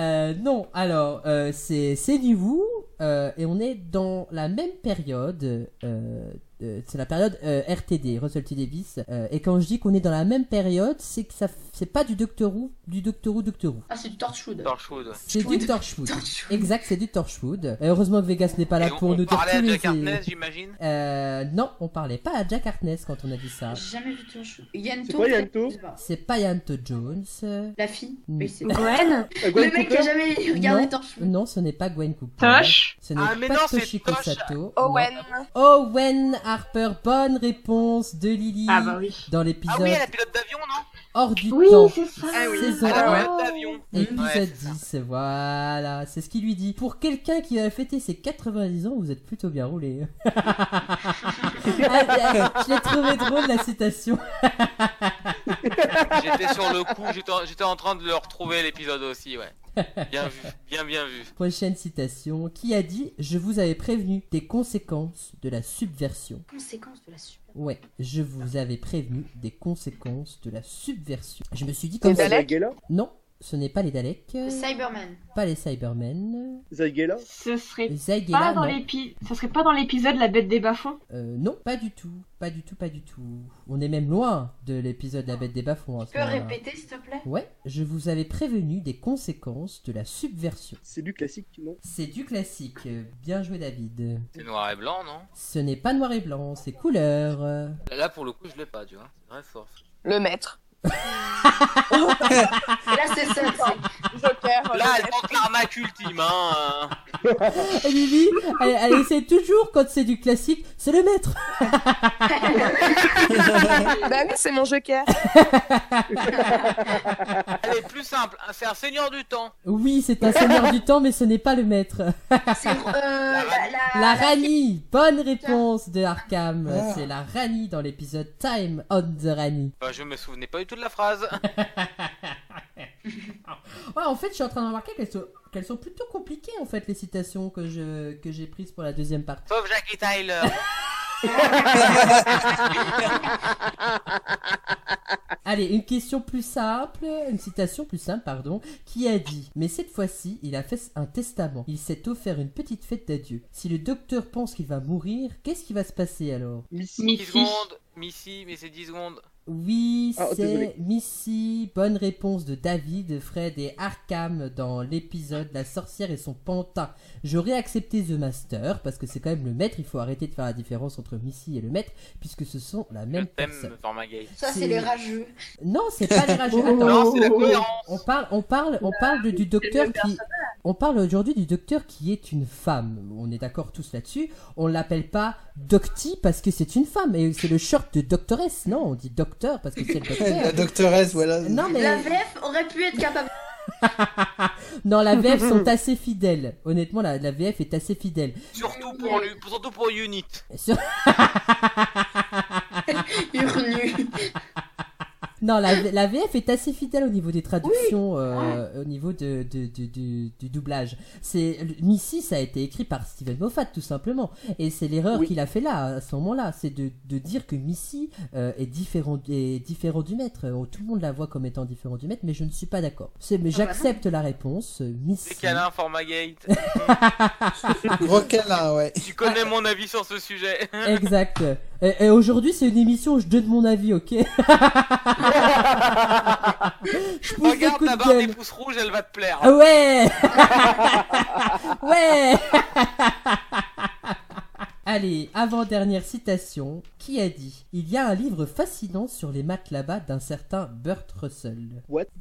S1: Euh, non, alors, euh, c'est c'est Nivu, euh, et on est dans la même période. euh, euh, c'est la période euh, RTD, Russell T Davis. euh, et quand je dis qu'on est dans la même période, c'est que ça, f- c'est pas du Doctor Who, du Doctor Who, Doctor Who.
S6: Ah, c'est du Torchwood.
S5: Torchwood.
S1: C'est du Torchwood. Exact, c'est du Torchwood. Et heureusement que Vegas n'est pas là
S5: Et on-
S1: pour
S5: on
S1: nous
S5: parlait à
S1: tortiller,
S5: Jack
S1: c'est-
S5: Harkness, j'imagine
S1: Euh, non, on parlait pas à Jack Harkness quand on a dit ça.
S6: J'ai jamais vu Torchwood. Yanto.
S1: C'est quoi,
S6: Yanto
S1: C'est pas Yanto Jones. euh,
S6: La fille
S1: Mm.
S6: Oui, c'est-
S1: Gwen
S3: Euh,
S6: Le mec qui a jamais regardé
S1: non,
S6: Torchwood.
S1: Non, ce n'est pas Gwen Cooper.
S6: Tosh
S1: Ce n'est
S6: Ah, mais
S1: pas
S6: non, c'est
S1: Toshiko
S6: Tosh.
S1: Sato.
S6: Owen.
S1: non. Owen Harper, bonne réponse de Lily.
S5: Ah bah oui.
S1: Dans l'épisode
S5: Ah oui, elle est pilote d'avion, non
S1: hors du
S5: Oui,
S1: temps.
S5: c'est ça. Ah oui.
S1: Saison
S5: Elle est
S1: 1,
S5: pilote d'avion.
S1: Épisode
S5: Ouais, c'est
S1: 10, voilà. C'est ce qu'il lui dit. Pour quelqu'un qui va fêter ses 90 ans, vous êtes plutôt bien roulé. Ah, ah, Je l'ai trouvé drôle la citation.
S5: J'étais sur le coup, j'étais en- j'étais en train de le retrouver l'épisode aussi, ouais. Bien vu, bien bien vu.
S1: Prochaine citation. Qui a dit Je vous avais prévenu des conséquences de la subversion
S6: Conséquence de la super.
S1: Ouais, je vous avais prévenu des conséquences de la subversion. Je me suis dit comme
S3: Les
S1: ça-
S3: Daleks
S1: Non, ce n'est pas les Daleks.
S6: Le Cyberman.
S1: Pas les Cybermen.
S3: Zaygela
S4: Ce serait
S1: Zaygela,
S4: pas dans
S1: non.
S4: l'épisode. Ce serait pas dans l'épisode La Bête des Bas-fonds
S1: Euh, non, pas du tout, pas du tout, pas du tout. On est même loin de l'épisode La Bête des Bafons. hein,
S6: Tu peux répéter, s'il te plaît
S1: Ouais, je vous avais prévenu des conséquences de la subversion.
S3: C'est du classique, non
S1: C'est du classique. Euh, Bien joué, David.
S5: C'est noir et blanc, non
S1: Ce n'est pas noir et blanc, c'est couleur. Euh,
S5: Là, pour le coup, je l'ai pas, tu vois. C'est vrai fort.
S7: Le maître.
S6: Ah, Là, c'est ça.
S7: Joker.
S5: Là, elle manque l'arnaque ultime, hein
S1: Et Eh, Lily, elle, elle essaie toujours quand c'est du classique, c'est le maître.
S7: bah oui, c'est mon joker.
S5: Elle est plus simple, hein, c'est un seigneur du temps.
S1: Oui, c'est un seigneur du temps, mais ce n'est pas le maître.
S6: euh, Ah.
S1: La Rani, bonne réponse de Arkham.
S5: Ah.
S1: C'est la Rani dans l'épisode Time on the Rani.
S5: Enfin, Bah, je me souvenais pas du tout de la phrase.
S1: Ouais, en fait, je suis en train de remarquer qu'elles sont, qu'elles sont plutôt compliquées, en fait, les citations que, je, que j'ai prises pour la deuxième partie.
S5: Sauf Jackie Tyler.
S1: Allez, une question plus simple, une citation plus simple, pardon, qui a dit Mais cette fois-ci, il a fait un testament. Il s'est offert une petite fête d'adieu. Si le docteur pense qu'il va mourir, qu'est-ce qui va se passer alors
S5: 10 secondes, Missy, mais c'est 10 secondes.
S1: Oui,
S5: Ah, désolé.
S1: c'est Missy. Bonne réponse de David, Fred et Arkham dans l'épisode La sorcière et son pantin. J'aurais accepté The Master parce que c'est quand même le maître. Il faut arrêter de faire la différence entre Missy et le maître puisque ce sont la même personne.
S5: Thème par Magaï.
S6: Ça, c'est les rageux.
S1: Non, c'est pas les rageux. Attends.
S5: Non, c'est la cohérence.
S1: On parle, on parle, on parle du docteur
S6: même
S1: qui. On parle aujourd'hui du docteur qui est une femme. On est d'accord tous là-dessus. On l'appelle pas Docti parce que c'est une femme. Et c'est le short de doctoresse. Non, on dit docteur parce que c'est le docteur.
S9: La doctoresse, voilà.
S1: Non, mais-
S6: La VF aurait pu être capable.
S1: Non, la VF sont assez fidèles. Honnêtement, la, la VF est assez fidèle.
S5: Surtout pour, lui, surtout pour Unit.
S1: Sur-
S6: Urnu.
S1: Non, la, la VF est assez fidèle au niveau des traductions, euh, au niveau de, de- de- du- du doublage. C'est Missy, ça a été écrit par Steven Moffat, tout simplement. Et c'est l'erreur qu'il a fait là, à ce moment-là, c'est de, de dire que Missy euh, est différent, est différent du maître. Euh, Tout le monde la voit comme étant différent du maître, mais je ne suis pas d'accord. C'est- Mais
S5: Ah bah non.
S1: j'accepte la réponse, euh, Missy.
S5: C'est câlin, Formagate.
S9: Gros câlin, ouais.
S5: tu connais mon avis sur ce sujet.
S1: Exact. Et, et aujourd'hui, c'est une émission où je donne mon avis, ok Je pousse des
S5: Regarde
S1: coups
S5: ta
S1: de
S5: barre
S1: gueule.
S5: des pouces rouges, elle va te plaire.
S1: Ah ouais Ouais Allez, avant-dernière citation. Qui a dit Il y a un livre fascinant sur les maths là-bas d'un certain Burt Russell.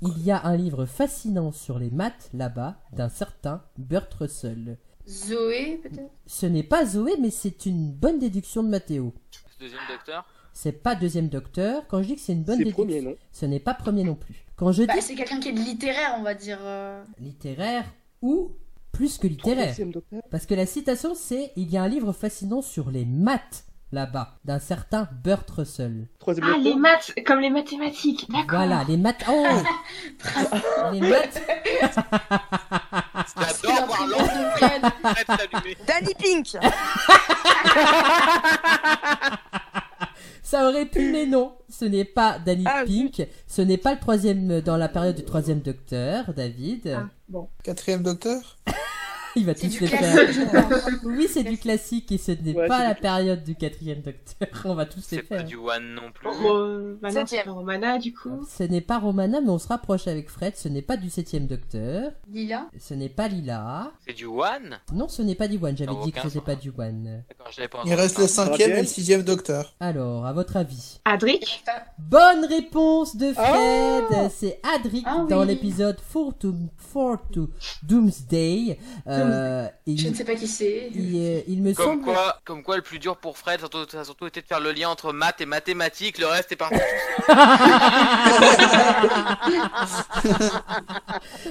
S1: Il y a un livre fascinant sur les maths là-bas d'un certain Burt Russell.
S6: Zoé, peut-être
S1: Ce n'est pas Zoé, mais c'est une bonne déduction de Mathéo.
S5: Deuxième docteur.
S1: C'est pas deuxième docteur. Quand je dis que c'est une bonne
S5: C'est
S1: déduction,
S5: premier, non
S1: ce n'est pas premier non plus. Quand je
S6: Bah,
S1: dis
S6: c'est quelqu'un qui est littéraire, on va dire. euh.
S1: littéraire ou plus que littéraire.
S3: Troisième docteur.
S1: Parce que la citation, c'est Il y a un livre fascinant sur les maths, là-bas, d'un certain Burt Russell.
S3: Troisième
S4: Ah,
S3: docteur.
S4: les maths, comme les mathématiques, d'accord.
S1: Voilà, les maths. Oh Les maths
S5: J'adore voir l'enfant
S1: Ah,
S5: prête à s'allumer.
S7: Danny Pink
S1: Ça aurait pu, mais non. Ce n'est pas Danny
S7: Ah,
S1: Pink. Ce n'est pas le troisième dans la période du troisième docteur, David.
S6: Bon,
S9: Quatrième docteur
S1: Il va
S6: Ah. c'est
S1: tous
S6: du
S1: les
S6: classique,
S1: faire.
S6: je pense.
S1: Oui, c'est du classique et ce n'est
S3: Ouais,
S1: pas
S3: c'est
S1: la
S3: du-
S1: période du quatrième docteur. On va tous les
S5: C'est pas
S1: faire.
S5: du one non plus.
S4: Ro- bah non, c'est
S6: Septième.
S4: pas Romana, du coup.
S1: Ce n'est pas Romana, mais on se rapproche avec Fred. Ce n'est pas du septième docteur.
S6: Lila.
S1: Ce n'est pas Lila.
S5: C'est du one
S1: Non, ce n'est pas du One. J'avais
S5: Non,
S1: dit que
S5: aucun.
S1: c'était pas du One.
S5: D'accord, je l'avais pas
S9: Il
S5: entendu.
S9: reste le cinquième et le sixième docteur.
S1: Alors, à votre avis
S4: Adric
S1: Bonne réponse de Fred C'est Adric
S6: Ah oui.
S1: dans l'épisode Four to, Four to Doomsday. Euh,
S6: Je ne
S1: il,
S6: sais pas qui c'est.
S1: il, euh, il me
S5: Comme
S1: semble...
S5: quoi, comme quoi, le plus dur pour Fred, ça a surtout été de faire le lien entre maths et mathématiques, le reste est parti.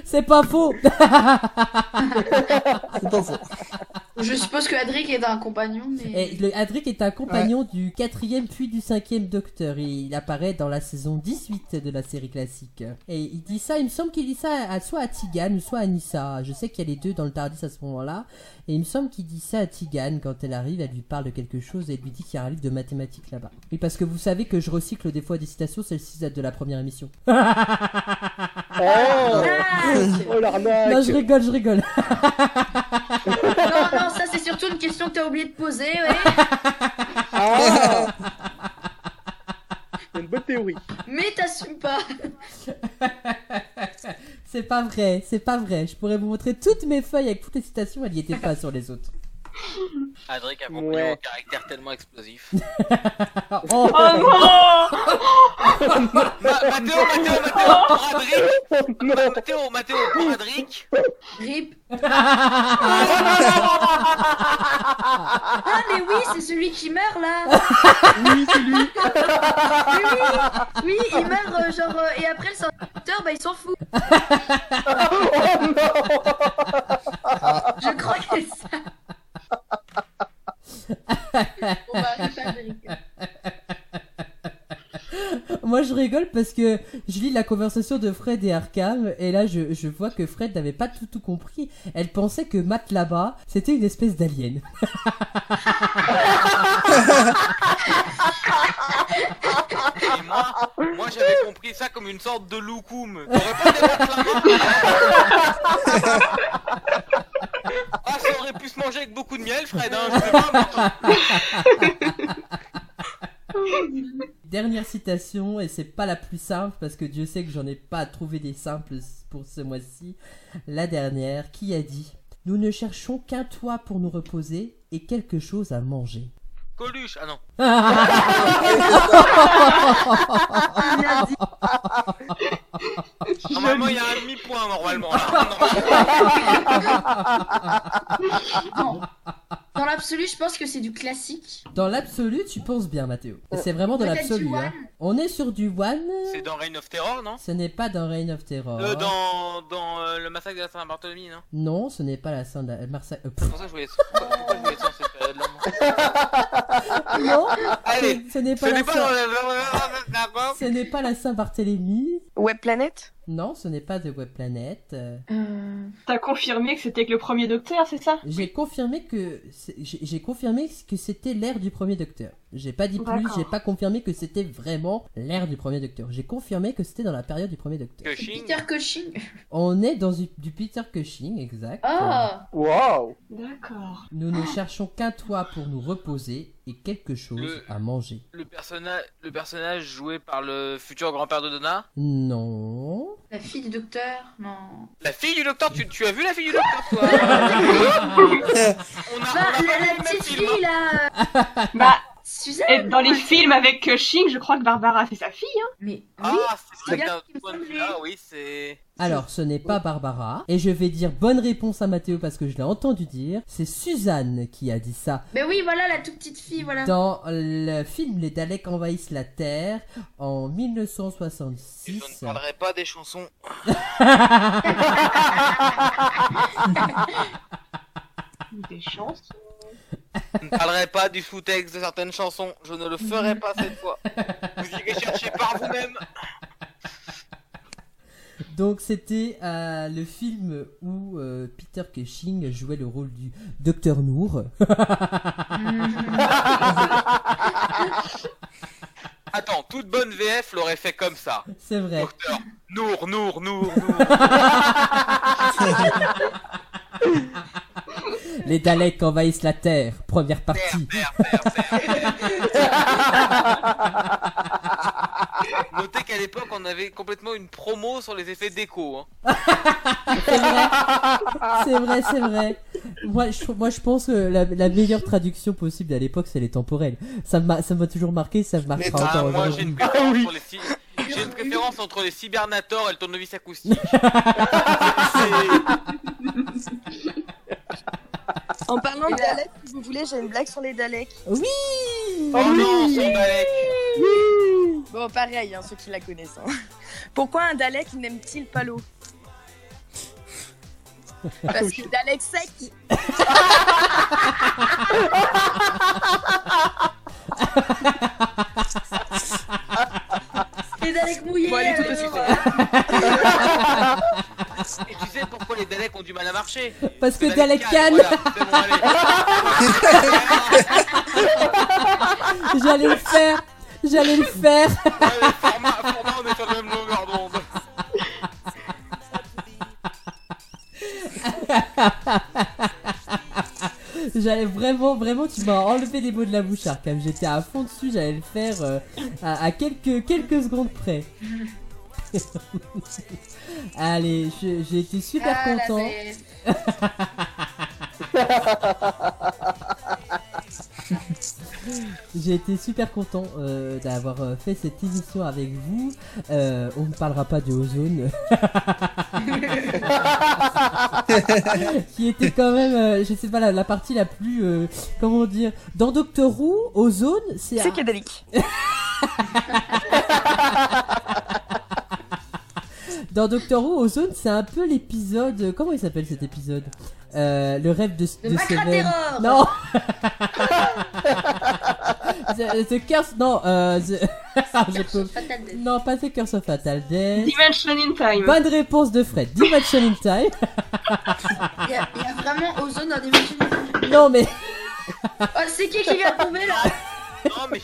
S1: C'est pas faux
S9: C'est pas faux.
S6: Je suppose que Adric est un compagnon, mais.
S1: Et le Adric est un compagnon du quatrième puis du cinquième Docteur. Et il apparaît dans la saison 18 de la série classique. Et il dit ça, il me semble qu'il dit ça à, soit à Tigane, soit à Nissa. Je sais qu'il y a les deux dans le Tardis à ce moment-là. Et il me semble qu'il dit ça à Tigane quand elle arrive. Elle lui parle de quelque chose et elle lui dit qu'il y a un livre de mathématiques là-bas. Oui, parce que vous savez que je recycle des fois des citations. Celle-ci date de la première émission.
S6: Ah,
S3: Oh, oh l'arnaque
S1: Non, je rigole, je rigole.
S6: Non, non, ça c'est surtout une question que t'as oublié de poser, ouais.
S3: Ah C'est une bonne théorie.
S6: Mais t'assumes pas.
S1: C'est pas vrai, c'est pas vrai. Je pourrais vous montrer toutes mes feuilles avec toutes les citations. Elle y était pas sur les autres.
S5: Adric a compris
S3: Ouais.
S5: au caractère tellement explosif.
S1: Oh.
S4: Oh non
S5: Ma- Mathéo, Mathéo, Mathéo,
S3: Oh,
S5: pour Adric
S3: non
S5: Mathéo, Mathéo, pour Adric
S6: Rip. Ah, mais oui, c'est celui qui meurt là.
S3: Oui, c'est lui
S6: Oui, oui, oui, il meurt, euh, genre, euh, et après le sénateur, bah il s'en fout.
S3: Oh,
S6: Je crois que c'est ça. Bon, bah, Rip Adric.
S1: Moi je rigole parce que je lis la conversation de Fred et Arkham et là je, je vois que Fred n'avait pas tout, tout compris. Elle pensait que Matt là-bas c'était une espèce d'alien.
S5: Et moi, moi j'avais compris ça comme une sorte de loukoum. T'aurais pas des Ah, ça aurait pu se manger avec beaucoup de miel, Fred, hein, je sais pas. moi.
S1: Dernière citation et c'est pas la plus simple parce que Dieu sait que j'en ai pas trouvé des simples pour ce mois-ci. La dernière qui a dit Nous ne cherchons qu'un toit pour nous reposer et quelque chose à manger.
S5: Coluche, ah non. Normalement, il y a un demi-point, normalement. Là. Normalement.
S6: Non. Dans l'absolu, je pense que c'est du classique.
S1: Dans l'absolu, tu penses bien, Mathéo. Et C'est vraiment dans
S6: Peut-être
S1: l'absolu.
S6: du
S1: hein.
S6: one.
S1: On est sur du one.
S5: C'est dans Reign of Terror, non
S1: Ce n'est pas dans Reign of Terror.
S5: Euh, Dans, dans euh, le massacre de la Saint-Barthélemy, non
S1: Non, ce n'est pas la scène de Marseille. euh,
S5: C'est
S1: pff,
S5: pour ça que je voulais. Pourquoi, pourquoi je voulais sortir cette période-là moi
S1: non,
S5: Allez,
S1: ce n'est
S5: ce
S1: pas,
S5: n'est
S1: la
S5: pas
S1: Saint-
S5: dans
S1: ce n'est pas la Saint-Barthélemy.
S7: Web Planet
S1: Non, ce n'est pas de Web Planet. Euh,
S6: Euh,
S4: T'as confirmé que c'était que le premier docteur, c'est ça
S1: J'ai confirmé que c'est- j'ai j'ai confirmé que c'était l'ère du premier Docteur. J'ai pas dit plus.
S4: D'accord.
S1: J'ai pas confirmé que c'était vraiment l'ère du premier Docteur. J'ai confirmé que c'était dans la période du premier Docteur.
S5: Cushing.
S6: Peter Cushing.
S1: On est dans du, du Peter Cushing, exact.
S6: Ah,
S3: Waouh
S4: D'accord.
S1: Nous ne cherchons qu'un toit pour nous reposer et quelque chose
S5: Le-
S1: à manger.
S5: Le personnage, le personnage joué par le futur grand-père de Donna.
S1: Non.
S6: la fille du docteur. Non.
S5: La fille du docteur, tu, tu as vu la fille du docteur toi On a, on
S6: Bah,
S5: a
S6: la, la
S5: le même
S6: petite
S5: film. hein.
S6: fille là. euh,
S4: Bah, et
S6: Suzanne.
S4: dans les films avec Cushing, je crois que Barbara, c'est sa fille, hein
S6: Mais oui.
S5: Ah, c'est
S6: c'est
S5: vrai que
S6: bien
S5: d'un
S6: ce qui me
S5: point de vue
S6: semblait.
S5: là, oui, c'est.
S1: Alors, ce n'est pas Barbara. Et je vais dire bonne réponse à Mathéo parce que je l'ai entendu dire. C'est Suzanne qui a dit ça
S6: Mais oui, voilà la toute petite fille, voilà.
S1: dans le film Les Daleks envahissent la Terre en
S5: Je ne
S1: 1966.
S5: parlerai pas des chansons.
S4: Des chances.
S5: Je ne parlerai pas du sous-texte de certaines chansons. Je ne le ferai pas cette fois. Vous irez chercher par vous-même.
S1: Donc c'était euh, le film où euh, Peter Cushing jouait le rôle du Docteur Noor.
S5: Attends, toute bonne VF l'aurait fait comme ça.
S1: C'est vrai.
S5: Docteur, Nour, Nour, Nour, Nour.
S1: Les Daleks envahissent la Terre, première partie.
S5: Notez qu'à l'époque, on avait complètement une promo sur les effets d'écho. hein.
S1: C'est vrai, c'est vrai. Moi je, moi, je pense que la, la meilleure traduction possible à l'époque, c'est les temporels. Ça m'a ça m'a toujours marqué, ça me marquera
S5: Ah,
S1: encore
S5: moi,
S1: aujourd'hui.
S5: j'ai une préférence, pour les ci- j'ai une préférence entre les cybernators et le tournevis acoustique.
S7: En parlant de Daleks, si vous voulez, j'ai une blague sur les Daleks.
S1: Oui
S5: Oh non, son Dalek.
S7: Bon, pareil, hein, ceux qui la connaissent. hein. Pourquoi un Dalek n'aime-t-il pas l'eau Parce que Dalek sec
S6: Les Daleks mouillés.
S5: Bon, allez, tout de
S6: alors.
S5: Et tu sais pourquoi les Daleks ont du mal à marcher
S1: Parce que
S5: Les Daleks
S1: Dalek
S5: calent,
S1: calent.
S5: voilà, c'est bon, allez.
S1: J'allais le faire J'allais le faire
S5: Ouais, format, format, on est sur la même longueur d'onde.
S1: J'allais vraiment, vraiment, tu m'as enlevé des mots de la bouche, Arkham. J'étais à fond dessus, j'allais le faire euh, à, à quelques, quelques secondes près. Allez, je- j'ai été super
S6: Ah, la
S1: content.
S6: baisse.
S1: J'ai été super content euh, d'avoir euh, fait cette émission avec vous. Euh, on ne parlera pas de Ozone. qui était quand même, euh, je sais pas, la, la partie la plus, euh, comment dire, dans Doctor Who, Ozone, c'est...
S7: C'est Kédalic.
S1: Dans Doctor Who, Ozone, c'est un peu l'épisode. euh, Comment il s'appelle cet épisode Euh, Le rêve de,
S6: Le
S1: de
S6: Macra
S1: Seven.
S6: Terror
S1: Non the, the Curse. Non, euh, the... Ah, je peux-
S6: Fatal Death.
S1: Non, pas The Curse of Fatal Death.
S4: Dimension in Time.
S1: Bonne réponse de Fred. Dimension in Time.
S6: Il y, a- il y a vraiment Ozone dans des machines.
S1: Non, mais.
S6: Oh, c'est qui qui vient de tomber là
S5: Non, mais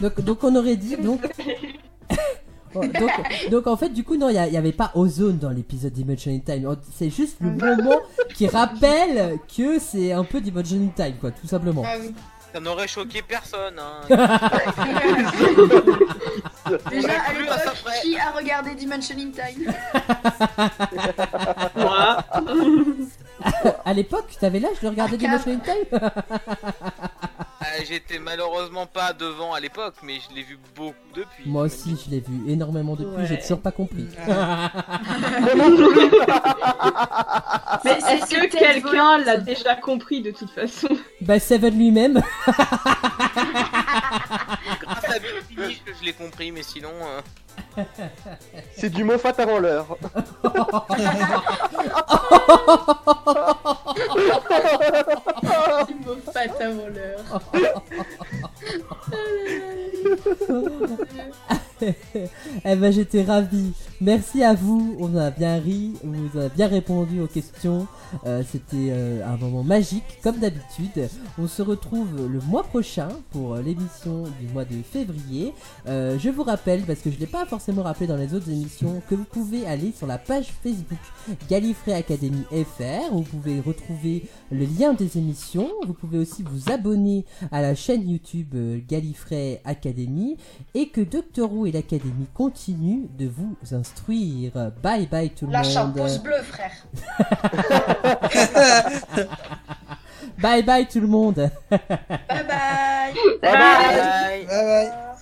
S1: Donc, donc on aurait dit donc. Oh, donc, donc en fait du coup non il n'y avait pas Ozone dans l'épisode Dimension in Time On- c'est juste le moment qui rappelle que c'est un peu Dimension in Time quoi tout simplement
S6: Ah oui.
S5: ça n'aurait choqué personne. Hein.
S6: Déjà, à
S5: plus, à ça
S6: l'époque,
S5: près.
S6: qui a regardé Dimension in Time
S1: à l'époque t'avais l'âge de regarder Dimension in Time
S5: Euh, J'étais malheureusement pas devant à l'époque, mais je l'ai vu beaucoup depuis.
S1: moi aussi je l'ai vu énormément depuis j'ai toujours pas compris
S4: Mais
S6: Ah,
S4: est-ce que
S6: c'était
S4: quelqu'un
S6: Volt.
S4: l'a déjà compris de toute façon
S1: bah Seven lui-même
S5: Grâce à Bikini, je je l'ai compris, mais sinon. euh,
S3: C'est du mot fat avant l'heure.
S6: Ils m'ont pas avant l'heure.
S1: eh ben j'étais ravi merci à vous on a bien ri vous avez bien répondu aux questions Euh, c'était euh, un moment magique comme d'habitude on se retrouve le mois prochain pour euh, l'émission du mois de février Euh, je vous rappelle parce que je l'ai pas forcément rappelé dans les autres émissions que vous pouvez aller sur la page Facebook Gallifrey Academy FR où vous pouvez retrouver le lien des émissions vous pouvez aussi vous abonner à la chaîne YouTube euh, Gallifrey Academy et que Doctor Who et l'Académie continuent de vous instruire. Bye bye tout le
S6: Lâche un
S1: monde.
S6: pouce bleu, frère.
S1: Bye bye tout le monde.
S6: Bye bye.
S5: bah,
S9: Bye bye.